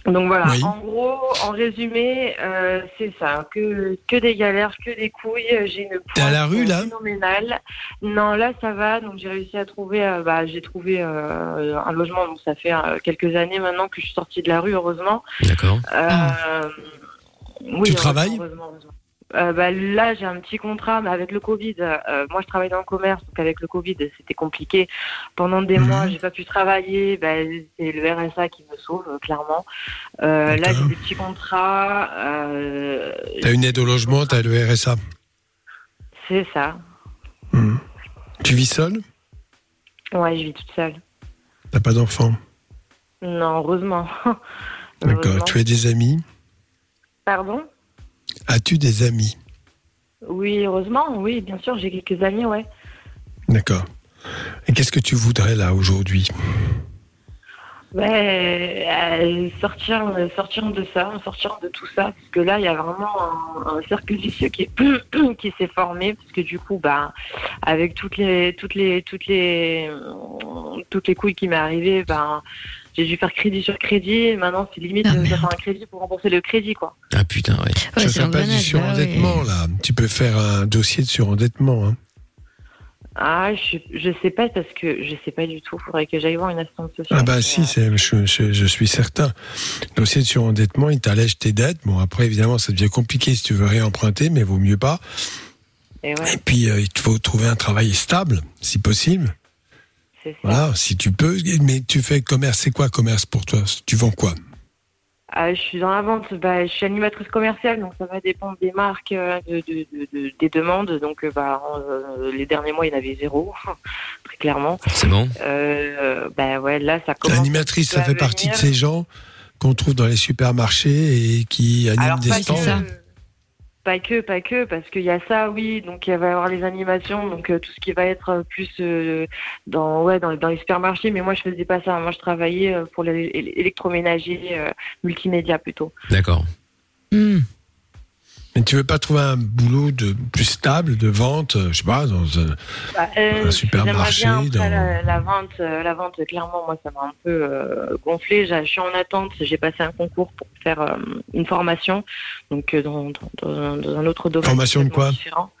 Speaker 12: Donc voilà,
Speaker 2: Oui.
Speaker 12: en gros, en résumé, euh, c'est ça, que, que des galères, que des couilles, euh, j'ai une
Speaker 3: T'es à la
Speaker 12: pointe
Speaker 3: rue, là
Speaker 12: phénoménale. Non, là ça va, donc j'ai réussi à trouver, euh, bah, j'ai trouvé euh, un logement, donc ça fait euh, quelques années maintenant que je suis sortie de la rue, heureusement.
Speaker 2: D'accord.
Speaker 12: Oui,
Speaker 3: Tu
Speaker 12: heureusement,
Speaker 3: Ah. travailles
Speaker 12: heureusement, heureusement. Euh, bah, Là, j'ai un petit contrat, mais avec le Covid, euh, moi je travaille dans le commerce, donc avec le Covid, c'était compliqué. Pendant des mois, j'ai pas pu travailler. Bah, c'est le RSA qui me sauve, euh, clairement. Euh, là, j'ai des petits contrats. euh,
Speaker 3: T'as une aide au logement, t'as le RSA.
Speaker 12: c'est ça.
Speaker 3: Tu vis seul
Speaker 12: Ouais, je vis toute seule.
Speaker 3: T'as pas d'enfant
Speaker 12: Non, heureusement.
Speaker 3: D'accord.
Speaker 12: Heureusement.
Speaker 3: Tu as des amis
Speaker 12: Pardon
Speaker 3: As-tu des amis
Speaker 12: Oui, heureusement, oui, bien sûr, j'ai quelques amis, ouais.
Speaker 3: D'accord. Et qu'est-ce que tu voudrais là aujourd'hui
Speaker 12: Ouais, euh, sortir, euh, sortir de ça, sortir de tout ça, parce que là, il y a vraiment un, un cercle vicieux qui, est- qui s'est formé, parce que du coup, bah, avec toutes les, toutes les, toutes les, euh, toutes les couilles qui m'est arrivée, bah, j'ai dû faire crédit sur crédit. Et maintenant, c'est limite de faire un crédit pour rembourser le crédit, quoi.
Speaker 2: Ah putain, ouais.
Speaker 3: Ça s'appelle du surendettement là. Tu peux faire un dossier de surendettement. hein.
Speaker 12: Ah, je, je sais pas, parce que je sais pas du tout. Faudrait que j'aille voir une assistante sociale.
Speaker 3: Ah bah si, c'est- je, je- je suis certain. Le dossier de surendettement, il t'allège tes dettes. Bon, après, évidemment, ça devient compliqué si tu veux réemprunter, mais vaut mieux pas.
Speaker 12: Et,
Speaker 3: puis, euh, il te faut trouver un travail stable, si possible. Voilà, si tu peux. Mais tu fais commerce, c'est quoi commerce pour toi Tu vends quoi
Speaker 12: Ah, je suis dans la vente, bah, je suis animatrice commerciale, donc ça va dépendre des marques, euh, de, de- de- de- des demandes. Donc euh, bah, en, euh, les derniers mois, il y en avait zéro, très clairement.
Speaker 2: C'est bon.
Speaker 12: Euh, bah, ouais, là, ça commence.
Speaker 3: L'animatrice, ça
Speaker 12: un petit peu
Speaker 3: fait
Speaker 12: à
Speaker 3: partie de
Speaker 12: Bah, venir.
Speaker 3: ces gens qu'on trouve dans les supermarchés et qui animent
Speaker 12: Alors,
Speaker 3: des
Speaker 12: pas
Speaker 3: stands.
Speaker 12: que, pas que, pas que, parce qu'il y a ça, oui. Donc il va y avoir les animations, donc euh, tout ce qui va être euh, plus euh, dans, ouais, dans, dans les supermarchés. Mais moi, je faisais pas ça. Moi, je travaillais euh, pour les- les- l'électroménager euh, multimédia plutôt.
Speaker 2: D'accord.
Speaker 3: Mais tu veux pas trouver un boulot de plus stable, de vente, euh, je sais pas, dans un...
Speaker 12: Bah, euh,
Speaker 3: Un supermarché,
Speaker 12: j'aimerais bien, après,
Speaker 3: dans-
Speaker 12: la, la vente, euh, la vente, clairement, moi, ça m'a un peu euh, gonflé. Je suis en attente. J'ai passé un concours pour faire euh, une formation, donc euh, dans, dans- dans un- dans un autre domaine.
Speaker 3: Formation de
Speaker 12: complètement
Speaker 3: quoi
Speaker 12: différent.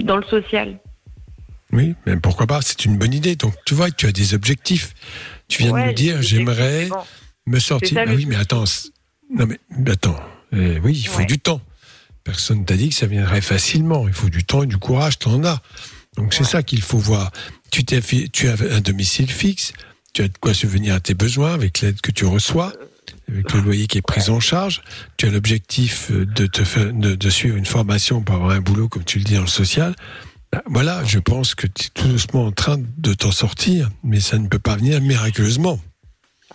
Speaker 12: Dans le social.
Speaker 3: Oui, mais pourquoi pas C'est une bonne idée. Donc, tu vois, tu as des objectifs. Tu viens de
Speaker 12: Ouais,
Speaker 3: me dire,
Speaker 12: j'ai des
Speaker 3: j'aimerais
Speaker 12: objectifs,
Speaker 3: me
Speaker 12: C'est
Speaker 3: sortir.
Speaker 12: ça,
Speaker 3: Ah
Speaker 12: le
Speaker 3: oui, mais attends. c'est- Non, mais mais attends. Eh oui, il faut du temps. Personne t'a dit que ça viendrait facilement. Il faut du temps et du courage. Tu en as. Donc, c'est ça qu'il faut voir. Tu, t'es fait- tu as un domicile fixe. Tu as de quoi subvenir à tes besoins avec l'aide que tu reçois, avec le loyer qui est pris en charge. Tu as l'objectif euh, de, te faire- de, de suivre une formation pour avoir un boulot, comme tu le dis, dans le social. Ben, Voilà, je pense que tu es tout doucement en train de t'en sortir, mais ça ne peut pas venir miraculeusement.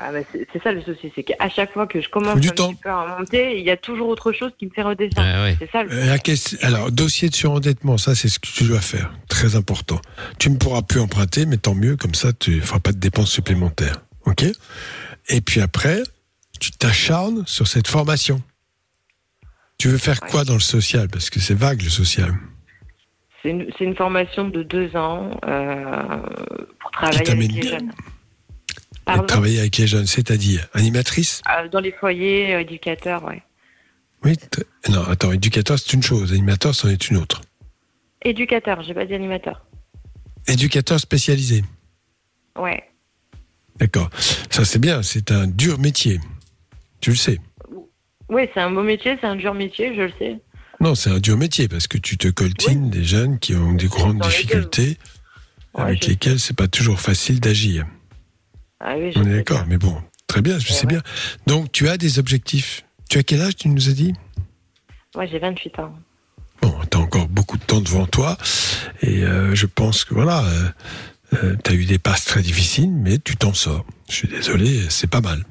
Speaker 12: Ah, mais c'est c'est ça le souci, c'est qu'à chaque fois que je commence
Speaker 3: Faut du
Speaker 12: un
Speaker 3: temps.
Speaker 12: petit peu à monter, il y a toujours autre chose qui me fait redescendre. C'est ça le
Speaker 3: Euh, la question- alors, dossier de surendettement, ça, c'est ce que tu dois faire. Très important. Tu ne pourras plus emprunter, mais tant mieux, comme ça, tu ne feras pas de dépenses supplémentaires. OK Et puis après, tu t'acharnes sur cette formation. Tu veux faire quoi dans le social Parce que c'est vague, le social.
Speaker 12: C'est une, c'est une formation de deux ans euh, pour travailler avec
Speaker 3: t'amène
Speaker 12: les
Speaker 3: bien.
Speaker 12: jeunes.
Speaker 3: Et
Speaker 12: Pardon
Speaker 3: travailler avec les jeunes, c'est-à-dire animatrice
Speaker 12: Euh, Dans les foyers, euh, éducateurs, ouais.
Speaker 3: Oui, t- non, attends, éducateur, c'est une chose, animateur, c'en est une autre.
Speaker 12: Éducateur, j'ai pas dit animateur.
Speaker 3: Éducateur spécialisé.
Speaker 12: Ouais.
Speaker 3: D'accord. Ça, c'est bien. C'est un dur métier. Tu le sais.
Speaker 12: Oui, c'est un beau métier, c'est un dur métier, je le sais.
Speaker 3: Non, c'est un dur métier parce que tu te coltines des jeunes qui ont des grandes difficultés avec lesquelles c'est pas toujours facile d'agir.
Speaker 12: Ah oui, je
Speaker 3: On est d'accord. Mais bon, très bien, je sais bien. Donc, tu as des objectifs. Tu as quel âge, tu nous as dit
Speaker 12: Moi, j'ai 28 ans.
Speaker 3: Bon, tu as encore beaucoup de temps devant toi. Et euh, je pense que voilà, tu as eu des passes très difficiles, mais tu t'en sors. Je suis désolé, c'est pas mal.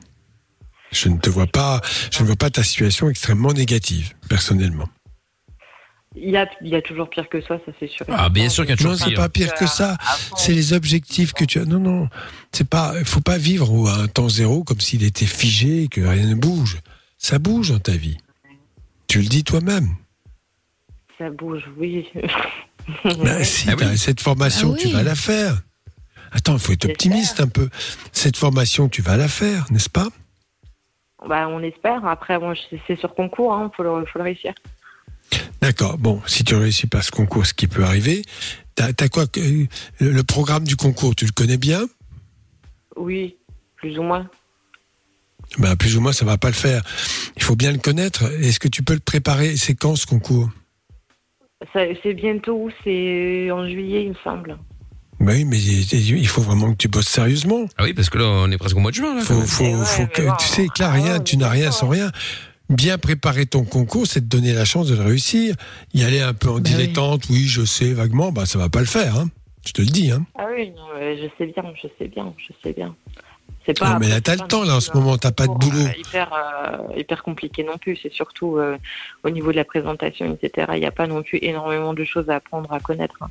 Speaker 3: Je ne te vois pas, je ne vois pas ta situation extrêmement négative, personnellement.
Speaker 12: Il y a, il y a toujours pire que soi, ça c'est Ah, sûr.
Speaker 3: Ah, Non, c'est pas pire que ça.
Speaker 12: Ah,
Speaker 3: C'est les objectifs que tu as. Non, non. C'est pas, faut pas vivre au- à un temps zéro comme s'il était figé et que rien ne bouge. Ça bouge dans ta vie. Tu le dis toi-même.
Speaker 12: Ça bouge, oui.
Speaker 3: Bah, si,
Speaker 12: Ah
Speaker 3: t'as- cette formation,
Speaker 12: Bah oui.
Speaker 3: tu vas la faire. Attends, il faut être optimiste un peu. Cette formation, tu vas la faire, n'est-ce pas
Speaker 12: Bah, on espère. Après, bon, je- c'est sur concours, il faut, le, faut le réussir.
Speaker 3: D'accord. Bon, si tu réussis pas ce concours, ce qui peut arriver, t'as as quoi que- euh, Le programme du concours, tu le connais bien
Speaker 12: Oui, plus ou moins.
Speaker 3: ben, Plus ou moins, ça va pas le faire. Il faut bien le connaître. Est-ce que tu peux le préparer C'est quand ce concours
Speaker 12: Ça- C'est bientôt, c'est en juillet, il me semble.
Speaker 3: Ben oui, mais il il faut vraiment que tu bosses sérieusement.
Speaker 2: Ah oui, parce que là, on est presque au mois de juin. Là,
Speaker 3: Faut, faut- faut que- tu sais, là, rien, tu n'as rien sans rien. Bien préparer ton concours, c'est te donner la chance de le réussir. Y aller un peu en dilettante, oui. je sais, vaguement, bah, ça va pas le faire. hein. Je te le dis, hein.
Speaker 12: Ah oui, non, euh, je sais bien, je sais bien, je sais bien. C'est
Speaker 3: Non, mais là, t'as
Speaker 12: c'est
Speaker 3: le
Speaker 12: pas
Speaker 3: temps,
Speaker 12: non
Speaker 3: là, en
Speaker 12: plus
Speaker 3: ce moment, t'as pas de
Speaker 12: parcours,
Speaker 3: boulot.
Speaker 12: euh, Hyper, euh, hyper compliqué non plus. C'est surtout euh, au niveau de la présentation, etc. Il n'y a pas non plus énormément de choses à apprendre, à connaître. hein.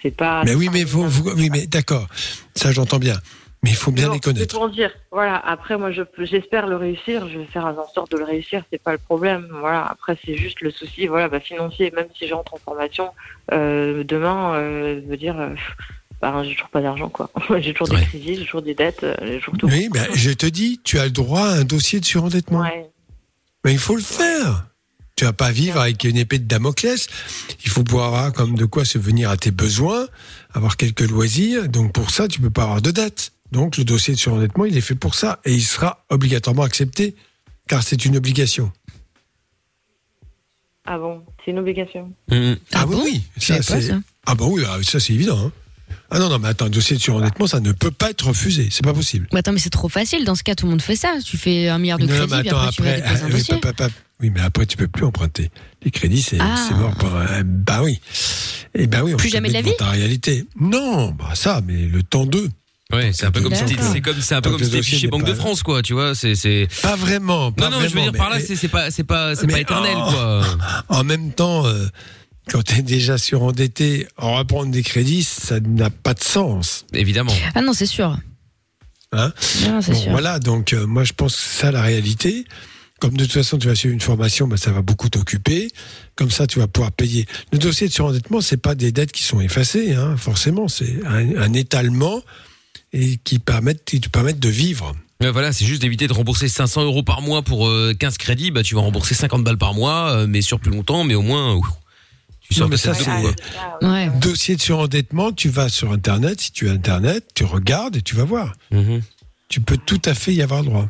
Speaker 12: C'est pas.
Speaker 3: Mais oui, mais faut, faut- oui, mais d'accord. Ça, j'entends bien. Mais il faut bien
Speaker 12: Non,
Speaker 3: les connaître.
Speaker 12: C'est pour dire. Voilà. Après, moi, je peux- j'espère le réussir. Je vais faire en sorte de le réussir. C'est pas le problème. Voilà. Après, c'est juste le souci. Voilà, bah, financier. Même si j'entre en formation euh, demain, euh, je veux dire, euh, bah, j'ai toujours pas d'argent, quoi. j'ai toujours des crédits, j'ai toujours des dettes, euh, j'ai toujours tout.
Speaker 3: Oui, ben, je te dis, tu as le droit à un dossier de surendettement. Mais il faut le faire. Tu vas pas vivre avec une épée de Damoclès. Il faut pouvoir avoir comme de quoi se venir à tes besoins, avoir quelques loisirs. Donc pour ça, tu peux pas avoir de dette. Donc le dossier de surendettement, il est fait pour ça et il sera obligatoirement accepté car c'est une obligation.
Speaker 12: Ah bon, c'est une obligation.
Speaker 3: Ah, oui, oui, ça,
Speaker 12: savais pas
Speaker 3: c'est
Speaker 12: ça.
Speaker 3: ah bah oui, ah, ça c'est évident. hein. Ah non non, mais attends, dossier de surendettement, ça ne peut pas être refusé. C'est pas possible.
Speaker 4: Bah attends, mais c'est trop facile. Dans ce cas, tout le monde fait ça. Tu fais un milliard de
Speaker 3: Non,
Speaker 4: crédits,
Speaker 3: mais
Speaker 4: puis
Speaker 3: attends,
Speaker 4: après, tu vas déposer un
Speaker 3: euh, oui,
Speaker 4: dossier.
Speaker 3: pa- pa- pa- oui, mais après, tu peux plus emprunter. Les crédits, c'est
Speaker 4: Ah.
Speaker 3: c'est mort. Pour, euh, bah oui. Et bah oui, on
Speaker 4: Plus
Speaker 3: se
Speaker 4: jamais de
Speaker 3: met
Speaker 4: la
Speaker 3: devant
Speaker 4: vie
Speaker 3: Ta réalité. Non, bah ça, mais le temps d'eux.
Speaker 2: Ouais, c'est un peu comme si
Speaker 3: D'accord.
Speaker 2: t'étais- c'est comme c'est un
Speaker 3: Tant
Speaker 2: peu comme
Speaker 3: que
Speaker 2: si
Speaker 3: le
Speaker 2: t'étais
Speaker 3: dossier
Speaker 2: fiché
Speaker 3: n'est
Speaker 2: Banque
Speaker 3: pas-
Speaker 2: de France quoi, tu vois, c'est c'est
Speaker 3: Pas vraiment. pas
Speaker 2: non non, je veux
Speaker 3: vraiment,
Speaker 2: dire par
Speaker 3: mais-
Speaker 2: là c'est c'est pas c'est pas c'est pas
Speaker 3: Mais
Speaker 2: éternel
Speaker 3: en-
Speaker 2: quoi.
Speaker 3: Oh. En même temps, euh, quand tu es déjà surendetté, en reprendre des crédits, ça n'a pas de sens.
Speaker 2: Évidemment.
Speaker 4: Ah non, c'est sûr.
Speaker 3: Hein
Speaker 4: Non, c'est
Speaker 3: Bon,
Speaker 4: sûr.
Speaker 3: Voilà, donc euh, moi je pense que c'est ça la réalité. Comme de toute façon tu vas suivre une formation, bah, ça va beaucoup t'occuper. Comme ça tu vas pouvoir payer. Le dossier de surendettement, c'est pas des dettes qui sont effacées, hein, forcément, c'est un, un étalement et qui permettent, qui te permettent de vivre.
Speaker 2: Ouais, voilà, c'est juste d'éviter de rembourser 500 euros par mois pour euh, 15 crédits, bah tu vas rembourser 50 balles par mois, euh, mais sur plus longtemps, mais au moins ouh, tu sors
Speaker 3: Non, mais
Speaker 2: de ça.
Speaker 3: ça, c'est- Dossier de surendettement, tu vas sur Internet, si tu as Internet, tu regardes et tu vas voir. Tu peux tout à fait y avoir droit.
Speaker 2: Mm-hmm.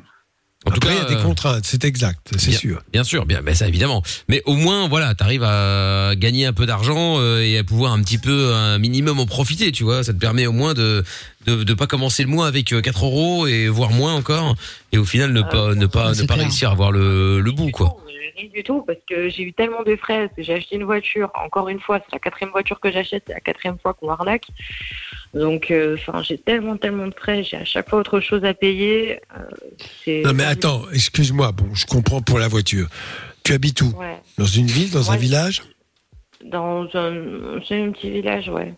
Speaker 2: En tout
Speaker 3: Après,
Speaker 2: cas,
Speaker 3: il y a des
Speaker 2: euh,
Speaker 3: contraintes, c'est exact, c'est
Speaker 2: Bien-
Speaker 3: sûr.
Speaker 2: Bien sûr, bien, ben ça évidemment. Mais au moins, voilà, t'arrives à gagner un peu d'argent euh, et à pouvoir un petit peu, un minimum en profiter, tu vois. Ça te permet au moins de de, de pas commencer le mois avec euh, 4 euros et voire moins encore, et au final ne pas ne pas ne pas réussir à voir le, le bout quoi.
Speaker 12: Rien du tout, parce que j'ai eu tellement de frais, parce que j'ai acheté une voiture, encore une fois, c'est la quatrième voiture que j'achète, c'est la quatrième fois qu'on arnaque. Donc, euh, enfin, j'ai tellement, tellement de frais, j'ai à chaque fois autre chose à payer. euh, c'est-
Speaker 3: Non mais attends, excuse-moi, bon, je comprends pour la voiture. Tu habites où
Speaker 12: Ouais.
Speaker 3: Dans une ville, dans un village
Speaker 12: Dans un, c'est un petit village, ouais.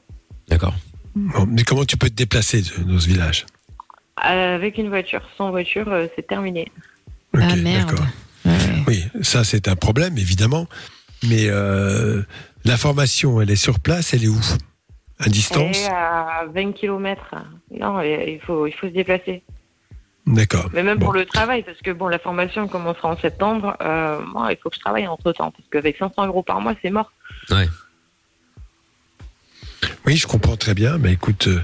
Speaker 3: Bon, Mais comment tu peux te déplacer de- dans ce village
Speaker 12: Euh, Avec une voiture, sans voiture, euh, c'est terminé.
Speaker 3: Ah merde. Oui, ça c'est un problème évidemment, mais euh, la formation, elle est sur place, elle est où À distance
Speaker 12: Elle est à 20 km. Non, il faut, il faut se déplacer.
Speaker 3: D'accord.
Speaker 12: Mais même pour le travail, parce que bon, la formation commencera en septembre. euh, moi, il faut que je travaille entre temps, parce qu'avec 500 euros par mois, c'est mort.
Speaker 3: Oui, je comprends très bien, mais écoute, euh,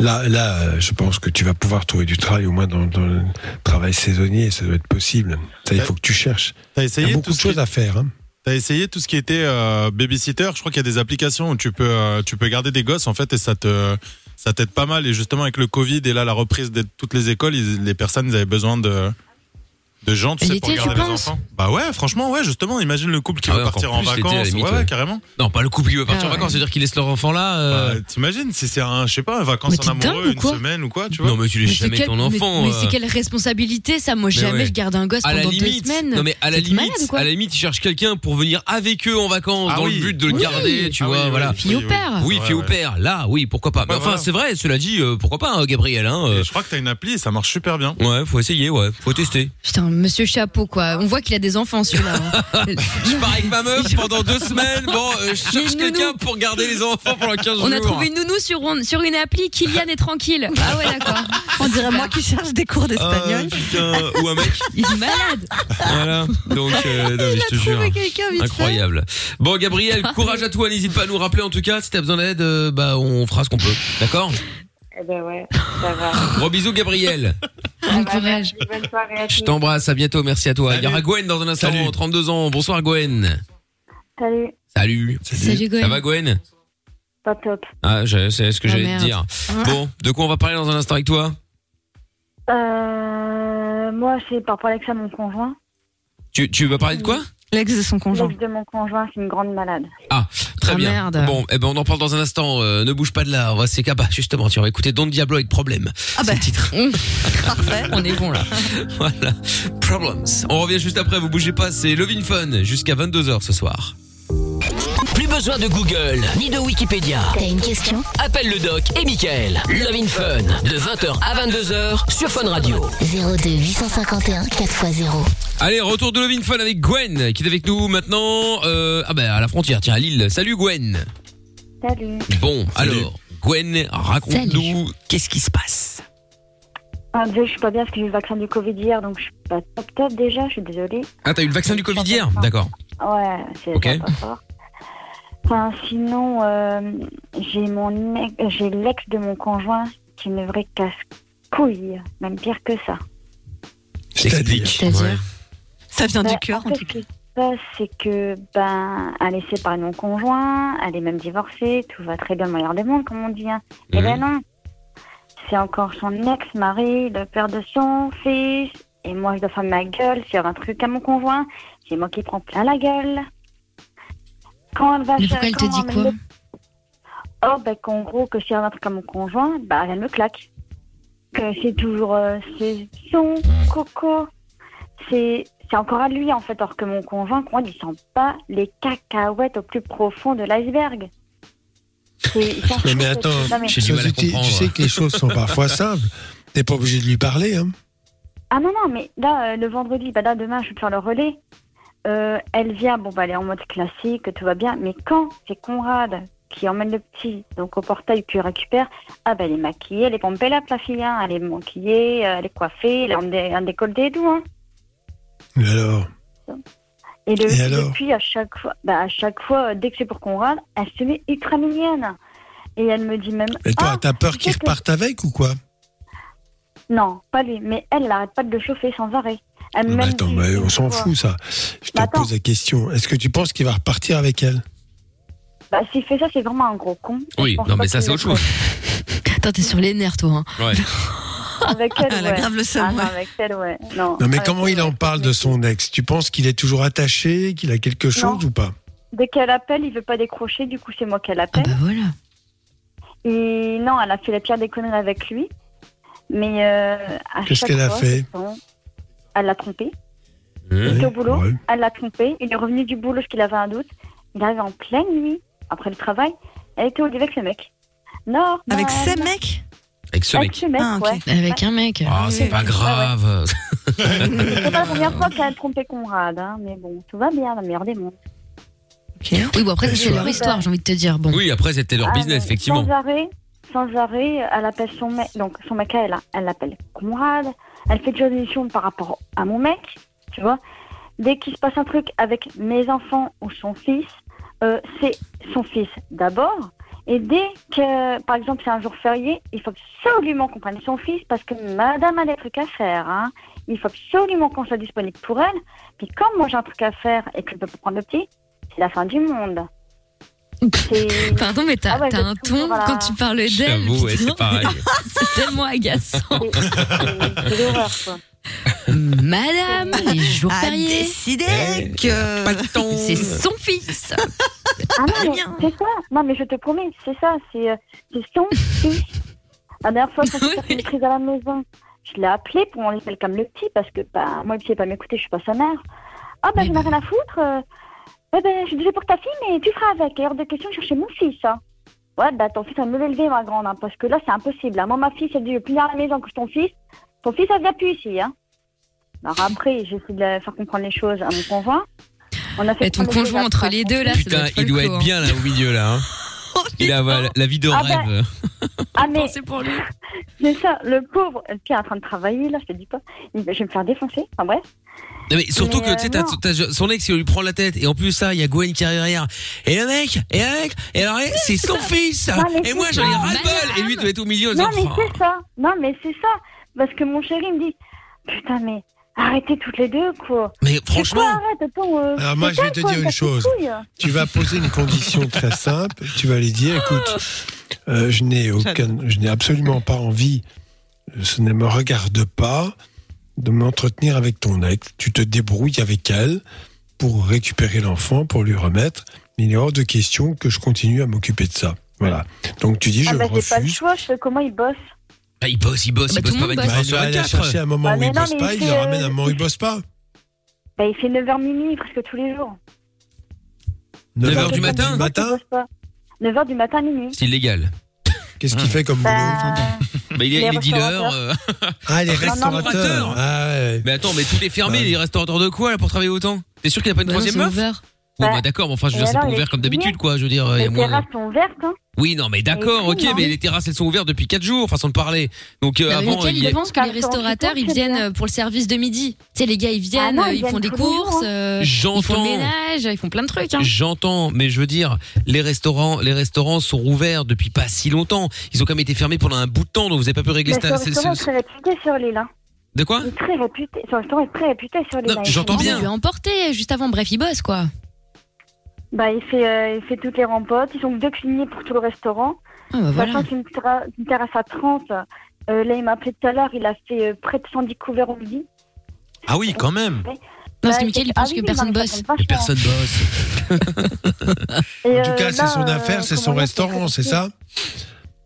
Speaker 3: là, là, euh, je pense que tu vas pouvoir trouver du travail, au moins dans, dans le travail saisonnier, ça doit être possible. Ça, il faut que tu cherches.
Speaker 11: T'as essayé
Speaker 3: Il y a
Speaker 11: tout
Speaker 3: beaucoup de
Speaker 11: ce qui-
Speaker 3: choses à faire. hein.
Speaker 11: T'as essayé tout ce qui était euh, babysitter. Je crois qu'il y a des applications où tu peux euh, tu peux garder des gosses en fait et ça te ça t'aide pas mal. Et justement avec le Covid et là la reprise de toutes les écoles, ils- les personnes ils avaient besoin de de gens tu
Speaker 2: Et
Speaker 11: sais, pour
Speaker 2: l'été, tu
Speaker 11: garder les
Speaker 2: penses
Speaker 11: enfants. Bah ouais, franchement ouais, justement. Imagine le couple qui
Speaker 2: Ah
Speaker 11: veut
Speaker 2: ouais,
Speaker 11: partir
Speaker 2: encore
Speaker 11: en
Speaker 2: plus l'été, à la
Speaker 11: vacances.
Speaker 2: limite,
Speaker 11: ouais, ouais,
Speaker 2: ouais.
Speaker 11: carrément.
Speaker 2: Non, pas le couple qui veut partir
Speaker 11: Ah
Speaker 2: en
Speaker 11: ouais.
Speaker 2: vacances, c'est-à-dire qu'il laisse leur enfant là. euh,
Speaker 11: T'imagines si c'est un je sais pas un vacances
Speaker 2: Mais
Speaker 11: en
Speaker 2: t'es
Speaker 11: amoureux
Speaker 2: dingue ou
Speaker 11: une
Speaker 2: quoi
Speaker 11: semaine ou quoi tu vois.
Speaker 2: Non, mais tu laisses Mais c'est jamais quel- ton
Speaker 4: Mais,
Speaker 2: enfant,
Speaker 4: mais
Speaker 2: euh.
Speaker 4: c'est quelle responsabilité ça
Speaker 2: Mais
Speaker 4: Moi, jamais
Speaker 2: ouais.
Speaker 4: je garde un gosse
Speaker 2: à la
Speaker 4: pendant
Speaker 2: limite,
Speaker 4: deux semaines.
Speaker 2: non mais à la
Speaker 4: Vous êtes
Speaker 2: limite,
Speaker 4: malade, quoi.
Speaker 2: à la limite, ils cherchent quelqu'un pour venir avec eux en vacances
Speaker 11: Ah
Speaker 2: dans
Speaker 11: oui.
Speaker 2: le but de le
Speaker 11: Oui.
Speaker 2: garder, tu
Speaker 11: Ah
Speaker 2: vois,
Speaker 11: oui, oui,
Speaker 2: voilà.
Speaker 11: oui, Fille au oui, oui. père.
Speaker 2: Oui,
Speaker 11: Ouais,
Speaker 2: fille au
Speaker 11: ouais.
Speaker 2: père. Là, oui, pourquoi pas. Mais
Speaker 11: Ouais,
Speaker 2: enfin,
Speaker 11: voilà.
Speaker 2: c'est vrai. Cela dit, euh, pourquoi pas, hein, Gabriel. Hein,
Speaker 11: Je crois que t'as une appli et ça marche super bien.
Speaker 2: Ouais, faut essayer, ouais, faut tester.
Speaker 4: Putain, monsieur chapeau, quoi. On voit qu'il a des enfants, celui-là. hein.
Speaker 2: Je pars avec ma meuf pendant deux semaines. Bon, euh, je cherche quelqu'un pour garder les enfants pendant 15 jours.
Speaker 4: On a trouvé une nounou sur, on- sur une appli, Kylian est tranquille. Ah ouais, d'accord.
Speaker 10: On dirait moi qui cherche des cours d'espagnol.
Speaker 2: Ah, putain, ou un mec.
Speaker 4: Il est malade.
Speaker 2: Voilà. Donc, euh, non, mais je te jure.
Speaker 10: trouvé quelqu'un vite fait.
Speaker 2: Incroyable. Bon, Gabriel, courage à toi. N'hésite pas à nous rappeler en tout cas. Si t'as besoin d'aide, euh, bah, on fera ce qu'on peut. D'accord
Speaker 12: Eh ben ouais, ça va.
Speaker 2: Gros bisous, Gabriel.
Speaker 4: Bon courage.
Speaker 12: Bonne soirée à
Speaker 2: Je t'embrasse, à bientôt, merci à toi. Il y aura Gwen dans un instant, 32 ans. Bonsoir Gwen.
Speaker 15: Salut,
Speaker 2: Salut.
Speaker 15: Salut, Gwen.
Speaker 2: Ça va Gwen
Speaker 15: pas top.
Speaker 2: Ah, je- c'est ce que
Speaker 15: Ah,
Speaker 2: j'allais
Speaker 15: merde.
Speaker 2: te dire. Bon, de quoi on va parler dans un instant avec toi
Speaker 15: Euh, moi, c'est par rapport à l'ex à mon conjoint.
Speaker 2: tu, tu vas parler de quoi
Speaker 10: L'ex de son
Speaker 15: L'ex de mon conjoint, c'est une grande malade.
Speaker 2: Ah, Très
Speaker 4: Ah,
Speaker 2: bien.
Speaker 4: merde.
Speaker 2: Bon, eh ben on en parle dans un instant. euh, ne bouge pas de là. On va c'est Kappa, justement. Tiens, on va écouter Don Diablo avec problème.
Speaker 10: Ah
Speaker 2: bah. titre.
Speaker 10: Parfait.
Speaker 4: On est bon là.
Speaker 2: voilà. Problems. On revient juste après. Vous bougez pas. C'est Lovin Fun jusqu'à 22 h ce soir.
Speaker 1: Plus besoin de Google ni de Wikipédia.
Speaker 7: T'as une question
Speaker 1: Appelle le doc et Michael. Love in Fun de 20h à 22h sur Fun Radio.
Speaker 7: 02 851 4x0.
Speaker 2: Allez, retour de Lovin Fun avec Gwen qui est avec nous maintenant. euh, ah ben à la frontière. Tiens, à Lille. Salut Gwen.
Speaker 15: Salut.
Speaker 2: Bon, alors Gwen, raconte-nous qu'est-ce qui se passe.
Speaker 15: Ah, déjà, je suis pas bien parce que j'ai eu le vaccin du Covid hier, donc je suis pas top top déjà, je suis désolée.
Speaker 2: Ah, t'as eu le vaccin du Covid hier D'accord.
Speaker 15: Ouais, c'est
Speaker 2: Ok.
Speaker 15: c'est pas fort. Enfin, sinon, euh, j'ai mon ex- j'ai l'ex de mon conjoint qui me vraie casse-couille, même pire que ça.
Speaker 2: Explique.
Speaker 10: C'est-à-dire Ça vient du
Speaker 15: Bah,
Speaker 10: cœur,
Speaker 15: en
Speaker 10: on
Speaker 15: fait,
Speaker 10: dit.
Speaker 15: Ce qui se passe, c'est que ben, elle est séparée de mon conjoint, elle est même divorcée, tout va très bien le meilleur des mondes, comme on dit. Hein. Eh ben
Speaker 16: Mhm.
Speaker 15: non, c'est encore son ex-mari, le père de son fils, et moi je dois faire ma gueule sur un truc à mon conjoint, c'est moi qui prends plein la gueule. Quand elle va
Speaker 4: Mais
Speaker 15: chez-
Speaker 4: pourquoi elle te
Speaker 15: quand
Speaker 4: dit quoi
Speaker 15: me- Oh, ben qu'en gros, que si elle a un truc à mon conjoint, bah elle me claque. Que c'est toujours euh, c'est son coco c'est c'est encore à lui en fait, alors que mon conjoint, quand il sent pas les cacahuètes au plus profond de l'iceberg. C'est- il s'en
Speaker 3: Non,
Speaker 15: fout,
Speaker 3: mais attends,
Speaker 15: c'est- non, mais-
Speaker 3: Sophie, tu, tu sais que les choses sont parfois simples. T'es pas obligé de lui parler. Hein.
Speaker 15: Ah non, non, mais là, euh, le vendredi, bah là, demain, je vais faire le relais. Euh, elle vient, bon, bah, elle est en mode classique, tout va bien. Mais quand c'est Conrad qui emmène le petit donc au portail, puis récupère, ah bah, elle est maquillée, elle est pompée là, la fille, hein. Elle est maquillée, euh, elle est coiffée, elle est en, dé- en décolleté et tout, hein.
Speaker 3: Mais alors
Speaker 15: Et, le,
Speaker 3: Et alors
Speaker 15: depuis, à chaque fois, bah, à chaque fois, euh, dès que c'est pour Conrad, elle se met ultra mignonne. Et elle me dit même.
Speaker 3: Mais toi,
Speaker 15: Ah,
Speaker 3: t'as peur
Speaker 15: tu
Speaker 3: qu'il
Speaker 15: sais que-
Speaker 3: reparte avec ou quoi
Speaker 15: Non, pas lui, mais elle n'arrête pas de le chauffer sans arrêt. Elle
Speaker 3: Non,
Speaker 15: me
Speaker 3: mais Attends, mais on s'en fout ça. Je te pose la question. Est-ce que tu penses qu'il va repartir avec elle
Speaker 15: Bah, s'il fait ça, c'est vraiment un gros con.
Speaker 2: Oui,
Speaker 15: Je pense
Speaker 2: non,
Speaker 15: pas
Speaker 2: mais ça,
Speaker 15: qu'il
Speaker 2: c'est autre chose.
Speaker 4: Attends, t'es sur les nerfs, toi. hein.
Speaker 2: Ouais.
Speaker 15: Avec elle,
Speaker 4: Elle a
Speaker 15: ouais.
Speaker 4: grave le seum,
Speaker 15: Ah, non,
Speaker 4: ouais.
Speaker 15: avec elle, ouais. Non,
Speaker 3: Non, mais
Speaker 15: avec
Speaker 3: comment
Speaker 15: elle,
Speaker 3: il en
Speaker 15: ouais.
Speaker 3: parle de son ex Tu penses qu'il est toujours attaché, qu'il a quelque chose
Speaker 15: Non.
Speaker 3: ou pas
Speaker 15: Dès qu'elle appelle, il veut pas décrocher, du coup, c'est moi qu'elle appelle.
Speaker 4: Ah, bah voilà.
Speaker 15: Et non, elle a fait la pire des conneries avec lui. Mais euh, à
Speaker 3: Qu'est-ce
Speaker 15: chaque
Speaker 3: qu'elle a
Speaker 15: fois,
Speaker 3: fait
Speaker 15: c'est son- Elle l'a trompé. Il
Speaker 3: Ouais,
Speaker 15: était au boulot,
Speaker 3: ouais.
Speaker 15: elle l'a trompé. Il est revenu du boulot parce qu'il avait un doute. Il arrive en pleine nuit, après le travail. Elle était au lit avec ce mec. Non. Avec ce mec
Speaker 2: Avec ce
Speaker 15: Avec
Speaker 2: mec.
Speaker 15: ce mec, ouais.
Speaker 4: Ah, Avec un mec.
Speaker 2: Ah, c'est pas grave.
Speaker 15: C'est
Speaker 4: euh,
Speaker 15: pas la première fois qu'elle a trompé Conrad, hein, mais bon, tout va bien, la meilleure des mondes.
Speaker 4: Oui, bon, après, ça,
Speaker 2: Bien
Speaker 4: c'est
Speaker 2: sûr.
Speaker 4: leur histoire, j'ai envie de te dire. Bon.
Speaker 2: Oui, après c'était leur
Speaker 15: Ah,
Speaker 2: business,
Speaker 15: mais
Speaker 2: effectivement.
Speaker 15: Sans arrêt, sans arrêt, elle appelle son mec, donc son mec à elle, hein, elle l'appelle Conrad, elle fait des auditions par rapport à mon mec, tu vois. Dès qu'il se passe un truc avec mes enfants ou son fils, euh, c'est son fils d'abord. Et dès que, par exemple, c'est un jour férié, il faut absolument qu'on prenne son fils parce que madame a des trucs à faire. hein. Il faut absolument qu'on soit disponible pour elle. Puis comme moi j'ai un truc à faire et que je peux pas prendre le petit, c'est la fin du monde. C'est-
Speaker 4: Pardon, mais t'as
Speaker 15: Ah ouais,
Speaker 4: t'as
Speaker 15: je
Speaker 4: un
Speaker 15: trouve,
Speaker 4: ton
Speaker 15: voilà.
Speaker 4: quand tu parles d'elle.
Speaker 2: J'avoue, ouais,
Speaker 4: putain.
Speaker 2: c'est pareil.
Speaker 4: c'est tellement agaçant.
Speaker 15: C'est l'horreur, quoi.
Speaker 4: Madame, les jours
Speaker 10: A
Speaker 4: fériés.
Speaker 10: décidé que- Pas de temps.
Speaker 4: C'est son fils.
Speaker 15: Ah non, mais c'est ça. Non, mais je te promets, c'est ça. C'est euh, c'est son fils. La dernière fois, quand j'ai fait une crise à la maison, je l'ai appelé pour on l'appelle comme le petit parce que bah, moi, il ne sait pas m'écouter, je suis pas sa mère. Ah,
Speaker 4: Eh
Speaker 15: ben, je n'ai rien à foutre. euh, eh ben, je suis désolée pour ta fille, mais tu feras avec. Et hors de question de chercher mon fils. hein. Ouais, bah, ton fils va me l'élever, ma grande, hein, parce que là, c'est impossible. hein. Moi, ma fille, elle dit plus à la maison que ton fils. Ton fils, elle vient plus ici. Hein. Alors après, j'ai essayé de la- faire comprendre les choses à mon conjoint. On a fait
Speaker 4: Et ton
Speaker 15: comprendre
Speaker 4: conjoint
Speaker 15: choses à
Speaker 4: entre
Speaker 15: son
Speaker 4: les deux, là, ça
Speaker 2: Putain, il doit être bien là au milieu là. hein. Il a voilà, la vie de
Speaker 15: Oh, Ah bah.
Speaker 2: rêve.
Speaker 15: Ah mais c'est pour lui. C'est ça, le pauvre. Et Puis il est en train de travailler là, je te dis pas. Il- Je vais me faire défoncer. Enfin bref.
Speaker 2: Non, mais surtout
Speaker 15: Mais,
Speaker 2: que tu sais, t'as-
Speaker 15: euh, non.
Speaker 2: t'as son ex il lui prend la tête et en plus ça, il y a Gwen qui arrive derrière. Et le mec, et le mec, et alors eh, c'est son fils.
Speaker 15: Non, mais
Speaker 2: Et
Speaker 15: c'est
Speaker 2: moi j'en
Speaker 15: ça.
Speaker 2: ai ras le bol. Et lui il doit être au milieu. en
Speaker 15: Non mais
Speaker 2: disant, Oh.
Speaker 15: c'est ça. Non mais c'est ça. Parce que mon chéri me dit, putain mais arrêtez toutes les deux quoi.
Speaker 2: Mais
Speaker 3: franchement-
Speaker 15: arrête attends. euh,
Speaker 3: Alors moi,
Speaker 15: c'est
Speaker 3: je vais
Speaker 15: ça,
Speaker 3: te
Speaker 15: quoi,
Speaker 3: dire
Speaker 15: ta
Speaker 3: une chose.
Speaker 15: petite couille.
Speaker 3: Tu vas poser une condition très simple. Tu vas lui dire, écoute, euh, je n'ai aucun, je n'ai absolument pas envie. euh, Ce ne me regarde pas de m'entretenir avec ton ex. Tu te débrouilles avec elle pour récupérer l'enfant, pour lui remettre. mais il est hors de question que je continue à m'occuper de ça. Voilà. Donc tu dis, je
Speaker 15: ah bah, j'ai
Speaker 3: refuse.
Speaker 15: pas le choix, je sais comment ils bossent.
Speaker 2: Bah, il bosse, il bosse,
Speaker 15: Bah,
Speaker 2: il
Speaker 15: tout
Speaker 2: bosse
Speaker 15: le
Speaker 2: pas
Speaker 15: monde
Speaker 2: 24
Speaker 3: Bah,
Speaker 2: heures
Speaker 3: il
Speaker 2: sur
Speaker 3: doit aller
Speaker 2: 24.
Speaker 3: chercher un moment
Speaker 15: Bah,
Speaker 3: où
Speaker 15: mais
Speaker 3: il
Speaker 15: non,
Speaker 3: bosse
Speaker 15: mais
Speaker 3: pas,
Speaker 15: il
Speaker 3: il le
Speaker 15: fait,
Speaker 3: ramène à un
Speaker 15: euh,
Speaker 3: moment où il bosse pas.
Speaker 15: Bah, il fait 9h minuit presque tous les
Speaker 2: Hein.
Speaker 15: jours.
Speaker 3: 9h
Speaker 2: du matin
Speaker 3: matin
Speaker 15: 9h du matin à minuit.
Speaker 2: C'est illégal. Ah.
Speaker 3: Qu'est-ce qu'il fait comme boulot
Speaker 2: bah, il, est,
Speaker 15: les
Speaker 2: il est dealer.
Speaker 15: restaurateurs.
Speaker 2: euh.
Speaker 3: Ah, les
Speaker 2: Restaurateur.
Speaker 3: restaurateurs. Ah, ouais. Bah
Speaker 2: Mais attends, mais tout est fermé, les restaurateurs de quoi là pour travailler autant T'es sûr qu'il n'y a pas une
Speaker 15: Bah non,
Speaker 2: troisième
Speaker 15: c'est
Speaker 2: meuf
Speaker 15: ouvert.
Speaker 2: Ouais,
Speaker 15: Bah,
Speaker 2: bah d'accord, mais enfin, je veux
Speaker 15: et
Speaker 2: dire, c'est
Speaker 15: alors,
Speaker 2: pas
Speaker 15: les
Speaker 2: ouvert comme d'habitude,
Speaker 15: cuisiniers
Speaker 2: quoi. Je veux dire, il y
Speaker 15: Les
Speaker 2: a moins.
Speaker 15: terrasses sont ouvertes, hein.
Speaker 2: Oui, non, mais d'accord,
Speaker 15: Et
Speaker 2: ok,
Speaker 15: puis,
Speaker 2: mais
Speaker 15: non.
Speaker 2: les terrasses, elles sont ouvertes depuis 4 jours, façon de parler. Donc, euh,
Speaker 4: Bah,
Speaker 2: avant,
Speaker 4: Mickaël,
Speaker 2: il y
Speaker 4: il
Speaker 2: a-
Speaker 4: pense que les restaurateurs, ils viennent euh, pour le service de midi. Tu sais, les gars, ils viennent,
Speaker 15: Ah non,
Speaker 4: euh,
Speaker 15: ils
Speaker 4: ils, font
Speaker 15: viennent
Speaker 4: des
Speaker 15: tous les jours,
Speaker 4: courses,
Speaker 15: hein.
Speaker 4: euh, ils font
Speaker 2: J'entends.
Speaker 4: le ménage, ils font plein de trucs. hein.
Speaker 2: J'entends, mais je veux dire, les restaurants, les restaurants sont rouverts depuis pas si longtemps. Ils ont quand même été fermés pendant un bout de temps, donc vous avez pas pu régler
Speaker 15: Mais
Speaker 2: ça.
Speaker 15: ce
Speaker 2: c'est-
Speaker 15: restaurant est
Speaker 2: c'est-
Speaker 15: très réputé sur l'île. Hein.
Speaker 2: De quoi
Speaker 15: Il est très réputé. Ce restaurant est très réputé sur l'île. hein. Ah, Il
Speaker 2: j'entends
Speaker 15: fait-
Speaker 2: bien.
Speaker 4: Il lui a emporté juste avant. Bref, il bosse, quoi.
Speaker 15: Bah, il fait, euh, il fait toutes les rempotes. Ils ont que deux cuisiniers pour tout le restaurant.
Speaker 4: Ah, bah voilà.
Speaker 15: Sachant qu'une terra- une terrasse à 30, euh, là, il m'a appelé tout à l'heure, il a fait euh, près de 110 couverts au midi.
Speaker 11: Ah oui, quand même.
Speaker 15: Bah,
Speaker 4: Non, parce que Mickaël, il
Speaker 15: ah
Speaker 4: pense
Speaker 15: oui,
Speaker 4: que
Speaker 15: non,
Speaker 4: personne
Speaker 15: mais ça
Speaker 4: bosse.
Speaker 15: compte vachement.
Speaker 2: Personne bosse.
Speaker 15: Et,
Speaker 3: En tout
Speaker 15: euh,
Speaker 3: cas, c'est
Speaker 15: là,
Speaker 3: son
Speaker 15: euh,
Speaker 3: affaire, c'est son
Speaker 15: comment dire,
Speaker 3: restaurant, c'est ça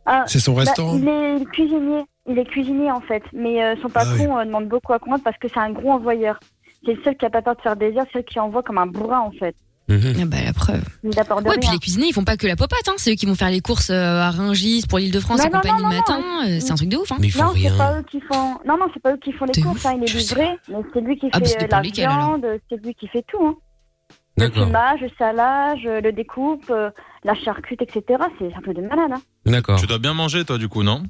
Speaker 15: Ah,
Speaker 3: C'est son
Speaker 15: bah,
Speaker 3: restaurant
Speaker 15: Il est cuisinier, il est cuisinier en fait, mais euh,
Speaker 3: Ah
Speaker 15: son patron euh, demande beaucoup à comprendre parce que c'est un gros envoyeur. C'est le seul qui a pas peur de faire plaisir, c'est le qui envoie comme un bourrin en fait.
Speaker 4: Ah bah, la preuve.
Speaker 15: Il n'a peur de
Speaker 4: Ouais, puis
Speaker 15: rien.
Speaker 4: les cuisiniers, ils font pas que la popote. Hein. C'est eux qui vont faire les courses euh, à Rungis pour l'île de France
Speaker 15: Non,
Speaker 4: et
Speaker 15: Bah non,
Speaker 4: compagnie
Speaker 15: non,
Speaker 4: le
Speaker 15: non,
Speaker 4: matin.
Speaker 15: non.
Speaker 4: euh, C'est un truc de ouf. Hein.
Speaker 2: Mais
Speaker 15: non, c'est pas eux qui font. Non, non, c'est pas eux qui font les courses. hein, Il est livré, mais c'est lui qui
Speaker 4: Ah, bah, ça
Speaker 15: fait euh,
Speaker 4: dépend
Speaker 15: la
Speaker 4: lesquels, alors.
Speaker 15: viande, c'est lui qui fait tout. Hein. Le
Speaker 2: D'accord.
Speaker 15: filmage, le salage, euh, le découpe, euh, la charcute, etc. C'est un peu de malade. Hein.
Speaker 2: D'accord.
Speaker 11: Tu dois bien manger, toi, du coup, non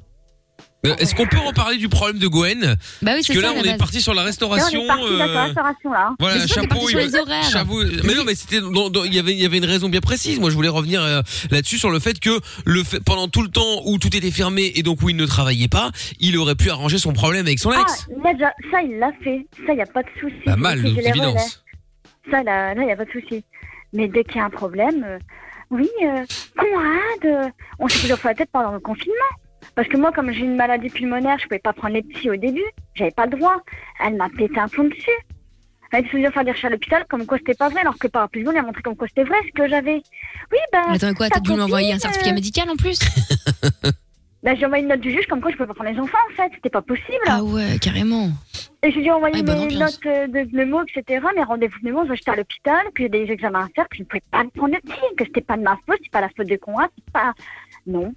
Speaker 2: Euh, Est-ce qu'on peut reparler du problème de Gwen
Speaker 4: Bah oui,
Speaker 2: Parce
Speaker 4: c'est
Speaker 2: que
Speaker 4: ça,
Speaker 2: là,
Speaker 4: la
Speaker 2: on est
Speaker 4: base.
Speaker 2: parti sur la restauration.
Speaker 15: Et on est parti
Speaker 2: euh,
Speaker 15: dans la restauration là. hein.
Speaker 2: Voilà,
Speaker 4: Mais c'est sûr, t'es
Speaker 2: chapeau.
Speaker 4: parti sur
Speaker 2: il-
Speaker 4: les horaires.
Speaker 2: chapeau- Mais non, mais c'était. dans- dans- Il y avait, il y avait une raison bien précise. Moi, je voulais revenir euh, là-dessus sur le fait que le fait, pendant tout le temps où tout était fermé et donc où il ne travaillait pas, il aurait pu arranger son problème avec son
Speaker 15: Ah,
Speaker 2: ex.
Speaker 15: il a déjà- ça, il l'a fait. Ça, il n'y a pas de souci.
Speaker 2: Bah, mal,
Speaker 15: Je
Speaker 2: de
Speaker 15: les
Speaker 2: toute
Speaker 15: relais.
Speaker 2: évidence.
Speaker 15: Ça, là, il n'y a pas de souci. Mais dès qu'il y a un problème, euh, oui, euh, Conrad, euh, on s'est toujours fait la tête pendant le confinement. Parce que moi, comme j'ai une maladie pulmonaire, je pouvais pas prendre les petits au début. J'avais pas le droit. Elle m'a pété un plomb dessus. Elle s'est toujours faire des recherches à l'hôpital comme quoi c'était pas vrai, alors que par rapport elle a montré comme quoi c'était vrai ce que j'avais. Oui, bah.
Speaker 4: Mais attends, quoi
Speaker 15: ta
Speaker 4: T'as dû lui envoyer un
Speaker 15: copine,
Speaker 4: certificat
Speaker 15: euh,
Speaker 4: médical en plus
Speaker 15: Bah, j'ai envoyé une note du juge comme quoi je pouvais pas prendre les enfants en fait. C'était pas possible.
Speaker 4: Ah ouais, carrément.
Speaker 15: Et j'ai dû envoyer
Speaker 4: Ouais, bonne
Speaker 15: mes
Speaker 4: ambiance.
Speaker 15: notes euh, de pneumo, etc. Mes rendez-vous pneumo, moi, j'étais à l'hôpital, que j'ai des examens à faire, que je ne pouvais pas me prendre le petit, que c'était pas de ma faute, c'est pas la faute de Conrad, c'est pas. Non.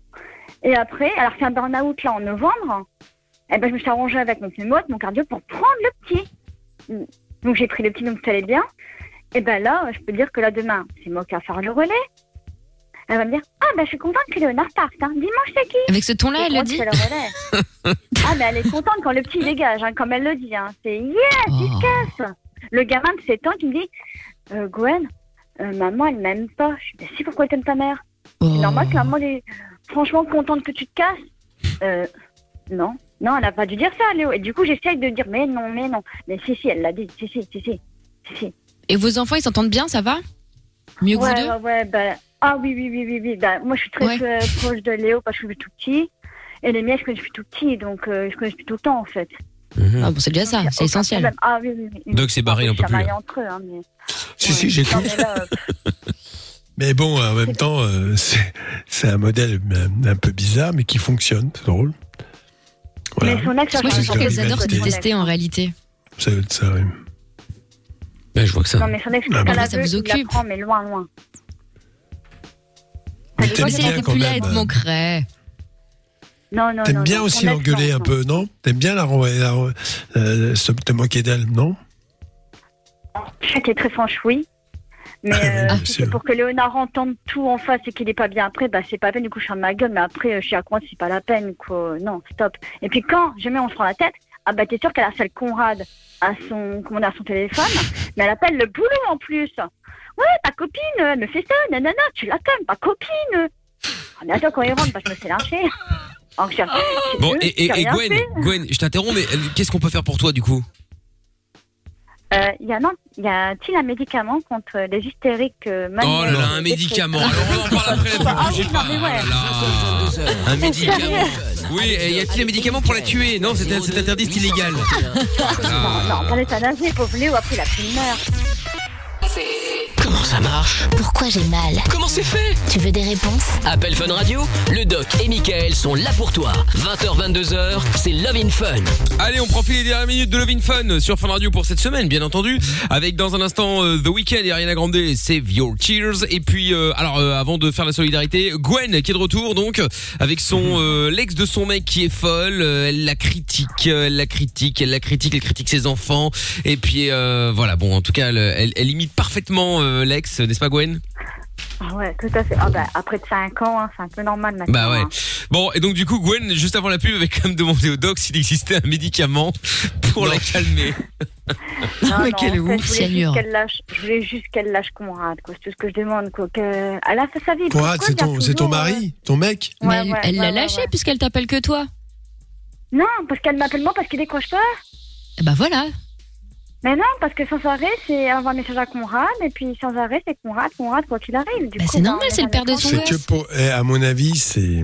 Speaker 15: Et après, alors c'est un burn-out là en novembre, eh ben, je me suis arrangée avec mon pneumo, avec mon cardio pour prendre le petit. Donc j'ai pris le petit, donc ça allait bien. Et ben là, je peux dire que là demain, c'est moi qui va faire le relais. Elle va me dire Ah ben je suis contente que Léonard parte, hein. dimanche c'est qui
Speaker 4: Avec ce
Speaker 15: Et
Speaker 4: ton-là, elle le
Speaker 15: Conrad
Speaker 4: dit
Speaker 15: fait le relais. Ah, mais elle est contente quand le petit dégage, hein, comme elle le dit. Hein. C'est yes, il
Speaker 4: Ah.
Speaker 15: se casse. Le gamin de 7 ans qui me dit euh, Gwen, euh, maman, elle m'aime pas. Je dis si, pourquoi t'aimes ta mère
Speaker 4: Oh.
Speaker 15: C'est normal que maman est franchement contente que tu te casses. Euh, non, non, elle n'a pas dû dire ça, Léo. Et du coup, j'essaye de dire mais non, mais non. Mais si, si, elle l'a dit. Si, si, si, si. si, si.
Speaker 4: Et vos enfants, ils s'entendent bien, ça va Mieux que
Speaker 15: ouais,
Speaker 4: vous deux
Speaker 15: ouais, ouais, bah, Ah oui, oui, oui, oui. oui. Bah, moi, je suis très
Speaker 4: Ouais.
Speaker 15: euh, proche de Léo parce que je suis tout petit. Et les miens, je connais depuis tout petit, donc euh, je connais depuis tout le temps, en fait.
Speaker 3: Hum.
Speaker 4: Ah bon, c'est déjà ça, c'est essentiel.
Speaker 15: Ah oui, oui, oui.
Speaker 2: Doc s'est
Speaker 3: Ah,
Speaker 2: barré, il en peut
Speaker 15: Ça
Speaker 2: plus,
Speaker 15: maille
Speaker 2: là.
Speaker 15: entre eux, hein, mais...
Speaker 3: Si, si, j'écoute.
Speaker 15: Non, mais là, euh,
Speaker 3: Mais bon, en même temps, euh, c'est c'est un modèle euh, un peu bizarre, mais qui fonctionne. C'est drôle. Voilà.
Speaker 15: Mais son ex,
Speaker 4: Moi, je
Speaker 3: C'est
Speaker 4: trouve qu'elles
Speaker 3: la
Speaker 4: adorent se
Speaker 3: liberté.
Speaker 4: détester en réalité.
Speaker 3: Ça doit être ça, oui.
Speaker 2: Ben, je vois que
Speaker 15: non, mais son ex,
Speaker 3: Ah
Speaker 15: quand
Speaker 3: bon.
Speaker 15: elle a
Speaker 4: Ça
Speaker 15: vu,
Speaker 4: vous
Speaker 15: il la
Speaker 4: occupe.
Speaker 15: prend, mais loin, loin.
Speaker 3: Mais
Speaker 4: Moi,
Speaker 3: t'aimes
Speaker 4: si elle
Speaker 3: bien
Speaker 4: était
Speaker 3: quand
Speaker 4: plus là, elle te
Speaker 3: même. euh,
Speaker 4: manquerait.
Speaker 15: Non, non, non.
Speaker 3: T'aimes bien
Speaker 15: non,
Speaker 3: aussi
Speaker 15: son ex,
Speaker 3: l'engueuler
Speaker 15: non,
Speaker 3: un
Speaker 15: non.
Speaker 3: peu, non T'aimes bien la renvoyer, la re- euh, se- te moquer d'elle, non
Speaker 15: Je sais qu'elle est très franche, oui.
Speaker 2: Ah
Speaker 15: Mais euh,
Speaker 3: bien
Speaker 15: si
Speaker 3: sûr.
Speaker 15: c'est pour que Léonard entende tout en face et qu'il est pas bien après, bah c'est pas la peine, du coup je ferme ma gueule, mais après euh, je suis à coin, c'est pas la peine, quoi. Non, stop. Et puis quand jamais on se prend la tête, ah bah t'es sûr qu'elle a celle Conrad à son, comment dire, à son téléphone, mais elle appelle le boulot en plus. Ouais, ta copine, elle me fait ça, nanana, tu la calmes, ta copine. Ah, mais attends, quand il rentre, bah, je me suis lynchée. Alors que j'ai- j'ai-
Speaker 2: Bon,
Speaker 15: j'ai-
Speaker 2: et, et-
Speaker 15: j'ai
Speaker 2: et
Speaker 15: rien
Speaker 2: Gwen,
Speaker 15: fait.
Speaker 2: Gwen, je t'interromps, mais euh, qu'est-ce qu'on peut faire pour toi du coup
Speaker 15: Euh, Il y a, non, il y a-t-il un médicament contre les hystériques euh,
Speaker 2: Oh là
Speaker 15: maniaques
Speaker 2: là, un médicament. Alors on en parle après. la
Speaker 15: Ah
Speaker 2: pub, bougez pas. Oh là là. Un médicament. Oui, et y a-t-il un médicament pour la tuer Non, c'est c'est interdit, c'est illégal. Ah.
Speaker 15: Ah. Non, non, on parlait d'un nazi, pauvre Léo, après la primaire.
Speaker 1: Comment ça marche
Speaker 7: Pourquoi j'ai mal
Speaker 1: Comment c'est fait
Speaker 7: Tu veux des réponses
Speaker 1: Appel Fun Radio, le doc et Michael sont là pour toi. 20h, 22h, c'est Love in Fun.
Speaker 2: Allez, on profite des dernières minutes de Lovin Fun sur Fun Radio pour cette semaine, bien entendu, avec dans un instant euh, The Weeknd et Ariana Grande, Save Your Tears. Et puis, euh, alors, euh, avant de faire la solidarité, Gwen qui est de retour, donc, avec son euh, l'ex de son mec qui est folle. euh, elle la critique, euh, elle la critique, elle la critique, elle critique ses enfants. Et puis, euh, voilà, bon, en tout cas, elle, elle- elle imite parfaitement euh, l'ex, n'est-ce pas, Gwen
Speaker 15: Ah ouais, tout à fait. Ah bah, après de 5 ans, hein, c'est un peu normal maintenant.
Speaker 2: Bah ouais.
Speaker 15: hein.
Speaker 2: Bon, et donc du coup, Gwen, juste avant la pub, avait quand même demandé au doc s'il existait un médicament pour la calmer.
Speaker 15: Non,
Speaker 2: mais
Speaker 15: non,
Speaker 2: quelle
Speaker 15: en fait,
Speaker 2: ouf,
Speaker 15: je voulais
Speaker 2: Cyanure.
Speaker 15: juste qu'elle lâche, je voulais juste qu'elle lâche Conrad, quoi. C'est tout ce que je demande, quoi. Que... Elle a fait sa vie.
Speaker 3: Conrad,
Speaker 15: pourquoi
Speaker 3: c'est
Speaker 15: il y a
Speaker 3: ton, c'est ton
Speaker 15: toujours,
Speaker 3: mari, ton mec
Speaker 15: euh, ouais, ouais,
Speaker 4: elle l'a
Speaker 15: ouais, ouais,
Speaker 4: lâché
Speaker 15: ouais.
Speaker 4: puisqu'elle t'appelle que toi.
Speaker 15: Non, parce qu'elle m'appelle moi parce qu'il décroche pas.
Speaker 4: Bah voilà.
Speaker 15: Mais non, parce que sans arrêt, c'est envoie un message à Conrad, et puis sans arrêt, c'est Conrad, Conrad, quoi qu'il arrive. Du coup,
Speaker 4: c'est
Speaker 15: bah, on
Speaker 4: normal,
Speaker 15: est Bah,
Speaker 4: c'est le père de
Speaker 15: jamais
Speaker 4: son
Speaker 15: content.
Speaker 4: gosse.
Speaker 3: C'est que
Speaker 2: Bah,
Speaker 3: pour, eh, à mon avis, c'est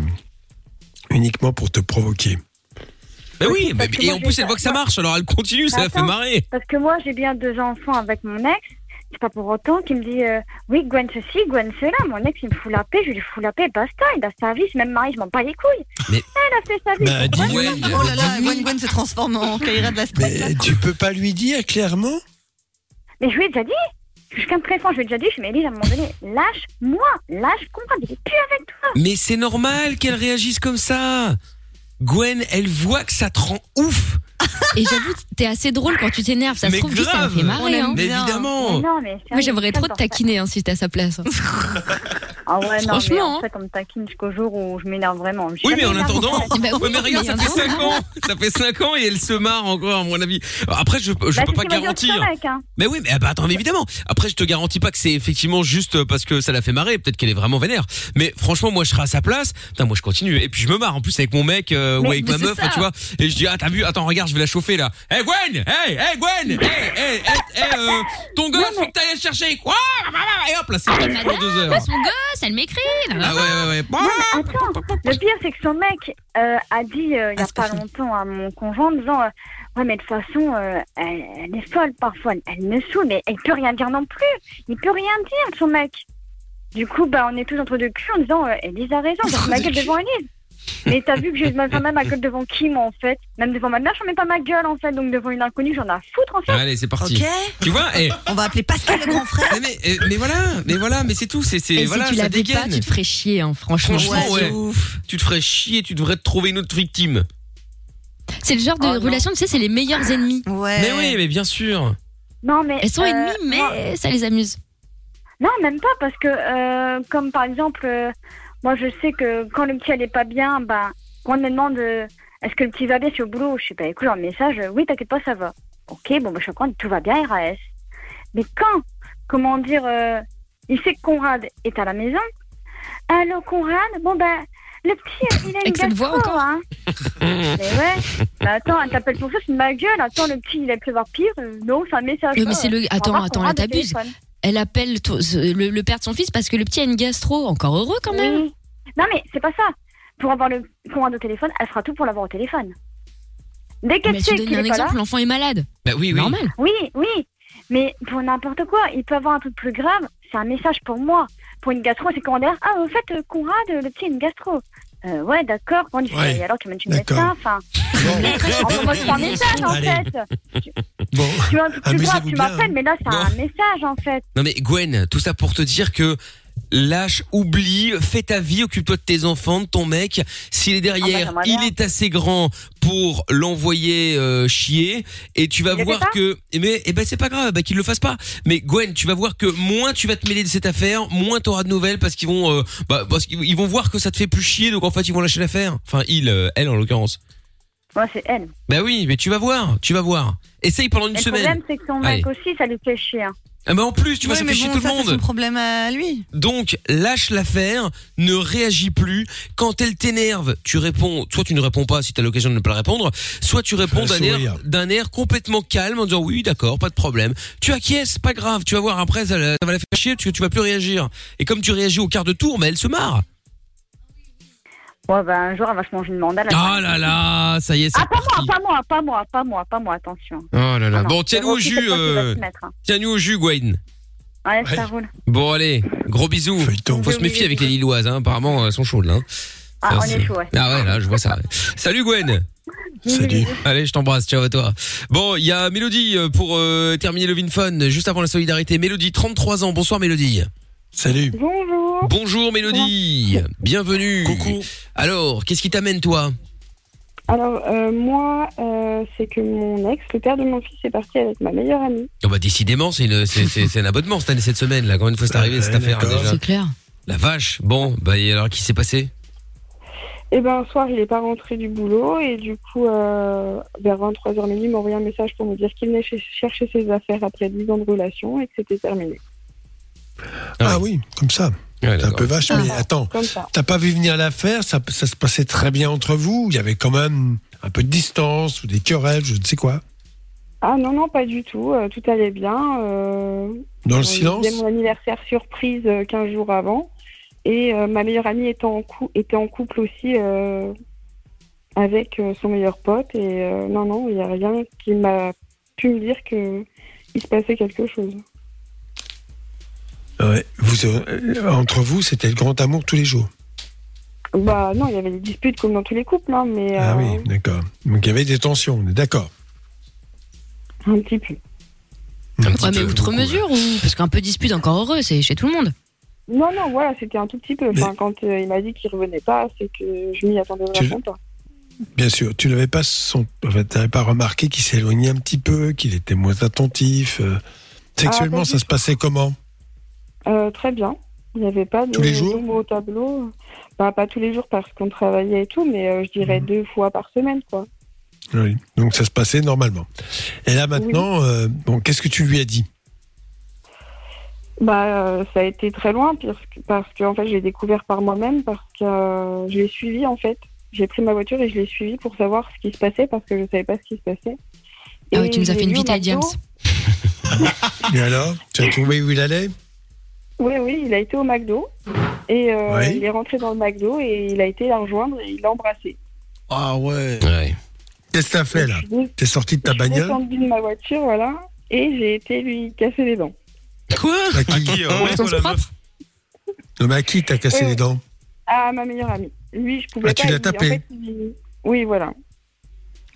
Speaker 3: uniquement pour te provoquer.
Speaker 2: Bah oui, mais-
Speaker 15: que
Speaker 2: et
Speaker 15: moi,
Speaker 2: en
Speaker 15: j'ai
Speaker 2: plus, elle
Speaker 15: pas-
Speaker 2: voit que ça marche, alors elle continue, ça
Speaker 15: Mais
Speaker 2: la fait
Speaker 15: attends,
Speaker 2: marrer.
Speaker 15: Parce que moi, j'ai bien deux enfants avec mon ex. C'est pas pour autant qu'il me dit euh, oui, Gwen ceci, Gwen cela. Mon ex, il me fout la paix, je lui fous la paix, basta. Il a sa vie, c'est même mari, je m'en bats les couilles.
Speaker 2: Mais-
Speaker 15: Elle a fait sa vie.
Speaker 3: Bah, dis-
Speaker 10: Oh
Speaker 3: Gwen,
Speaker 10: là là, Gwen Gwen se transforme en Kaira de la Strette.
Speaker 3: Mais tu peux pas lui dire clairement
Speaker 15: Mais je lui ai déjà dit. Je suis quelqu'un de très franc, je lui ai déjà dit, je lui ai dit, Elise, à un moment donné, lâche-moi, lâche Conrad, il est plus avec toi.
Speaker 2: Mais c'est normal qu'elle réagisse comme ça. Gwen, elle voit que ça te rend ouf.
Speaker 4: Et j'avoue, t'es assez drôle quand tu t'énerves. Ça
Speaker 2: Mais
Speaker 4: se trouve, juste, ça me
Speaker 2: grave.
Speaker 4: fait marrer.
Speaker 2: On
Speaker 4: Hein.
Speaker 2: l'aime Mais bien. évidemment. Mais non, mais
Speaker 4: Moi, j'aimerais trop te
Speaker 15: j'adore ça.
Speaker 4: taquiner hein, si t'es à sa place.
Speaker 15: Ah ouais, non, mais
Speaker 4: Franchement,
Speaker 15: en fait, on me taquine jusqu'au jour où je m'énerve vraiment.
Speaker 2: Oui, mais en attendant,
Speaker 4: Bah oui,
Speaker 2: ouais, mais regarde, ça
Speaker 4: mais en
Speaker 2: fait 5
Speaker 4: attendant.
Speaker 2: ans. Ça fait 5 ans et elle se marre encore, à mon avis. Après, je, je peux pas garantir.
Speaker 15: hein.
Speaker 2: Mais oui, mais ah bah, attends, mais évidemment. Après, je te garantis pas que c'est effectivement juste parce que ça l'a fait marrer. Peut-être qu'elle est vraiment vénère. Mais franchement, moi, je serai à sa place. Putain, moi, je continue. Et puis, je me marre en plus avec mon mec euh, ou
Speaker 16: Mais-
Speaker 2: avec
Speaker 16: mais
Speaker 2: ma
Speaker 16: c'est
Speaker 2: meuf,
Speaker 16: ça.
Speaker 2: tu vois. Et je dis, ah, t'as vu Attends, regarde, je vais la chauffer là. Eh Gwen, eh, eh Gwen, eh, eh, eh, eh, euh, ton gosse, faut que t'ailles le chercher. Quoi bah, Et hop là,
Speaker 4: Ah,
Speaker 2: c'est parti pour deux heures.
Speaker 4: son gosse, elle m'écrit.
Speaker 2: Ah ouais, ouais, ouais.
Speaker 15: Non, mais attends, le pire, c'est que son mec euh, a dit euh, il y a pas longtemps à mon conjoint en disant euh, Ouais, mais de toute façon, euh, elle, elle est folle parfois, elle, elle me saoule, mais elle peut rien dire non plus. Il peut rien dire, son mec. Du coup, bah, on est tous entre deux culs en disant euh, Elise a raison, j'ai ma gueule devant Elise. Mais t'as vu que je mets pas mal ma gueule devant qui, moi, en fait Même devant ma mère, j'en mets pas ma gueule, en fait. Donc, devant une inconnue, j'en ai à foutre, en fait.
Speaker 2: Allez, c'est parti.
Speaker 15: Ok.
Speaker 2: Tu vois, eh,
Speaker 10: On va appeler Pascal le grand frère.
Speaker 2: Mais, mais, eh, mais voilà, mais voilà, mais c'est tout. C'est, c'est,
Speaker 4: Et
Speaker 2: voilà,
Speaker 4: si tu
Speaker 2: ça
Speaker 4: l'avais pas,
Speaker 2: dégaine.
Speaker 4: tu te ferais chier, hein, franchement.
Speaker 2: Franchement, ouais. Tu te ferais chier, tu devrais te trouver une autre victime.
Speaker 4: C'est le
Speaker 15: Oh,
Speaker 4: genre de relation, tu sais, c'est les meilleurs ennemis.
Speaker 2: Mais oui, mais bien sûr.
Speaker 15: Non, mais.
Speaker 4: Elles sont
Speaker 15: euh,
Speaker 4: ennemies, mais
Speaker 15: non.
Speaker 4: ça les amuse.
Speaker 15: Non, même pas, parce que, euh, comme par exemple, euh, moi je sais que quand le petit allait pas bien, ben, quand on me demande euh, est-ce que le petit va bien, je suis au boulot, je sais pas, écoute, un message, euh, oui, t'inquiète pas, ça va. Ok, bon, bah, je suis au courant, tout va bien, RAS. Mais quand, comment dire, euh, il sait que Conrad est à la maison, allô Conrad, bon ben, le petit, euh, il a une
Speaker 4: Avec cette
Speaker 15: gastro,
Speaker 4: voix encore.
Speaker 15: hein. Mais ouais, bah, attends, elle t'appelle pour ça, c'est de ma gueule, attends, le petit, il a pu voir pire, Euh, non, c'est un message.
Speaker 4: Non,
Speaker 15: Ah,
Speaker 4: mais c'est le.
Speaker 15: euh, au
Speaker 4: Attends,
Speaker 15: revoir,
Speaker 4: attends, là,
Speaker 15: Conrad, au
Speaker 4: t'abuses.
Speaker 15: téléphone.
Speaker 4: Elle appelle to- ce- le, le père de son fils parce que le petit a une gastro. Encore heureux quand même.
Speaker 15: Oui. Non, mais c'est pas ça. Pour avoir le commande au téléphone, elle fera tout pour l'avoir au téléphone. Dès
Speaker 4: Mais
Speaker 15: qu'elle
Speaker 4: tu
Speaker 15: sait
Speaker 4: donnes
Speaker 15: qu'il
Speaker 4: un
Speaker 15: est pas là.
Speaker 4: exemple, l'enfant est malade.
Speaker 2: Bah oui, oui.
Speaker 4: Normal.
Speaker 15: Oui, oui. Mais pour n'importe quoi, il peut avoir un truc plus grave. C'est un message pour moi. Pour une gastro, c'est comment dire Ah, au fait, euh, Conrad, euh, le petit, a une gastro. Euh, ouais, d'accord. Bon, il fait,
Speaker 3: Ouais,
Speaker 15: Et alors tu m'as dit
Speaker 3: d'accord.
Speaker 15: médecin, enfin. Mais envoie-moi un message, en
Speaker 2: Allez.
Speaker 15: fait.
Speaker 3: Bon,
Speaker 15: Tu veux un truc plus grave,
Speaker 2: amusez-vous
Speaker 15: tu
Speaker 2: bien.
Speaker 15: m'appelles, Ah, mais là, c'est
Speaker 2: Non.
Speaker 15: un message, en fait.
Speaker 2: Non mais Gwen, tout ça pour te dire que lâche, oublie, fais ta vie, occupe-toi de tes enfants, de ton mec. S'il est derrière,
Speaker 16: Ah bah, j'aimerais
Speaker 2: il
Speaker 16: bien.
Speaker 2: est assez grand pour l'envoyer euh, chier et tu vas
Speaker 16: Il le
Speaker 2: voir
Speaker 16: fait pas
Speaker 2: que eh ben, eh ben c'est pas grave, bah qu'il le fasse pas. Mais Gwen, tu vas voir que moins tu vas te mêler de cette affaire, moins t'auras de nouvelles parce qu'ils vont euh, bah, parce qu'ils ils vont voir que ça te fait plus chier donc en fait ils vont lâcher l'affaire. Enfin, il euh, elle en l'occurrence.
Speaker 15: Moi, c'est elle.
Speaker 2: Bah oui, mais tu vas voir, tu vas voir. Essaye pendant une
Speaker 15: Et le
Speaker 2: semaine.
Speaker 15: problème, c'est que son
Speaker 2: Allez.
Speaker 15: mec aussi, ça lui fait chier. hein.
Speaker 2: Ah bah en plus, tu vois,
Speaker 10: Ouais,
Speaker 2: ça
Speaker 10: mais
Speaker 2: fait chier
Speaker 10: bon,
Speaker 2: tout
Speaker 10: ça,
Speaker 2: le
Speaker 10: C'est son
Speaker 2: monde.
Speaker 10: problème à lui.
Speaker 2: Donc, lâche l'affaire, ne réagis plus. Quand elle t'énerve, tu réponds, soit tu ne réponds pas si tu as l'occasion de ne pas répondre, soit tu réponds d'un air,
Speaker 16: sourire.
Speaker 2: d'un air complètement calme en disant oui, d'accord, pas de problème. Tu acquiesces, pas grave, tu vas voir après, ça, la- ça va la faire chier parce que tu vas plus réagir. Et comme tu réagis au quart de tour, mais elle se marre.
Speaker 15: Ouais, bah, un jour, elle va se manger une mandale. elle va-
Speaker 2: Ah là là, ça y est, c'est
Speaker 15: Ah, pas moi, pas moi, pas moi, pas moi, pas moi, attention.
Speaker 2: Oh là là.
Speaker 15: Ah non,
Speaker 2: bon, tiens-nous
Speaker 15: c'est
Speaker 2: au
Speaker 15: Rocky,
Speaker 2: jus,
Speaker 15: c'est toi qui vas
Speaker 2: euh,
Speaker 15: te mettre, hein.
Speaker 2: tiens-nous au jus, Gwen.
Speaker 15: Ouais, ça roule.
Speaker 2: Bon, allez, gros bisous. Faut se méfier avec les Lilloises, hein. apparemment, elles sont chaudes, là. hein.
Speaker 15: Ah,
Speaker 2: Ça,
Speaker 15: on
Speaker 2: c'est-
Speaker 15: est chaud, ouais.
Speaker 2: Ah ouais, là, je vois ça. Salut Gwen
Speaker 15: Salut.
Speaker 2: Allez, je t'embrasse, ciao à toi. Bon, il y a Mélodie euh, pour euh, terminer le VinFun, juste avant la solidarité. Mélodie, 33 ans, bonsoir Mélodie.
Speaker 3: Salut.
Speaker 2: Bonjour. Bonjour Mélodie, bienvenue. Coucou. Alors, qu'est-ce qui t'amène toi
Speaker 16: Alors, euh, moi, euh, c'est que mon ex, le père de mon fils, est parti avec ma meilleure amie.
Speaker 2: Oh bah décidément, c'est une- c'est- c'est- c'est un abonnement cette année, cette semaine, là. Combien de fois c'est arrivé cette affaire déjà
Speaker 4: C'est clair.
Speaker 2: La vache. Bon, bah et alors, qui s'est passé
Speaker 16: Et ben, un soir, il n'est pas rentré du boulot et du coup, euh, vers 23h minuit, il m'a envoyé un message pour me dire qu'il venait ch- chercher ses affaires après 10 ans de relation et que c'était terminé.
Speaker 3: Ah oui, comme ça.
Speaker 2: c'est
Speaker 3: un peu vache, mais attends,
Speaker 16: Ah, bah, Comme ça.
Speaker 3: t'as pas vu venir l'affaire ça, ça se passait très bien entre vous Il y avait quand même un peu de distance ou des querelles, je ne sais quoi.
Speaker 16: Ah non, non, pas du tout. euh, tout allait bien. euh,
Speaker 3: Dans le
Speaker 16: euh,
Speaker 3: silence
Speaker 16: C'était mon anniversaire surprise euh, 15 jours avant. Et euh, ma meilleure amie était en, cou- était en couple aussi euh, avec euh, son meilleur pote. Et euh, non, non, il n'y a rien qui m'a pu me dire qu'il se passait quelque chose.
Speaker 3: Ouais, vous, euh, entre vous, c'était le grand amour tous les jours.
Speaker 16: Bah non, il y avait des disputes comme dans tous les couples, hein, mais
Speaker 3: Ah
Speaker 16: euh,
Speaker 3: oui, d'accord. Donc il y avait des tensions, on est d'accord.
Speaker 16: un petit peu.
Speaker 4: hein. Ouais, mais outre mesure ou parce qu'un peu dispute encore heureux, c'est chez tout le monde.
Speaker 16: euh, Non, non, voilà, c'était un tout petit peu. Enfin, quand euh, il m'a dit qu'il revenait pas, c'est que je m'y attendais vraiment pas.
Speaker 3: Bien sûr, tu n'avais pas, son... enfin, t'avais pas remarqué qu'il s'éloignait un petit peu, qu'il était moins attentif. euh. Sexuellement,
Speaker 16: Ah, pas du
Speaker 3: ça se passait comment
Speaker 16: Euh, très bien. Il n'y avait pas de
Speaker 3: Tous les jours
Speaker 16: d'homo au tableau. Bah, pas tous les jours parce qu'on travaillait et tout, mais euh, je dirais
Speaker 3: Mhm.
Speaker 16: deux fois par semaine, quoi.
Speaker 3: Oui. Donc ça se passait normalement. Et là maintenant, euh, bon, qu'est-ce que tu lui as dit
Speaker 16: Bah, euh, ça a été très loin parce que, parce que en fait, je l'ai découvert par moi-même, parce que euh, je l'ai suivi, en fait. J'ai pris ma voiture et je l'ai suivi pour savoir ce qui se passait parce que je ne savais pas ce qui se passait.
Speaker 4: Ah oui, tu nous as fait une vite à Diams.
Speaker 3: Et alors Tu as trouvé où il allait
Speaker 16: Oui, oui, il a été au McDo et euh,
Speaker 3: Oui.
Speaker 16: il est rentré dans le McDo et il a été la rejoindre et il l'a embrassé.
Speaker 3: Ah ouais. Qu'est-ce que t'as fait là
Speaker 16: Oui.
Speaker 3: T'es sorti de ta
Speaker 16: Je suis
Speaker 3: bagnole
Speaker 16: descendue de ma voiture, voilà, et j'ai été lui casser les dents.
Speaker 2: Quoi
Speaker 3: À qui
Speaker 16: Au mec ou à la Euh. meuf
Speaker 3: Non mais à qui t'as cassé
Speaker 16: Oui.
Speaker 3: les dents
Speaker 16: À ma meilleure amie. Lui, je pouvais
Speaker 3: Ah,
Speaker 16: pas.
Speaker 3: tu l'as
Speaker 16: lui-
Speaker 3: tapé
Speaker 16: en fait, il- Oui, voilà.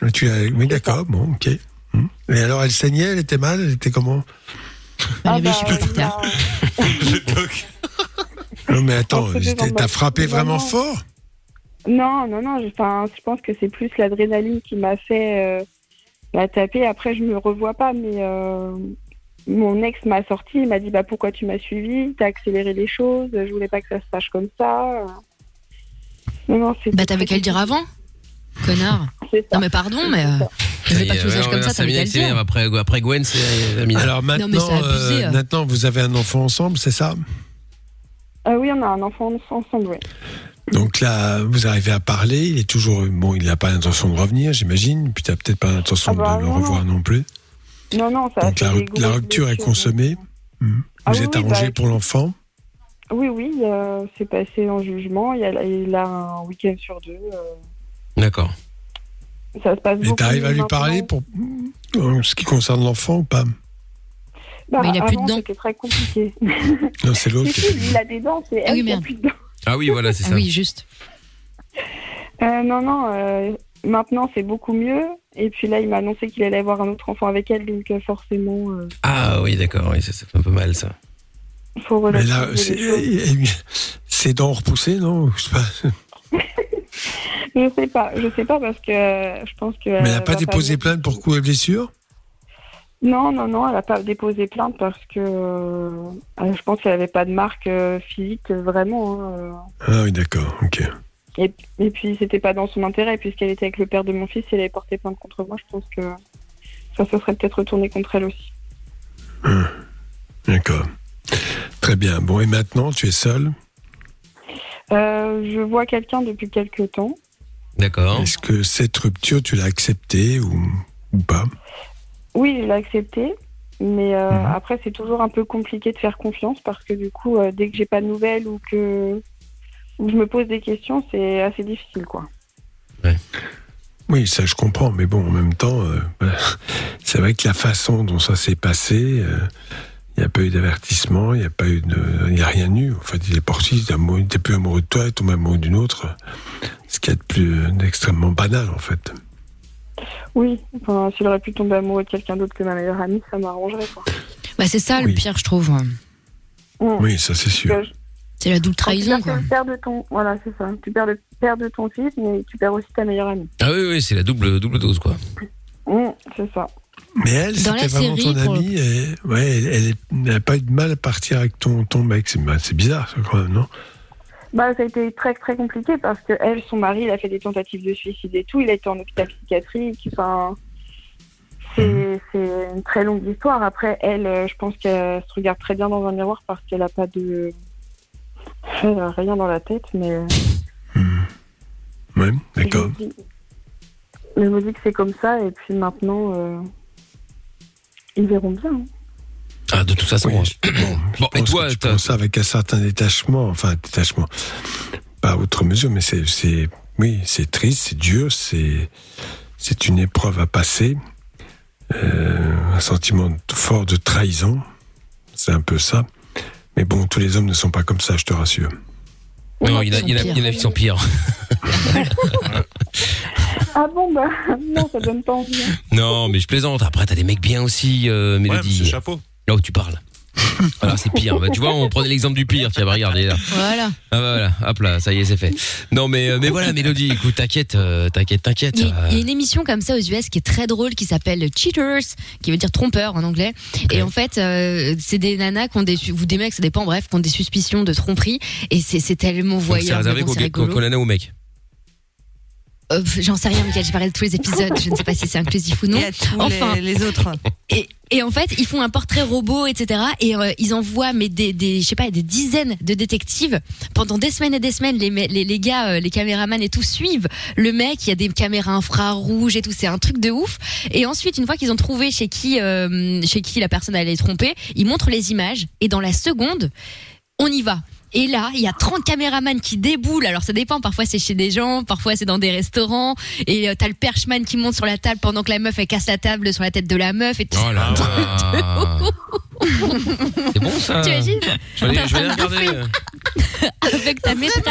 Speaker 3: Ah, Tu as... Oui d'accord, bon ok. Hum. Et alors elle saignait, elle était mal, elle était comment
Speaker 16: Ah bah, il a-
Speaker 3: Non mais attends,
Speaker 16: Entre deux
Speaker 3: Oh, t'as
Speaker 16: embâches.
Speaker 3: frappé vraiment
Speaker 16: Vraiment.
Speaker 3: fort
Speaker 16: Non, non, non. je- Enfin, je pense que c'est plus l'adrénaline qui m'a fait euh, la taper. Après, je me revois pas, mais euh, mon ex m'a sorti. Il m'a dit bah pourquoi tu m'as suivi T'as accéléré les choses. Je voulais pas que ça se passe comme ça. Euh, Non, non, c'est.
Speaker 4: Bah t'avais qu'à le dire avant, connard. Non mais pardon, mais euh, je voulais pas que tu le saches comme ça, t'avais qu'à le dire.
Speaker 2: Après, après Gwen, c'est euh, Amina.
Speaker 3: Alors
Speaker 4: mais
Speaker 3: maintenant,
Speaker 4: c'est abusé,
Speaker 3: euh,
Speaker 4: euh.
Speaker 3: maintenant vous avez un enfant ensemble, c'est ça
Speaker 16: Ah oui, on a un enfant en- ensemble. Ouais.
Speaker 3: Donc là, vous arrivez à parler, il est toujours. Bon, il n'a pas l'intention de revenir, j'imagine, puis tu n'as peut-être pas l'intention
Speaker 16: Ah bah,
Speaker 3: de le
Speaker 16: non,
Speaker 3: revoir non plus.
Speaker 16: Non, non, ça. a
Speaker 3: Donc
Speaker 16: fait
Speaker 3: la,
Speaker 16: des
Speaker 3: ru- la
Speaker 16: grosses
Speaker 3: rupture est
Speaker 16: blessures.
Speaker 3: consommée. Mhm.
Speaker 16: Ah
Speaker 3: vous
Speaker 16: oui,
Speaker 3: êtes
Speaker 16: oui,
Speaker 3: arrangé
Speaker 16: bah,
Speaker 3: pour l'enfant.
Speaker 16: Oui, oui, euh, c'est passé en jugement. Il y a, il a un week-end sur deux. euh,
Speaker 2: D'accord.
Speaker 16: ça se passe
Speaker 3: Et
Speaker 16: beaucoup
Speaker 3: tu arrives à lui
Speaker 16: maintenant.
Speaker 3: parler pour en ce qui concerne l'enfant ou pas
Speaker 16: Bah,
Speaker 4: Mais il a
Speaker 16: avant,
Speaker 4: plus de dents.
Speaker 16: C'était très compliqué.
Speaker 3: Non, c'est l'autre. qui-
Speaker 16: Si, si, lui, il a des dents, c'est elle qui a plus de dents.
Speaker 2: Ah oui, voilà, c'est ça.
Speaker 4: juste.
Speaker 16: Euh, non, non, euh, maintenant c'est beaucoup mieux. Et puis là, il m'a annoncé qu'il allait avoir un autre enfant avec elle, donc euh, forcément, euh,
Speaker 2: Ah oui, d'accord, oui, ça, ça fait un peu mal ça.
Speaker 16: faut
Speaker 3: Mais
Speaker 16: relativiser
Speaker 3: là,
Speaker 16: les
Speaker 3: c'est- eh,
Speaker 16: choses. Euh,
Speaker 3: et- et- ses dents repoussées, non Je sais pas.
Speaker 16: Je sais pas, je sais pas parce que euh, je pense que.
Speaker 3: Mais elle n'a
Speaker 16: euh,
Speaker 3: pas
Speaker 16: ma
Speaker 3: déposé
Speaker 16: famille-
Speaker 3: plainte pour coups et blessures
Speaker 16: Non, non, non, elle a pas déposé plainte parce que euh, euh, je pense qu'elle avait pas de marque euh, physique euh, vraiment. hein, euh.
Speaker 3: Ah oui, d'accord, ok.
Speaker 16: Et, et puis c'était pas dans son intérêt puisqu'elle était avec le père de mon fils. Si elle avait porté plainte contre moi, je pense que ça se serait peut-être retourné contre elle aussi.
Speaker 3: Hum. D'accord. Très bien. Bon, et maintenant, tu es seul
Speaker 16: Euh, je vois quelqu'un depuis quelques temps.
Speaker 2: D'accord.
Speaker 3: Est-ce que cette rupture, tu l'as acceptée ou, ou pas
Speaker 16: Oui, je l'ai accepté, mais euh, après c'est toujours un peu compliqué de faire confiance parce que du coup, euh, dès que j'ai pas de nouvelles ou que ou je me pose des questions, c'est assez difficile, quoi.
Speaker 3: Oui, ça je comprends, mais bon, en même temps, euh, c'est vrai que la façon dont ça s'est passé, euh, il Il n'y a pas eu d'avertissement, il n'y a pas eu de, il n'y a rien eu. En fait, il est parti, il est amoureux- il était plus amoureux de toi, il est tombé amoureux d'une autre. Ce qui est de plus euh, extrêmement banal, en fait.
Speaker 16: Oui, enfin, s'il aurait pu tomber amoureux de quelqu'un d'autre que ma meilleure amie, ça m'arrangerait. Quoi.
Speaker 4: Bah, c'est ça le pire, je trouve.
Speaker 15: Mm.
Speaker 3: Oui, ça c'est sûr.
Speaker 4: C'est la double trahison,
Speaker 16: tu perds,
Speaker 4: quoi.
Speaker 16: tu perds de ton, voilà, c'est ça. Tu perds, de, perds de ton fils, mais tu perds aussi ta meilleure amie.
Speaker 2: Ah oui, oui, c'est la double, double dose, quoi.
Speaker 16: Mmh, c'est ça.
Speaker 3: Mais elle,
Speaker 16: Dans
Speaker 3: c'était
Speaker 16: la
Speaker 3: vraiment ton
Speaker 16: série, pour le
Speaker 3: amie. et- ouais, elle- elle est- elle n'a pas eu de mal à partir avec ton, ton mec. C'est bah, c'est bizarre, ça, quand même, non
Speaker 16: Bah, ça a été très très compliqué parce que elle, son mari, il a fait des tentatives de suicide et tout. Il a été en hôpital psychiatrique. Enfin,
Speaker 3: Mhm.
Speaker 16: c'est c'est une très longue histoire. Après, elle, euh, je pense qu'elle se regarde très bien dans un miroir parce qu'elle a pas de elle a rien dans la tête, mais
Speaker 3: Hmm. Ouais, d'accord.
Speaker 16: mais je me dis que c'est comme ça. Et puis maintenant, euh, ils verront bien. hein.
Speaker 2: Ah, de toute façon.
Speaker 3: bon, je pense que tu prends ça avec un certain détachement, enfin, détachement, pas à outre mesure, mais c'est, c'est- oui, c'est triste, c'est dur, c'est, c'est une épreuve à passer, Euh, un sentiment de- fort de trahison, c'est un peu ça. Mais bon, tous les hommes ne sont pas comme ça, je te rassure.
Speaker 2: Non, il y en a- il y en a il y en a qui sont pires.
Speaker 16: Ah bon bah non, ça donne pas envie. hein.
Speaker 2: Non, mais je plaisante. Après, t'as des mecs bien aussi, euh, Mélodie.
Speaker 11: chapeau.
Speaker 2: Là où tu parles. Voilà, c'est pire. Bah, tu vois, on prenait l'exemple du pire. Tiens, bah, regardez là.
Speaker 4: Voilà.
Speaker 2: Ah bah voilà, hop là, ça y est, c'est fait. Non, mais, euh, mais voilà, Mélodie, écoute, t'inquiète, euh, t'inquiète, t'inquiète.
Speaker 4: Il y, a- il y a
Speaker 2: euh,
Speaker 4: une émission comme ça aux US qui est très drôle qui s'appelle Cheaters, qui veut dire trompeur en anglais. Et en fait, euh, c'est des nanas qui ont des, su- ou des mecs, ça dépend, bref, qui ont des suspicions de tromperie. Et c'est c'est tellement voyeur.
Speaker 2: C'est réservé
Speaker 4: mais bon,
Speaker 2: qu'aux
Speaker 4: c'est
Speaker 2: gars- qu'aux
Speaker 4: rigolo.
Speaker 2: qu'aux nanas ou aux mecs.
Speaker 4: Euh, pff, J'en sais rien, Michael, j'ai parlé de tous les épisodes, je ne sais pas si c'est inclusif ou non. enfin,
Speaker 10: les, les autres.
Speaker 4: Et, et en fait, ils font un portrait robot, etc. Et euh, ils envoient mais des, des je sais pas des dizaines de détectives pendant des semaines et des semaines. Les me- les, les gars, euh, les caméramans et tout suivent le mec. Il y a des caméras infrarouges et tout. C'est un truc de ouf. Et ensuite, une fois qu'ils ont trouvé chez qui euh, chez qui la personne allait tromper, ils montrent les images et dans la seconde, on y va. Et là, il y a 30 caméramans qui déboulent. Alors ça dépend, parfois c'est chez des gens, parfois c'est dans des restaurants. Et euh, t'as le perchman qui monte sur la table pendant que la meuf elle casse la table sur la tête de la meuf et tout.
Speaker 2: Oh là là. C'est bon ça.
Speaker 4: T'imagines
Speaker 2: Je vais aller, je vais aller
Speaker 4: T'es en train de
Speaker 2: regarder. euh.
Speaker 4: avec ta maîtresse.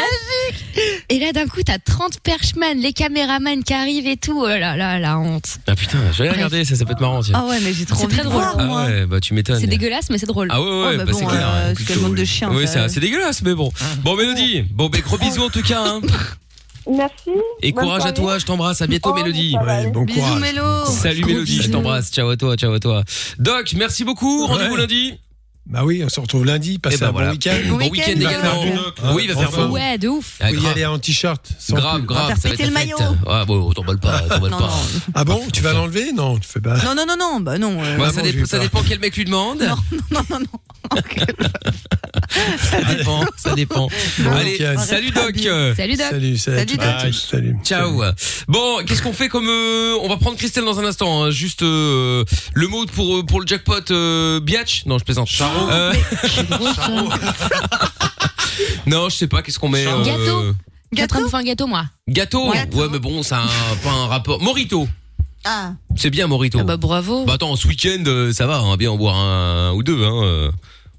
Speaker 4: Et là d'un coup t'as 30 perchman, les caméramans qui arrivent et tout. Oh là là la honte.
Speaker 2: Ah putain, je vais aller regarder, ça, ça peut être marrant. tiens.
Speaker 4: Ah mais j'ai trop. C'est très drôle.
Speaker 2: Ah ouais, bah tu m'étonnes.
Speaker 4: C'est dégueulasse mais c'est drôle.
Speaker 2: Ah ouais, ouais, bah, c'est clair. hein,
Speaker 10: c'est le monde de chiens.
Speaker 2: Oui,
Speaker 10: ça.
Speaker 2: c'est assez dégueulasse, mais bon. Bon, Mélodie, bon, ben, gros bisous en tout cas. hein.
Speaker 16: Merci.
Speaker 2: Et
Speaker 16: bonne
Speaker 2: courage à
Speaker 16: soirée.
Speaker 2: toi, je t'embrasse. À bientôt,
Speaker 16: Oh,
Speaker 2: Mélodie.
Speaker 16: ça va aller.
Speaker 2: bon
Speaker 16: Bisous, courage. Mélo. Bon courage.
Speaker 2: Salut,
Speaker 16: Gros
Speaker 2: Mélodie, je
Speaker 16: bisous.
Speaker 2: t'embrasse. Ciao à toi, ciao à toi. Doc, merci beaucoup. Rendez-vous
Speaker 3: Ouais.
Speaker 2: lundi.
Speaker 3: Bah oui, on se retrouve lundi, passez
Speaker 2: Eh ben
Speaker 3: un
Speaker 2: voilà.
Speaker 3: bon week-end.
Speaker 2: Bon Bon week-end week-end également.
Speaker 3: Hein,
Speaker 2: Oui, il va faire
Speaker 3: enfin.
Speaker 2: beau.
Speaker 4: Ouais de ouf.
Speaker 2: Ah,
Speaker 3: Vous y
Speaker 2: grave.
Speaker 3: allez en t-shirt. sans
Speaker 2: Grave,
Speaker 3: pull.
Speaker 2: grave. ça va être la fête. Ah bon, t'emballes pas, t'emballes pas.
Speaker 3: Ah bon, tu vas l'enlever Non, tu fais pas.
Speaker 10: Non, non, non, non, bah non. euh,
Speaker 2: Bah, ça, dépend, ça dépend quel mec lui demande. Non, non, non, non. ça dépend, ça dépend.
Speaker 3: Bon
Speaker 2: Allez,
Speaker 3: week-end.
Speaker 2: salut Doc.
Speaker 3: Salut, Doc. Salut, salut à Salut, toutes et Doc. tous. Salut.
Speaker 2: Ciao. Bon, qu'est-ce qu'on fait comme euh, on va prendre Christelle dans un instant. hein. Juste euh, le mot pour euh, pour le jackpot euh, biatch. Non, je plaisante. Euh, Charo. non, je sais pas qu'est-ce qu'on met. euh,
Speaker 4: Gâteau. Gâteau. Je me faire un gâteau moi.
Speaker 2: Gâteau. Ouais, mais bon, ça a un- pas un rapport. Morito.
Speaker 4: Ah.
Speaker 2: C'est bien Morito.
Speaker 4: bah bravo.
Speaker 2: Bah attends, ce week-end, euh, ça va, on va bien en boire un ou deux, hein. euh,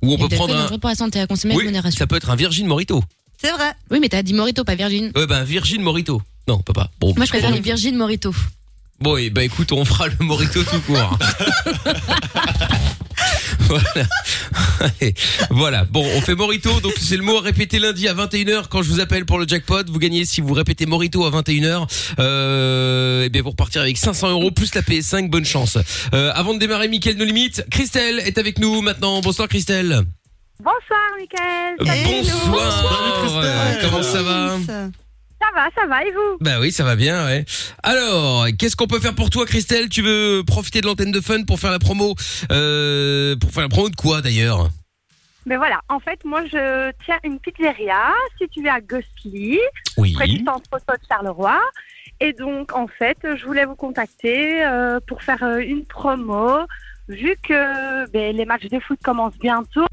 Speaker 2: Ou on peut prendre un.
Speaker 4: dangereux pour la santé à consommer avec
Speaker 2: Oui,
Speaker 4: modération.
Speaker 2: ça peut être un Virgin Morito.
Speaker 4: C'est vrai. Oui, mais t'as dit Morito, pas Virgin.
Speaker 2: Euh, ben, Virgin Morito. Non, on peut pas. Bon,
Speaker 4: Moi, je préfère
Speaker 2: bon,
Speaker 4: les Virgin Morito.
Speaker 2: Bon, et bah écoute, on fera le Morito tout court. voilà. Allez, voilà. Bon, on fait Morito. Donc, c'est le mot à répéter lundi à 21h quand je vous appelle pour le jackpot. Vous gagnez si vous répétez Morito à 21h. Euh, et bien, vous repartirez avec 500 euros plus la PS5. Bonne chance. Euh, avant de démarrer, Mickaël nos limites. Christelle est avec nous maintenant. Bonsoir, Christelle.
Speaker 13: Bonsoir, Mickaël.
Speaker 2: Bonsoir. Euh, Comment ça va?
Speaker 13: Ça va, ça va, et vous
Speaker 2: Bah oui, ça va bien, ouais. Alors, qu'est-ce qu'on peut faire pour toi, Christelle Tu veux profiter de l'antenne de fun pour faire la promo euh, Pour faire la promo de quoi, d'ailleurs
Speaker 13: Mais voilà, en fait, moi, je tiens une pizzeria située à Gossely,
Speaker 2: Oui.
Speaker 13: près du centre photo de Charleroi. Et donc, en fait, je voulais vous contacter euh, pour faire euh, une promo. Vu que ben, les matchs de foot commencent bientôt,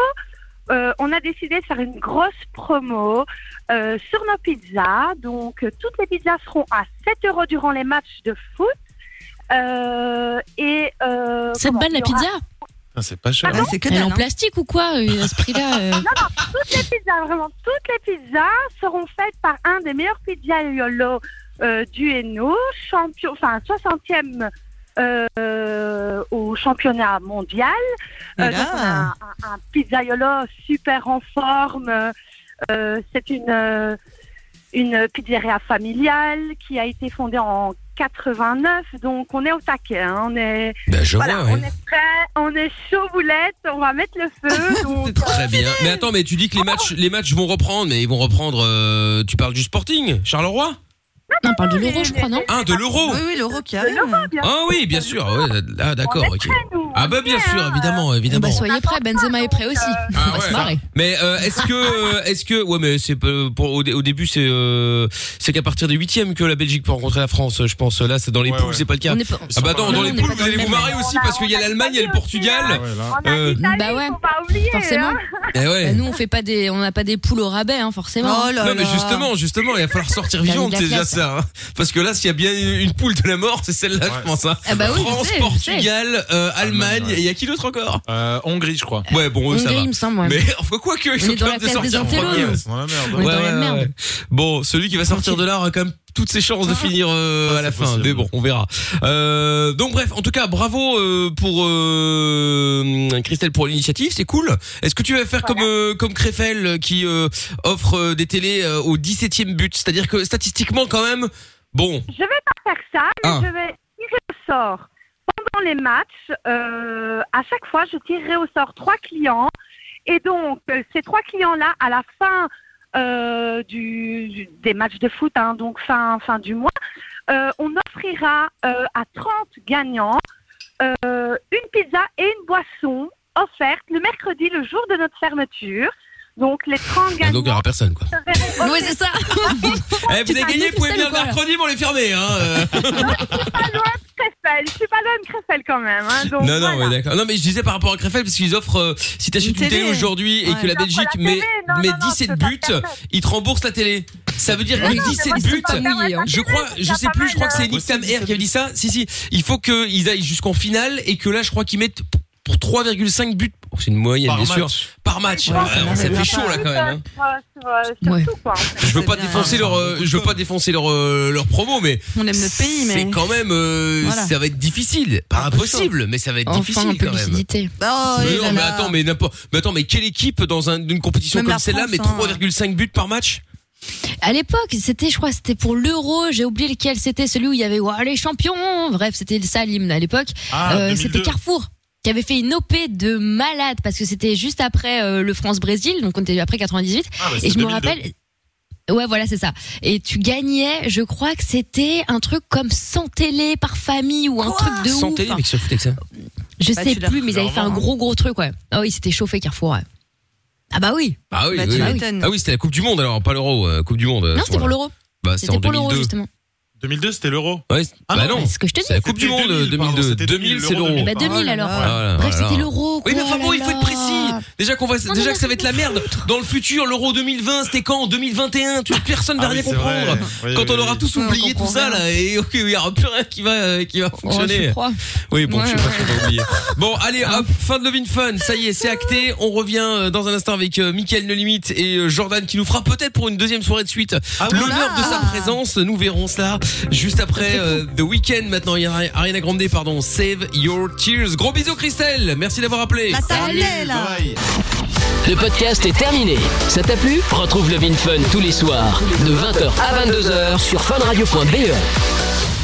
Speaker 13: euh, on a décidé de faire une grosse promo euh, sur nos pizzas. Donc, euh, toutes les pizzas seront à 7 euros durant les matchs de foot. Euh, et euh,
Speaker 4: Cette
Speaker 13: comment,
Speaker 4: balle, la
Speaker 13: il y aura-
Speaker 4: pizza
Speaker 11: Putain, C'est pas cher. hein.
Speaker 4: Ah Elle est en plastique ou quoi euh, à ce prix-là euh
Speaker 13: Non, non, toutes les pizzas, vraiment, toutes les pizzas seront faites par un des meilleurs pizzaiolo euh, du Hainaut, champion, enfin 60e euh, au championnat mondial. Euh,
Speaker 10: Voilà.
Speaker 13: donc on a un, un- un pizzaiolo super en forme. Euh, C'est une euh, une pizzeria familiale qui a été fondée en 89, donc on est au taquet. hein, on est
Speaker 2: Bah, je
Speaker 13: voilà,
Speaker 2: vois, ouais.
Speaker 13: on est prêt, on est chaud boulette, on va mettre le feu. donc, euh,
Speaker 2: Très bien. Mais attends, mais tu dis que les matchs, les matchs vont reprendre, mais ils vont reprendre. euh, tu parles du Sporting, Charleroi
Speaker 4: Non, on parle de l'euro, je crois, non
Speaker 2: Ah, de l'euro
Speaker 10: Oui, oui, l'euro qui arrive.
Speaker 2: Ah oui, bien sûr. ouais, ah d'accord.
Speaker 10: On est
Speaker 2: ok.
Speaker 10: prêts, nous,
Speaker 2: Ah bah bien sûr, évidemment, évidemment.
Speaker 4: Bah, soyez prêts, Benzema est prêt aussi.
Speaker 2: Ah
Speaker 4: On va
Speaker 2: ouais.
Speaker 4: se marrer.
Speaker 2: Mais euh, est-ce que, est-ce que, ouais, mais c'est euh, pour au, dé- au début c'est euh, c'est qu'à partir des huitièmes que la Belgique peut rencontrer la France, je pense. Là, c'est dans les poules, c'est pas le cas.
Speaker 4: On est pas-
Speaker 2: Ah bah attends,
Speaker 4: Non,
Speaker 2: dans
Speaker 4: on
Speaker 2: les
Speaker 4: est
Speaker 2: poules,
Speaker 4: pas
Speaker 2: vous
Speaker 4: dans
Speaker 2: allez
Speaker 4: le
Speaker 2: vous
Speaker 4: même.
Speaker 2: marrer aussi parce qu'il y a l'Allemagne, il y a le Portugal. Euh,
Speaker 4: Bah ouais. Forcément.
Speaker 2: Eh ouais.
Speaker 4: Bah, nous, on fait pas des, on n'a pas des poules au rabais, hein, forcément.
Speaker 2: non mais justement, justement, il va falloir sortir
Speaker 4: T'as
Speaker 2: vivante,
Speaker 4: mis de la
Speaker 2: c'est déjà
Speaker 4: classe.
Speaker 2: ça. hein. Parce que là, s'il y a bien une poule de la mort, c'est celle-là, je pense. hein.
Speaker 4: Ah bah oui, je
Speaker 2: France,
Speaker 4: sais, je
Speaker 2: Portugal, euh, Allemagne,
Speaker 11: ouais.
Speaker 2: et il y a qui d'autre encore
Speaker 11: Euh, Hongrie, je crois.
Speaker 2: Ouais, bon, eux, ça
Speaker 4: Hongrie,
Speaker 2: va.
Speaker 4: il me semble, ouais.
Speaker 2: Mais enfin, quoi que,
Speaker 4: On
Speaker 2: ils sont
Speaker 4: est dans la
Speaker 2: capables de
Speaker 4: classe des
Speaker 2: sortir en
Speaker 4: intellos,
Speaker 2: premier.
Speaker 4: nous.
Speaker 11: C'est dans la merde. hein.
Speaker 4: On est dans la merde. Ah.
Speaker 2: Bon, celui qui va sortir de là aura quand même toutes ses chances de finir euh,
Speaker 11: Ah,
Speaker 2: à la fin. Mais bon, on verra. Euh, donc bref, en tout cas, bravo euh, pour euh, Christelle pour l'initiative, c'est cool. Est-ce que tu vas faire comme euh, comme Krefel euh, qui euh, offre euh, des télés euh, au 17e but, c'est-à-dire que statistiquement quand même, bon,
Speaker 13: Je vais pas faire ça, mais
Speaker 2: Ah.
Speaker 13: je vais tirer au sort. Pendant les matchs, euh, à chaque fois, je tirerai au sort trois clients. Et donc, euh, ces trois clients-là, à la fin euh, du, du- des matchs de foot, hein, donc fin, fin du mois, euh, on offrira euh, à 30 gagnants euh, une pizza et une boisson offerte le mercredi, le jour de notre fermeture. Donc, les 30
Speaker 2: Ah, donc il n'y
Speaker 13: gagnants.
Speaker 2: aura personne quoi.
Speaker 13: seront-
Speaker 4: Ouais, c'est ça.
Speaker 2: Eh, vous avez gagné, vous pouvez venir mercredi, mais on les fermer. Hein, euh.
Speaker 13: Krefeld. Je suis pas loin de Krefeld quand même. hein, donc
Speaker 2: Non, non,
Speaker 13: voilà.
Speaker 2: ouais, d'accord. Non, mais je disais par rapport à Krefeld, parce qu'ils offrent, euh, si t'achètes
Speaker 13: Une
Speaker 2: une télé
Speaker 13: télé.
Speaker 2: aujourd'hui et
Speaker 13: Ouais.
Speaker 2: que la
Speaker 13: Ils offrent
Speaker 2: Belgique
Speaker 13: la
Speaker 2: met,
Speaker 13: télé. Non,
Speaker 2: met
Speaker 13: non, non,
Speaker 2: 17
Speaker 13: je peux pas
Speaker 2: buts,
Speaker 13: faire ça.
Speaker 2: ils te remboursent la télé. Ça veut dire
Speaker 13: Mais
Speaker 2: que
Speaker 13: non, mais
Speaker 2: 17
Speaker 13: moi, je peux
Speaker 2: buts,
Speaker 13: pas me permettre
Speaker 10: hein.
Speaker 13: la
Speaker 2: je
Speaker 13: télé,
Speaker 2: crois,
Speaker 13: c'est
Speaker 2: je
Speaker 13: déjà
Speaker 2: sais
Speaker 13: pas
Speaker 2: plus, je crois
Speaker 13: mal,
Speaker 2: que c'est
Speaker 13: hein.
Speaker 2: Nick Tam Air qui avait dit ça. Si, si, il faut qu'ils aillent jusqu'en finale et que là, je crois qu'ils mettent pour 3,5 buts. Oh, c'est une moyenne,
Speaker 11: Par
Speaker 2: bien sûr.
Speaker 11: match.
Speaker 2: Par match. Ouais,
Speaker 11: ça
Speaker 2: ça
Speaker 11: n'arrivera
Speaker 2: fait chaud,
Speaker 11: pas.
Speaker 2: là, quand même. hein.
Speaker 13: Je
Speaker 2: veux pas défoncer leur, euh, je veux pas défoncer leur, euh, leur promo, mais.
Speaker 10: On aime notre pays, mais-
Speaker 2: C'est quand même, euh,
Speaker 10: Voilà. Ah,
Speaker 2: ça va être difficile. Pas impossible, mais ça va être
Speaker 10: Enfin,
Speaker 2: difficile quand même.
Speaker 10: Oh,
Speaker 2: mais
Speaker 10: et
Speaker 2: non,
Speaker 10: là
Speaker 2: mais
Speaker 10: là.
Speaker 2: attends, mais n'importe. Mais attends, mais quelle équipe dans un- une compétition
Speaker 10: Même
Speaker 2: comme
Speaker 10: la
Speaker 2: celle-là
Speaker 10: France,
Speaker 2: met
Speaker 10: hein.
Speaker 2: 3,5 buts par match
Speaker 4: À l'époque, c'était, je crois, c'était pour l'Euro. J'ai oublié lequel c'était, celui où il y avait Ouah, les champions. Bref, c'était ça l'hymne à l'époque. Euh,
Speaker 17: Ah, 2002.
Speaker 4: c'était Carrefour qui avait fait une OP de malade parce que c'était juste après euh, le France-Brésil, donc on était après 98.
Speaker 17: Ah, bah,
Speaker 4: et
Speaker 17: c'est
Speaker 4: je me
Speaker 17: 2002.
Speaker 4: rappelle. Ouais, voilà, c'est ça. Et tu gagnais, je crois que c'était un truc comme 100 télé par famille ou un
Speaker 10: Ah.
Speaker 4: truc de
Speaker 2: Sans
Speaker 4: ouf.
Speaker 2: télé, mais qui se fout avec ça
Speaker 4: Je
Speaker 2: Bah,
Speaker 4: sais
Speaker 2: tu leur-
Speaker 4: plus, mais
Speaker 2: tu
Speaker 4: ils
Speaker 2: leur
Speaker 4: avaient fait
Speaker 2: vends, hein.
Speaker 4: un gros gros truc, ouais. Ah oui, c'était chauffé Carrefour, ouais. Ah bah oui.
Speaker 2: Ah oui,
Speaker 4: Bah, tu
Speaker 2: oui, oui.
Speaker 4: m'étonnes.
Speaker 2: Ah oui, c'était la Coupe du Monde alors, pas l'Euro, euh, Coupe du Monde.
Speaker 4: Non, c'était pour l'euro.
Speaker 2: Bah, c'est en
Speaker 4: c'était pour l'euro
Speaker 2: 2002.
Speaker 4: justement.
Speaker 11: 2002, c'était l'euro.
Speaker 2: Ouais, c'est-
Speaker 11: Ah
Speaker 2: bah
Speaker 11: non,
Speaker 2: non,
Speaker 11: c'est ce que je te
Speaker 2: c'est la
Speaker 11: dis.
Speaker 2: Coupe du
Speaker 11: C'était
Speaker 2: Monde
Speaker 11: 2000,
Speaker 2: 2002.
Speaker 11: pardon, c'était
Speaker 2: 2000, c'est l'euro.
Speaker 4: Eh bah 2000 alors.
Speaker 11: Ah
Speaker 2: Voilà,
Speaker 4: Bref,
Speaker 2: voilà.
Speaker 4: c'était l'euro.
Speaker 2: Oui, mais
Speaker 4: quoi,
Speaker 2: enfin
Speaker 4: là
Speaker 2: bon, il faut
Speaker 4: là.
Speaker 2: être précis. Déjà qu'on va, déjà que ça va être la merde. Dans le futur, l'euro 2020, c'était quand En 2021, tu, personne ne va
Speaker 11: Ah oui,
Speaker 2: rien
Speaker 11: c'est
Speaker 2: comprendre.
Speaker 11: vrai. Oui,
Speaker 2: quand
Speaker 11: oui,
Speaker 2: on aura
Speaker 11: oui.
Speaker 2: tous
Speaker 11: Ouais, on
Speaker 2: oublié tout
Speaker 11: comprend
Speaker 2: ça
Speaker 11: rien.
Speaker 2: là, et ok, il n'y aura plus rien qui va, euh, qui va fonctionner.
Speaker 11: crois.
Speaker 2: oui, bon, je sais
Speaker 11: Ouais,
Speaker 2: pas
Speaker 11: ouais.
Speaker 2: ce qu'on va oublier. Bon, allez, hop, fin de Love in Fun. Ça y est, c'est acté. On revient euh, dans un instant avec euh, Mickaël No Limite et euh, Jordan qui nous fera peut-être pour une deuxième soirée de suite l'honneur de sa présence. Nous verrons cela juste après euh, The Weeknd. Maintenant, il y a Ari- Ariana Grande, pardon. Save Your Tears. Gros bisous, Christelle. Merci d'avoir appelé.
Speaker 1: Bah, Le podcast est terminé. Ça t'a plu Retrouve Love in Fun tous les soirs de 20h à 22h sur funradio.be.